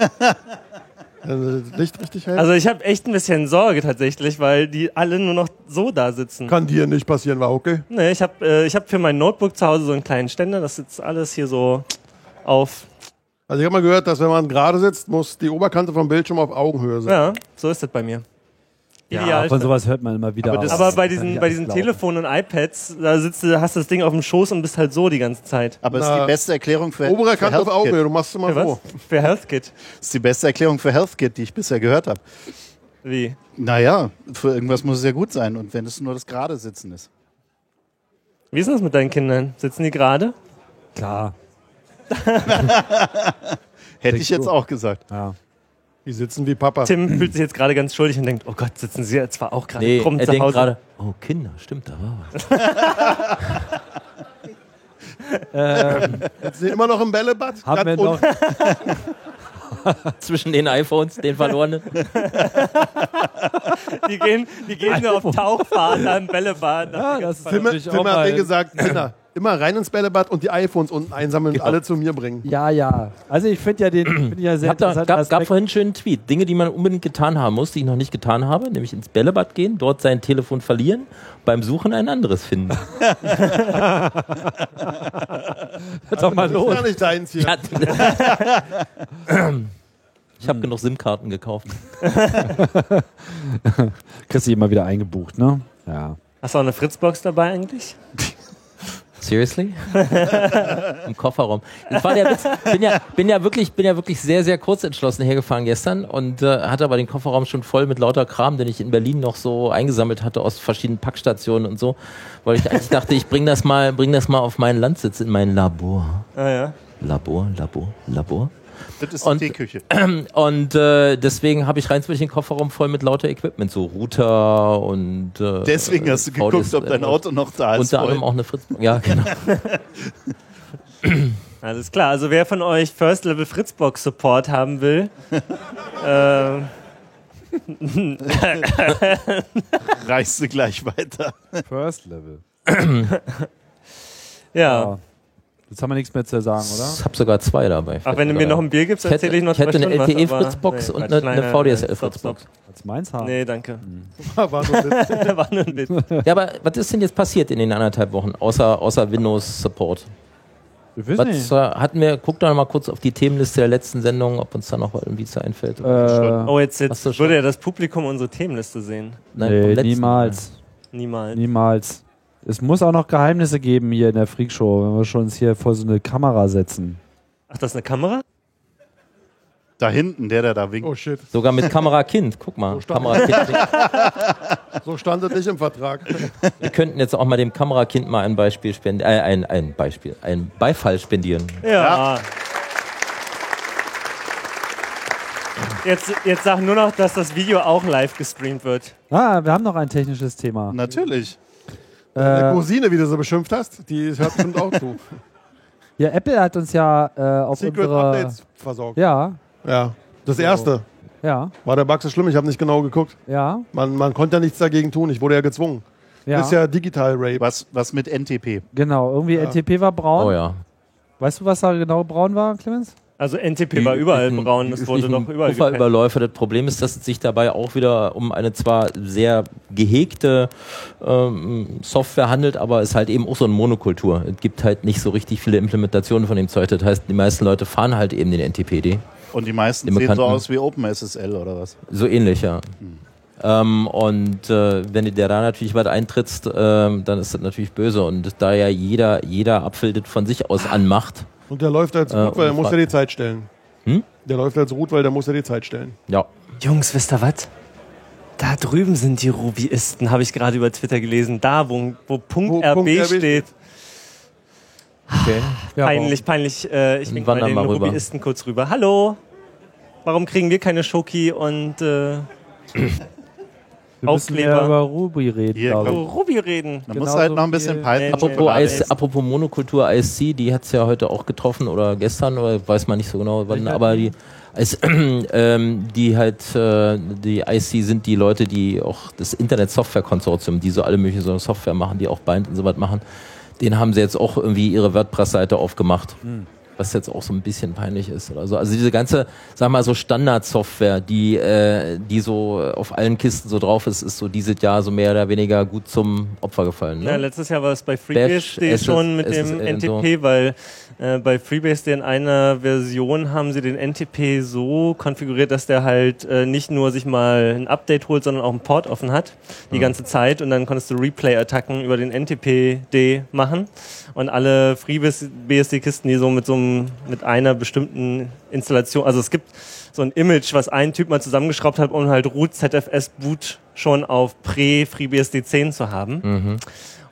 Speaker 3: Äh, Licht richtig hell.
Speaker 6: Also ich habe echt ein bisschen Sorge tatsächlich, weil die alle nur noch so da sitzen.
Speaker 3: Kann dir nicht passieren, war okay.
Speaker 6: Nee, ich habe äh, ich hab für mein Notebook zu Hause so einen kleinen Ständer, das sitzt alles hier so auf.
Speaker 3: Also ich habe mal gehört, dass wenn man gerade sitzt, muss die Oberkante vom Bildschirm auf Augenhöhe sein.
Speaker 6: Ja, so ist das bei mir.
Speaker 10: ja, von sowas hört man immer wieder.
Speaker 7: Aber das-
Speaker 6: aber bei
Speaker 10: Kann
Speaker 6: diesen,
Speaker 10: ich
Speaker 6: bei
Speaker 10: alles
Speaker 6: diesen
Speaker 10: glauben.
Speaker 6: Telefonen und iPads, da sitzt du, hast du das Ding auf dem Schoß und bist halt so die ganze Zeit.
Speaker 7: Aber es ist
Speaker 3: Na,
Speaker 7: die beste Erklärung für
Speaker 3: Obere Kante
Speaker 7: für
Speaker 3: auf
Speaker 7: Health
Speaker 3: Augenhöhe, du machst es mal
Speaker 6: Für was?
Speaker 3: so.
Speaker 6: Für HealthKit.
Speaker 7: Kit. Das ist die beste Erklärung für HealthKit, die ich bisher gehört habe.
Speaker 6: Wie?
Speaker 7: Naja, für irgendwas muss es ja gut sein. Und wenn es nur das gerade Sitzen ist.
Speaker 6: Wie ist denn das mit deinen Kindern? Sitzen die gerade?
Speaker 10: Klar.
Speaker 7: Hätte
Speaker 10: Denkst
Speaker 7: ich jetzt
Speaker 10: du?
Speaker 7: auch gesagt.
Speaker 10: Ja.
Speaker 3: Die sitzen wie Papa.
Speaker 6: Tim fühlt sich jetzt gerade ganz schuldig und denkt, oh Gott, sitzen sie jetzt zwar auch gerade
Speaker 5: nee,
Speaker 6: krumm
Speaker 5: er
Speaker 6: Äh, zu
Speaker 5: denkt
Speaker 6: Hause.
Speaker 5: gerade, oh Kinder, stimmt, da war was. *laughs*
Speaker 3: Sind immer noch im Bällebad?
Speaker 10: Haben wir
Speaker 3: Ganz unten.
Speaker 10: noch,
Speaker 5: Zwischen den iPhones, den verlorenen.
Speaker 6: Die gehen, die gehen nur auf Tauchfahrt am Bällebad.
Speaker 10: ja, das ist
Speaker 3: Tim,
Speaker 10: natürlich auch
Speaker 3: Tim hat
Speaker 10: mal,
Speaker 3: denen gesagt, Kinder, immer rein ins Bällebad und die iPhones unten einsammeln
Speaker 10: Genau.
Speaker 3: und alle zu mir bringen.
Speaker 10: Ja, ja. Also ich finde ja den find ja
Speaker 9: Ne,
Speaker 10: sehr
Speaker 5: Hab da,
Speaker 9: halt
Speaker 10: interessanten
Speaker 5: gab, gab
Speaker 10: Aspekt.
Speaker 5: vorhin einen schönen Tweet. Dinge, die man unbedingt getan haben muss, die ich noch nicht getan habe, nämlich ins Bällebad gehen, dort sein Telefon verlieren, beim Suchen ein anderes finden.
Speaker 10: Hört doch mal
Speaker 3: Das ist
Speaker 10: los.
Speaker 3: gar nicht deins hier.
Speaker 5: Ja. *laughs* ich habe genug SIM-Karten gekauft.
Speaker 10: Kriegst du immer wieder eingebucht, ne? Ja.
Speaker 6: Hast du auch eine Fritzbox dabei eigentlich?
Speaker 7: *laughs*
Speaker 5: Seriously? Im Kofferraum. Das war der Witz. Bin ja, bin ja wirklich, bin ja wirklich sehr, sehr kurz entschlossen hergefahren gestern und äh, hatte aber den Kofferraum schon voll mit lauter Kram, den ich in Berlin noch so eingesammelt hatte aus verschiedenen Packstationen und so, weil ich eigentlich dachte, ich bring das mal, bring das mal auf meinen Landsitz in mein Labor.
Speaker 6: Ah, ja.
Speaker 5: Labor, Labor, Labor.
Speaker 7: Das ist
Speaker 5: Und-
Speaker 7: die Teeküche.
Speaker 5: Und äh, deswegen habe ich rein durch den Kofferraum voll mit lauter Equipment, so Router und. Äh,
Speaker 7: Deswegen hast du
Speaker 5: VDSL
Speaker 7: geguckt, ob dein Auto noch da
Speaker 5: und
Speaker 7: ist.
Speaker 5: Unter anderem auch eine Fritz. Ja, genau.
Speaker 6: Alles klar, also wer von euch First Level Fritzbox Support haben will, äh,
Speaker 7: Reichst du gleich weiter.
Speaker 10: First Level.
Speaker 6: ja.
Speaker 5: Genau.
Speaker 10: Ja. Ah. Jetzt haben wir nichts mehr zu sagen, oder?
Speaker 5: Ich habe sogar zwei dabei.
Speaker 6: Auch wenn du mir noch ein Bier gibst,
Speaker 5: Ich hätte-
Speaker 6: erzähle ich noch
Speaker 5: ich hätte eine
Speaker 6: Stunden was, aber-
Speaker 5: LTE-Fritzbox und
Speaker 6: Quatsch,
Speaker 5: eine-
Speaker 6: nein,
Speaker 5: eine
Speaker 6: nein, nein,
Speaker 5: VDSL
Speaker 6: stopp, stopp.
Speaker 5: Fritzbox.
Speaker 10: Als meins haben.
Speaker 6: Nee, danke.
Speaker 3: *laughs* War so ein Witz.
Speaker 6: Da *laughs* war nur ein Witz.
Speaker 5: Ja, aber was ist denn jetzt passiert in den anderthalb Wochen, außer, außer Windows Support?
Speaker 10: Ich weiß
Speaker 5: Was
Speaker 10: nicht.
Speaker 5: äh, hatten wir, guck doch noch mal kurz auf die Themenliste der letzten Sendung, ob uns da noch irgendwie zu einfällt.
Speaker 10: Äh,
Speaker 6: Oh, jetzt,
Speaker 5: Hast
Speaker 6: jetzt
Speaker 5: du schon?
Speaker 6: würde ja das Publikum unsere Themenliste sehen.
Speaker 5: Nein, vom
Speaker 10: nee,
Speaker 5: letzten
Speaker 10: niemals.
Speaker 6: Niemals.
Speaker 10: Niemals. Es muss auch noch Geheimnisse geben hier in der Freakshow, wenn wir schon uns hier vor so eine Kamera setzen.
Speaker 6: Ach, das ist eine Kamera?
Speaker 7: Da hinten, der, der da winkt.
Speaker 3: Oh shit,
Speaker 5: Mal. Sogar mit Kamera Kind,
Speaker 10: *laughs*
Speaker 5: guck mal.
Speaker 3: stark.
Speaker 5: Kamera Kind.
Speaker 3: so stand es nicht im Vertrag.
Speaker 5: Wir könnten jetzt auch mal dem Kamerakind mal ein Beispiel spenden, äh, ein, ein Beispiel, ein Beifall spendieren.
Speaker 6: Ja. Jetzt, jetzt sag nur noch, dass das Video auch live gestreamt wird.
Speaker 10: Ah, wir haben noch ein technisches Thema.
Speaker 7: Natürlich.
Speaker 3: Deine
Speaker 10: Äh,
Speaker 3: Cousine, wie du sie beschimpft hast, die hört bestimmt auch zu.
Speaker 10: ja, Apple hat uns ja äh, auf
Speaker 3: Secret
Speaker 10: unsere.
Speaker 3: Updates versorgt.
Speaker 10: Ja,
Speaker 3: Ja. Das erste.
Speaker 10: ja,
Speaker 3: War der Bug so schlimm? Ich habe nicht genau geguckt.
Speaker 10: ja,
Speaker 3: Man, man konnte ja nichts dagegen tun. Ich wurde ja gezwungen.
Speaker 10: ja.
Speaker 3: Das ist ja Digital Rape.
Speaker 7: Was, was mit NTP?
Speaker 10: genau, irgendwie NTP war braun.
Speaker 5: Oh ja.
Speaker 10: Weißt du, was da genau braun war, Clemens?
Speaker 6: Also NTP war überall braun, das
Speaker 5: *laughs*
Speaker 6: wurde doch überall gepennt.
Speaker 5: Uferüberläufe. Das Problem ist, dass es sich dabei auch wieder um eine zwar sehr gehegte ähm, Software handelt, aber es ist halt eben auch so eine Monokultur. Es gibt halt nicht so richtig viele Implementationen von dem Zeug. Das heißt, die meisten Leute fahren halt eben den NTPD.
Speaker 7: Und die meisten
Speaker 5: Den
Speaker 7: sehen so
Speaker 5: Bekannten.
Speaker 7: aus wie OpenSSL oder was?
Speaker 5: So ähnlich, ja. Ähm, und äh, wenn dir der da natürlich weit eintrittst, ähm, dann ist das natürlich böse. Und da ja jeder, jeder abfildet von sich aus anmacht,
Speaker 3: Und der läuft als
Speaker 5: Äh,
Speaker 3: Root, weil der
Speaker 5: und
Speaker 3: muss
Speaker 5: Fra-
Speaker 3: ja die Zeit stellen.
Speaker 5: Hm?
Speaker 3: Der läuft als Root, weil der muss ja die Zeit stellen.
Speaker 5: ja.
Speaker 6: Jungs, wisst ihr was? Da drüben sind die Rubyisten, habe ich gerade über Twitter gelesen. Da, wo, wo Punkt
Speaker 3: Wo
Speaker 6: RB
Speaker 3: Punkt RB
Speaker 6: steht.
Speaker 5: Okay.
Speaker 9: Ja,
Speaker 6: Peinlich, peinlich. Äh, ich wink mal
Speaker 5: Wandern
Speaker 6: den
Speaker 5: mal rüber.
Speaker 6: Rubyisten kurz rüber. Hallo! Warum kriegen wir keine Schoki und äh,
Speaker 9: Wir müssen
Speaker 6: Aufkleber.
Speaker 9: mehr über Ruby reden,
Speaker 7: Hier,
Speaker 9: glaube
Speaker 7: komm.
Speaker 9: ich.
Speaker 6: über Ruby reden?
Speaker 7: Da
Speaker 9: Genau
Speaker 7: musst du halt
Speaker 9: so
Speaker 7: noch ein bisschen
Speaker 9: viel-
Speaker 7: Python.
Speaker 5: Apropos,
Speaker 6: Ja,
Speaker 5: IS,
Speaker 6: ist-
Speaker 5: apropos Monokultur ISC, die hat es ja heute auch getroffen oder gestern oder weiß man nicht so genau wann, aber die, als, *clears throat* ähm, die halt, äh, die ISC sind die Leute, die auch das Internet Software Konsortium, die so alle möglichen so Software machen, die auch Bind und sowas machen, den haben sie jetzt auch irgendwie ihre WordPress-Seite aufgemacht. Was jetzt auch so ein bisschen peinlich ist oder so. Also diese ganze, sag mal so Standard-Software, die, äh, die so auf allen Kisten so drauf ist, ist so dieses Jahr so mehr oder weniger gut zum Opfer gefallen. Ne?
Speaker 6: Ja, letztes Jahr war es bei Freebase
Speaker 5: Bash,
Speaker 6: schon mit
Speaker 5: SSL
Speaker 6: dem
Speaker 5: und so.
Speaker 6: NTP, weil äh, bei Freebase in einer Version haben sie den NTP so konfiguriert, dass der halt äh, nicht nur sich mal ein Update holt, sondern auch einen Port offen hat
Speaker 5: Mhm.
Speaker 6: die ganze Zeit und dann konntest du Replay-Attacken über den NTPD machen und alle FreeBSD-Kisten, die so mit so einem, mit einer bestimmten Installation, also es gibt so ein Image, was ein Typ mal zusammengeschraubt hat, um halt root ZFS Boot schon auf pre-FreeBSD 10 zu haben.
Speaker 5: Mhm.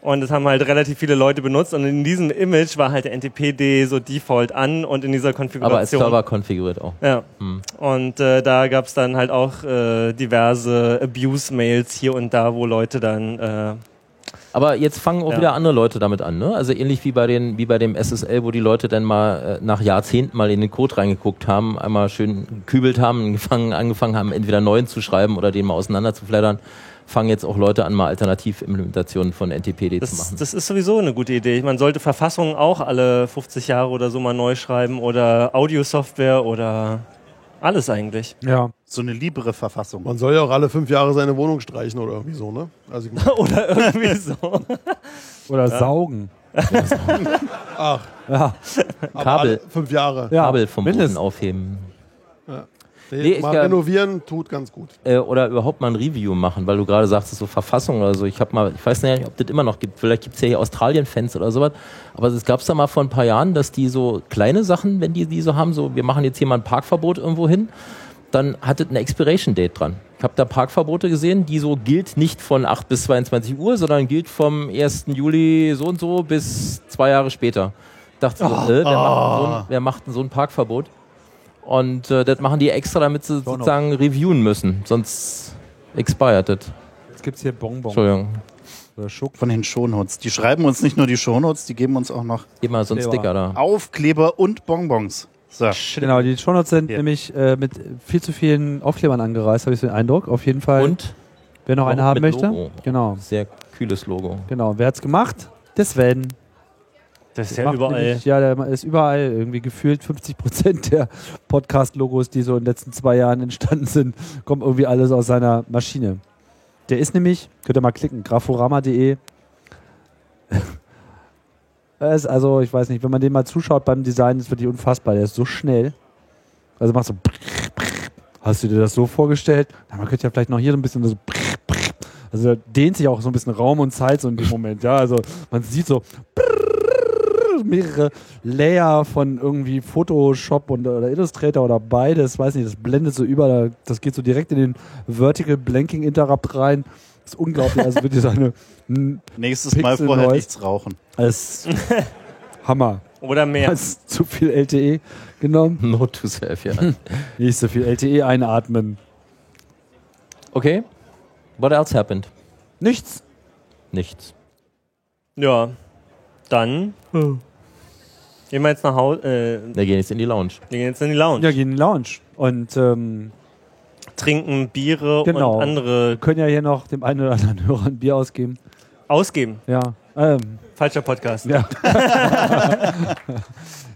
Speaker 6: Und das haben halt relativ viele Leute benutzt. Und in diesem Image war halt der NTPD so default an und in dieser
Speaker 5: Aber als
Speaker 6: Konfiguration.
Speaker 5: Server Mhm. konfiguriert auch.
Speaker 6: ja. Und äh, da gab es dann halt auch äh, diverse Abuse-Mails hier und da, wo Leute dann. Äh,
Speaker 5: Aber jetzt fangen auch
Speaker 6: Ja.
Speaker 5: wieder andere Leute damit an, ne? Also ähnlich wie bei den, wie bei dem SSL, wo die Leute dann mal äh, nach Jahrzehnten mal in den Code reingeguckt haben, einmal schön gekübelt haben, gefangen, angefangen haben, entweder neuen zu schreiben oder den mal auseinander zu flattern, fangen jetzt auch Leute an, mal Alternativimplementationen von NTPD zu
Speaker 6: das,
Speaker 5: machen.
Speaker 6: das ist sowieso eine gute Idee. Man sollte Verfassungen auch alle 50 Jahre oder so mal neu schreiben oder Audio-Software oder alles eigentlich.
Speaker 9: Ja.
Speaker 7: So eine liebere Verfassung.
Speaker 3: Man soll ja auch alle fünf Jahre seine Wohnung streichen oder irgendwie so, ne? Also ich meine,
Speaker 6: oder irgendwie so.
Speaker 9: Oder saugen.
Speaker 3: ach,
Speaker 9: Ja.
Speaker 3: aber
Speaker 5: Kabel.
Speaker 3: alle Fünf Jahre.
Speaker 9: ja.
Speaker 5: Kabel vom Boden
Speaker 9: mindestens.
Speaker 5: aufheben.
Speaker 3: Nee,
Speaker 5: ich
Speaker 3: mal
Speaker 5: glaub-
Speaker 3: renovieren tut ganz gut.
Speaker 5: äh, oder überhaupt mal ein Review machen, weil du gerade sagtest, so Verfassung oder so. Ich habe mal, ich weiß nicht, ob das immer noch gibt. Vielleicht gibt's ja hier Australien-Fans oder sowas. Aber es gab's da mal vor ein paar Jahren, dass die so kleine Sachen, wenn die die so haben, so wir machen jetzt hier mal ein Parkverbot irgendwo hin, dann hat es ein Expiration-Date dran. Ich habe da Parkverbote gesehen, die so gilt nicht von 8 bis 22 Uhr, sondern gilt vom 1. Juli so und so bis zwei Jahre später. Dachte so, äh, wer, macht denn so ein, wer macht denn so ein Parkverbot? Und äh, das machen die extra, damit sie sozusagen reviewen müssen. Sonst expired it.
Speaker 9: Jetzt gibt es hier Bonbon
Speaker 5: Entschuldigung.
Speaker 9: oder Schuck.
Speaker 7: Von den Shownotes. Die schreiben uns nicht nur die Shownotes, die geben uns auch noch
Speaker 5: Gib mal so einen
Speaker 9: Kleber.
Speaker 5: Sticker da.
Speaker 7: Aufkleber und Bonbons. So.
Speaker 9: Genau, die Shownotes sind
Speaker 7: Hier.
Speaker 9: nämlich äh, mit viel zu vielen Aufklebern angereist, habe ich so den Eindruck. Auf jeden Fall.
Speaker 5: Und
Speaker 9: wer noch eine
Speaker 5: auch
Speaker 9: haben
Speaker 5: mit
Speaker 9: möchte?
Speaker 5: Logo.
Speaker 9: Genau,
Speaker 5: sehr kühles Logo. *laughs*
Speaker 9: genau. Wer hat's gemacht? Der Sven.
Speaker 6: Das ist
Speaker 9: Der
Speaker 6: ja
Speaker 9: macht
Speaker 6: überall.
Speaker 9: Nämlich, ja, der ist überall irgendwie gefühlt 50 Prozent der Podcast-Logos, die so in den letzten zwei Jahren entstanden sind, kommen irgendwie alles aus seiner Maschine. Der ist nämlich, könnt ihr mal klicken, graforama.de. *laughs* Er ist also, ich weiß nicht, wenn man den mal zuschaut beim Design, ist wirklich unfassbar. Der ist so schnell. Also macht so. Hast du dir das so vorgestellt? Na, man könnte ja vielleicht noch hier so ein bisschen so. Also da dehnt sich auch so ein bisschen Raum und Zeit so in dem Moment. Ja, also man sieht so mehrere Layer von irgendwie Photoshop und oder Illustrator oder beides, weiß nicht, das blendet so über, da- das geht so direkt in den Vertical Blanking Interrupt rein. Das ist unglaublich, also wirklich so eine m,
Speaker 7: Nächstes Mal
Speaker 9: Pixel
Speaker 7: vorher
Speaker 9: Noise.
Speaker 7: nichts rauchen.
Speaker 5: *laughs*
Speaker 9: das ist Hammer.
Speaker 6: Oder mehr.
Speaker 9: Hast zu viel LTE genommen?
Speaker 5: Note to self, ja.
Speaker 9: Hm. Nicht so viel LTE einatmen.
Speaker 5: Okay. What else happened?
Speaker 9: Nichts.
Speaker 5: Nichts.
Speaker 6: Ja. Dann. Gehen wir jetzt nach Hause. Äh,
Speaker 5: Wir gehen jetzt in die Lounge.
Speaker 6: wir gehen jetzt in die Lounge.
Speaker 9: Ja, gehen in den Lounge und ähm,
Speaker 6: Trinken Biere
Speaker 9: Genau.
Speaker 6: und andere.
Speaker 9: können ja hier noch dem einen oder anderen Hörer ein Bier ausgeben.
Speaker 6: Ausgeben.
Speaker 9: Ja. Ähm,
Speaker 6: Falscher Podcast.
Speaker 9: ja.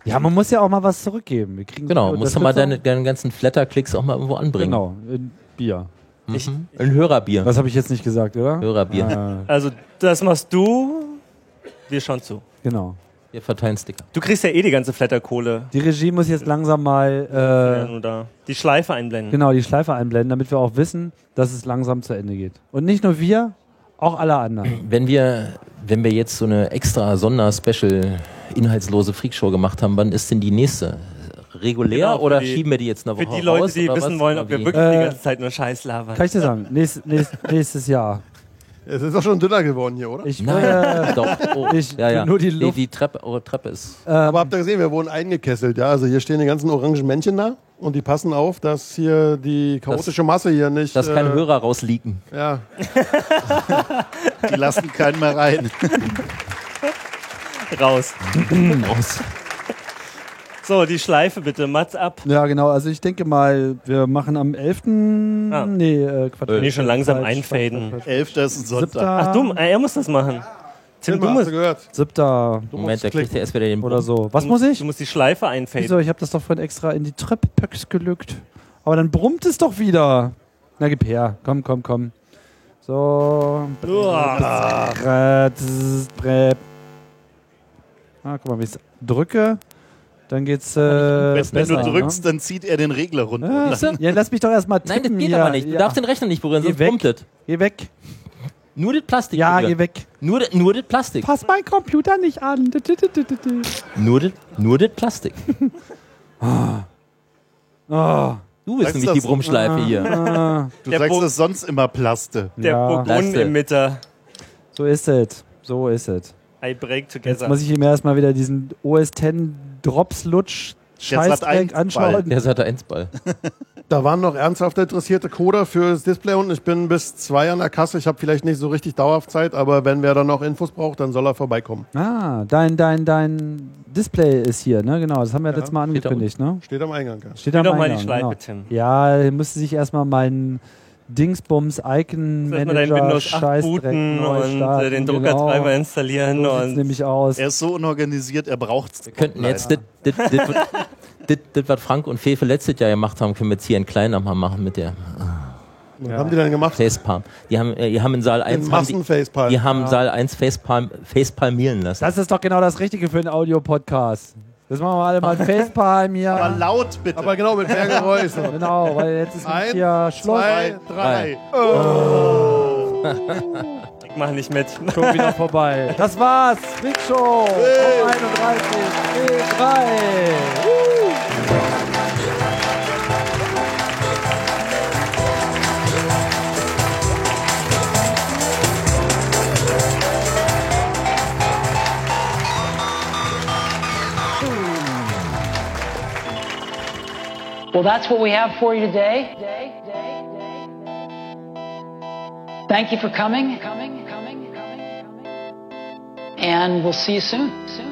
Speaker 9: ja, man muss ja auch mal was zurückgeben. Wir kriegen
Speaker 5: Genau, musst du mal deine,
Speaker 9: Unterstützung.
Speaker 5: deine ganzen Flatter-Klicks auch mal irgendwo anbringen.
Speaker 9: Genau, in Bier.
Speaker 6: Ich,
Speaker 5: Ein Hörerbier.
Speaker 9: Das habe ich jetzt nicht gesagt, oder?
Speaker 5: Hörerbier.
Speaker 9: Äh,
Speaker 6: also, das machst du. Wir schauen zu.
Speaker 9: genau.
Speaker 5: Wir verteilen Sticker.
Speaker 6: Du kriegst ja eh die ganze Flatterkohle.
Speaker 9: Die Regie muss jetzt langsam
Speaker 6: Ja,
Speaker 9: mal äh,
Speaker 6: nur da. Die Schleife einblenden.
Speaker 9: genau die Schleife einblenden, damit wir auch wissen, dass es langsam zu Ende geht. Und nicht nur wir, auch alle anderen.
Speaker 5: Wenn wir, wenn wir jetzt so eine extra Sonder-Special inhaltslose Freakshow gemacht haben, wann ist denn die nächste? Regulär
Speaker 6: Genau, für
Speaker 5: oder
Speaker 6: die-
Speaker 5: schieben wir die jetzt eine
Speaker 6: Für
Speaker 5: Woche
Speaker 6: die Leute,
Speaker 5: raus,
Speaker 6: die
Speaker 5: oder
Speaker 6: wissen
Speaker 5: was?
Speaker 6: wollen,
Speaker 5: Oder
Speaker 6: ob wir
Speaker 5: wie?
Speaker 6: wirklich die
Speaker 9: Äh,
Speaker 6: ganze Zeit nur Scheiß labern.
Speaker 9: Kann ich dir sagen? Nächst, nächst, nächstes Jahr.
Speaker 3: Es ist doch schon dünner geworden hier, oder?
Speaker 9: Ich,
Speaker 5: Nein,
Speaker 9: äh,
Speaker 5: doch. Oh,
Speaker 9: Ich-
Speaker 5: ja, ja.
Speaker 9: nur die
Speaker 5: Nee,
Speaker 9: Luft.
Speaker 5: die Treppe, eure Treppe ist.
Speaker 6: Äh,
Speaker 3: Aber habt ihr gesehen, wir wurden eingekesselt, ja? Also hier stehen die ganzen orangen Männchen da und die passen auf, dass hier die chaotische Masse hier nicht.
Speaker 5: Dass keine
Speaker 3: äh,
Speaker 5: Hörer rausliegen.
Speaker 3: Ja.
Speaker 7: Die lassen keinen mehr rein.
Speaker 6: *laughs*
Speaker 9: *laughs*
Speaker 6: Raus. So, die Schleife bitte. Mats ab.
Speaker 9: ja, genau. Also ich denke mal, wir machen am 11.
Speaker 6: Ah.
Speaker 9: Nee, äh, Quatsch.
Speaker 6: Nee, schon langsam
Speaker 9: Falsch,
Speaker 6: einfaden.
Speaker 9: falsch, Ah. falsch,
Speaker 7: 11. ist ein
Speaker 9: falsch.
Speaker 7: Sonntag.
Speaker 9: Siebter,
Speaker 6: Ach, dumm, äh, er muss das machen. Tim, du
Speaker 3: Immer, hast
Speaker 6: musst,
Speaker 3: du gehört?
Speaker 9: Siebter
Speaker 5: Moment, da kriegt er erst wieder den
Speaker 9: oder so. Was muss ich?
Speaker 6: Du musst die Schleife einfaden.
Speaker 9: Wieso? Ich habe das doch vorhin extra in die Tröpppöcks gelückt. Aber dann brummt es doch wieder. Na, gib her. Komm, komm, komm. So.
Speaker 6: Uah.
Speaker 9: Brett, zzz, Brett. Ah, guck mal, wenn ich drücke, dann geht's äh,
Speaker 7: Wenn, wenn
Speaker 9: besser,
Speaker 7: du drückst, dann zieht er den Regler runter.
Speaker 9: Ne? Ah, ja, lass mich doch erstmal tippen. *laughs*
Speaker 5: Nein, das geht
Speaker 9: hier.
Speaker 5: aber nicht. Du
Speaker 9: Ja.
Speaker 5: darfst den Rechner nicht berühren,
Speaker 9: Geh
Speaker 5: sonst
Speaker 9: weg.
Speaker 5: brummt das.
Speaker 9: Geh weg.
Speaker 5: Nur das Plastik.
Speaker 9: Ja,
Speaker 5: berühren.
Speaker 9: geh weg.
Speaker 5: Nur, das- nur das Plastik.
Speaker 9: Pass mein Computer nicht an. Du, du, du, du, du,
Speaker 7: *laughs*
Speaker 9: du.
Speaker 5: Nur das, nur das Plastik.
Speaker 9: Oh,
Speaker 5: Du bist
Speaker 7: Sagst
Speaker 5: nämlich
Speaker 7: das-
Speaker 5: die Brummschleife hier.
Speaker 9: ah,
Speaker 7: Du
Speaker 6: Der
Speaker 7: sagst
Speaker 6: Bo-
Speaker 7: es sonst immer Plaste.
Speaker 6: Der
Speaker 9: Ja.
Speaker 6: Burgund-Emitter.
Speaker 9: Ah. so ist es. So ist es.
Speaker 6: I break
Speaker 9: Jetzt
Speaker 6: together.
Speaker 9: muss ich ihm erstmal wieder diesen OS 10 Drops Lutsch Scheißdreck
Speaker 7: Sat.1
Speaker 9: anschauen.
Speaker 5: Der hat da Endball.
Speaker 3: Da waren noch ernsthaft interessierte Coder fürs Display und ich bin bis zwei an der Kasse. Ich habe vielleicht nicht so richtig dauerhaft Zeit, aber wenn wer dann noch Infos braucht, dann soll er vorbeikommen.
Speaker 9: Ah, dein, dein, dein Display ist hier, ne? Genau, das haben wir letztes Mal
Speaker 5: steht da
Speaker 9: angekündigt, ne?
Speaker 3: Steht am Eingang. Ja.
Speaker 9: Steht da
Speaker 6: doch mal die Schleife,
Speaker 9: genau.
Speaker 6: Tim.
Speaker 9: Ja, er müsste sich erstmal meinen Dingsbums Icon
Speaker 6: Lass mal deinen
Speaker 9: Manager
Speaker 6: Windows 8
Speaker 9: Scheißdreck
Speaker 6: booten
Speaker 9: neu
Speaker 6: und äh,
Speaker 9: starten,
Speaker 6: den
Speaker 9: genau.
Speaker 6: Druckertreiber installieren
Speaker 9: So sieht's
Speaker 6: und
Speaker 9: nämlich aus.
Speaker 7: Er ist so unorganisiert, er braucht es.
Speaker 5: Wir könnten jetzt das, das, das, das, das, das, was Frank und Fefe letztes Jahr gemacht haben, können wir jetzt hier in Kleiner mal machen mit der
Speaker 3: Was haben die denn gemacht?
Speaker 5: Facepalm. Die haben, äh, die haben in Saal
Speaker 3: Den
Speaker 5: 1 haben die,
Speaker 3: Massenfacepalm.
Speaker 5: die haben Saal 1 Facepalm, Facepalmieren lassen.
Speaker 9: Das ist doch genau das Richtige für einen Audio-Podcast. Das machen wir alle
Speaker 6: *laughs*
Speaker 9: mal ein Facepalm
Speaker 7: Aber
Speaker 9: hier.
Speaker 7: laut bitte.
Speaker 3: Aber genau, mit mehr Geräusch.
Speaker 9: Genau, weil jetzt ist nämlich
Speaker 3: Eins,
Speaker 9: hier Schluss.
Speaker 3: zwei,
Speaker 5: Drei.
Speaker 7: drei.
Speaker 6: ich mach nicht mit.
Speaker 9: Schon wieder vorbei. Das war's. Freak Show. Um Hey. 31. P3.
Speaker 11: Well, that's what we have for you today. Thank you for coming. And we'll see you soon. soon.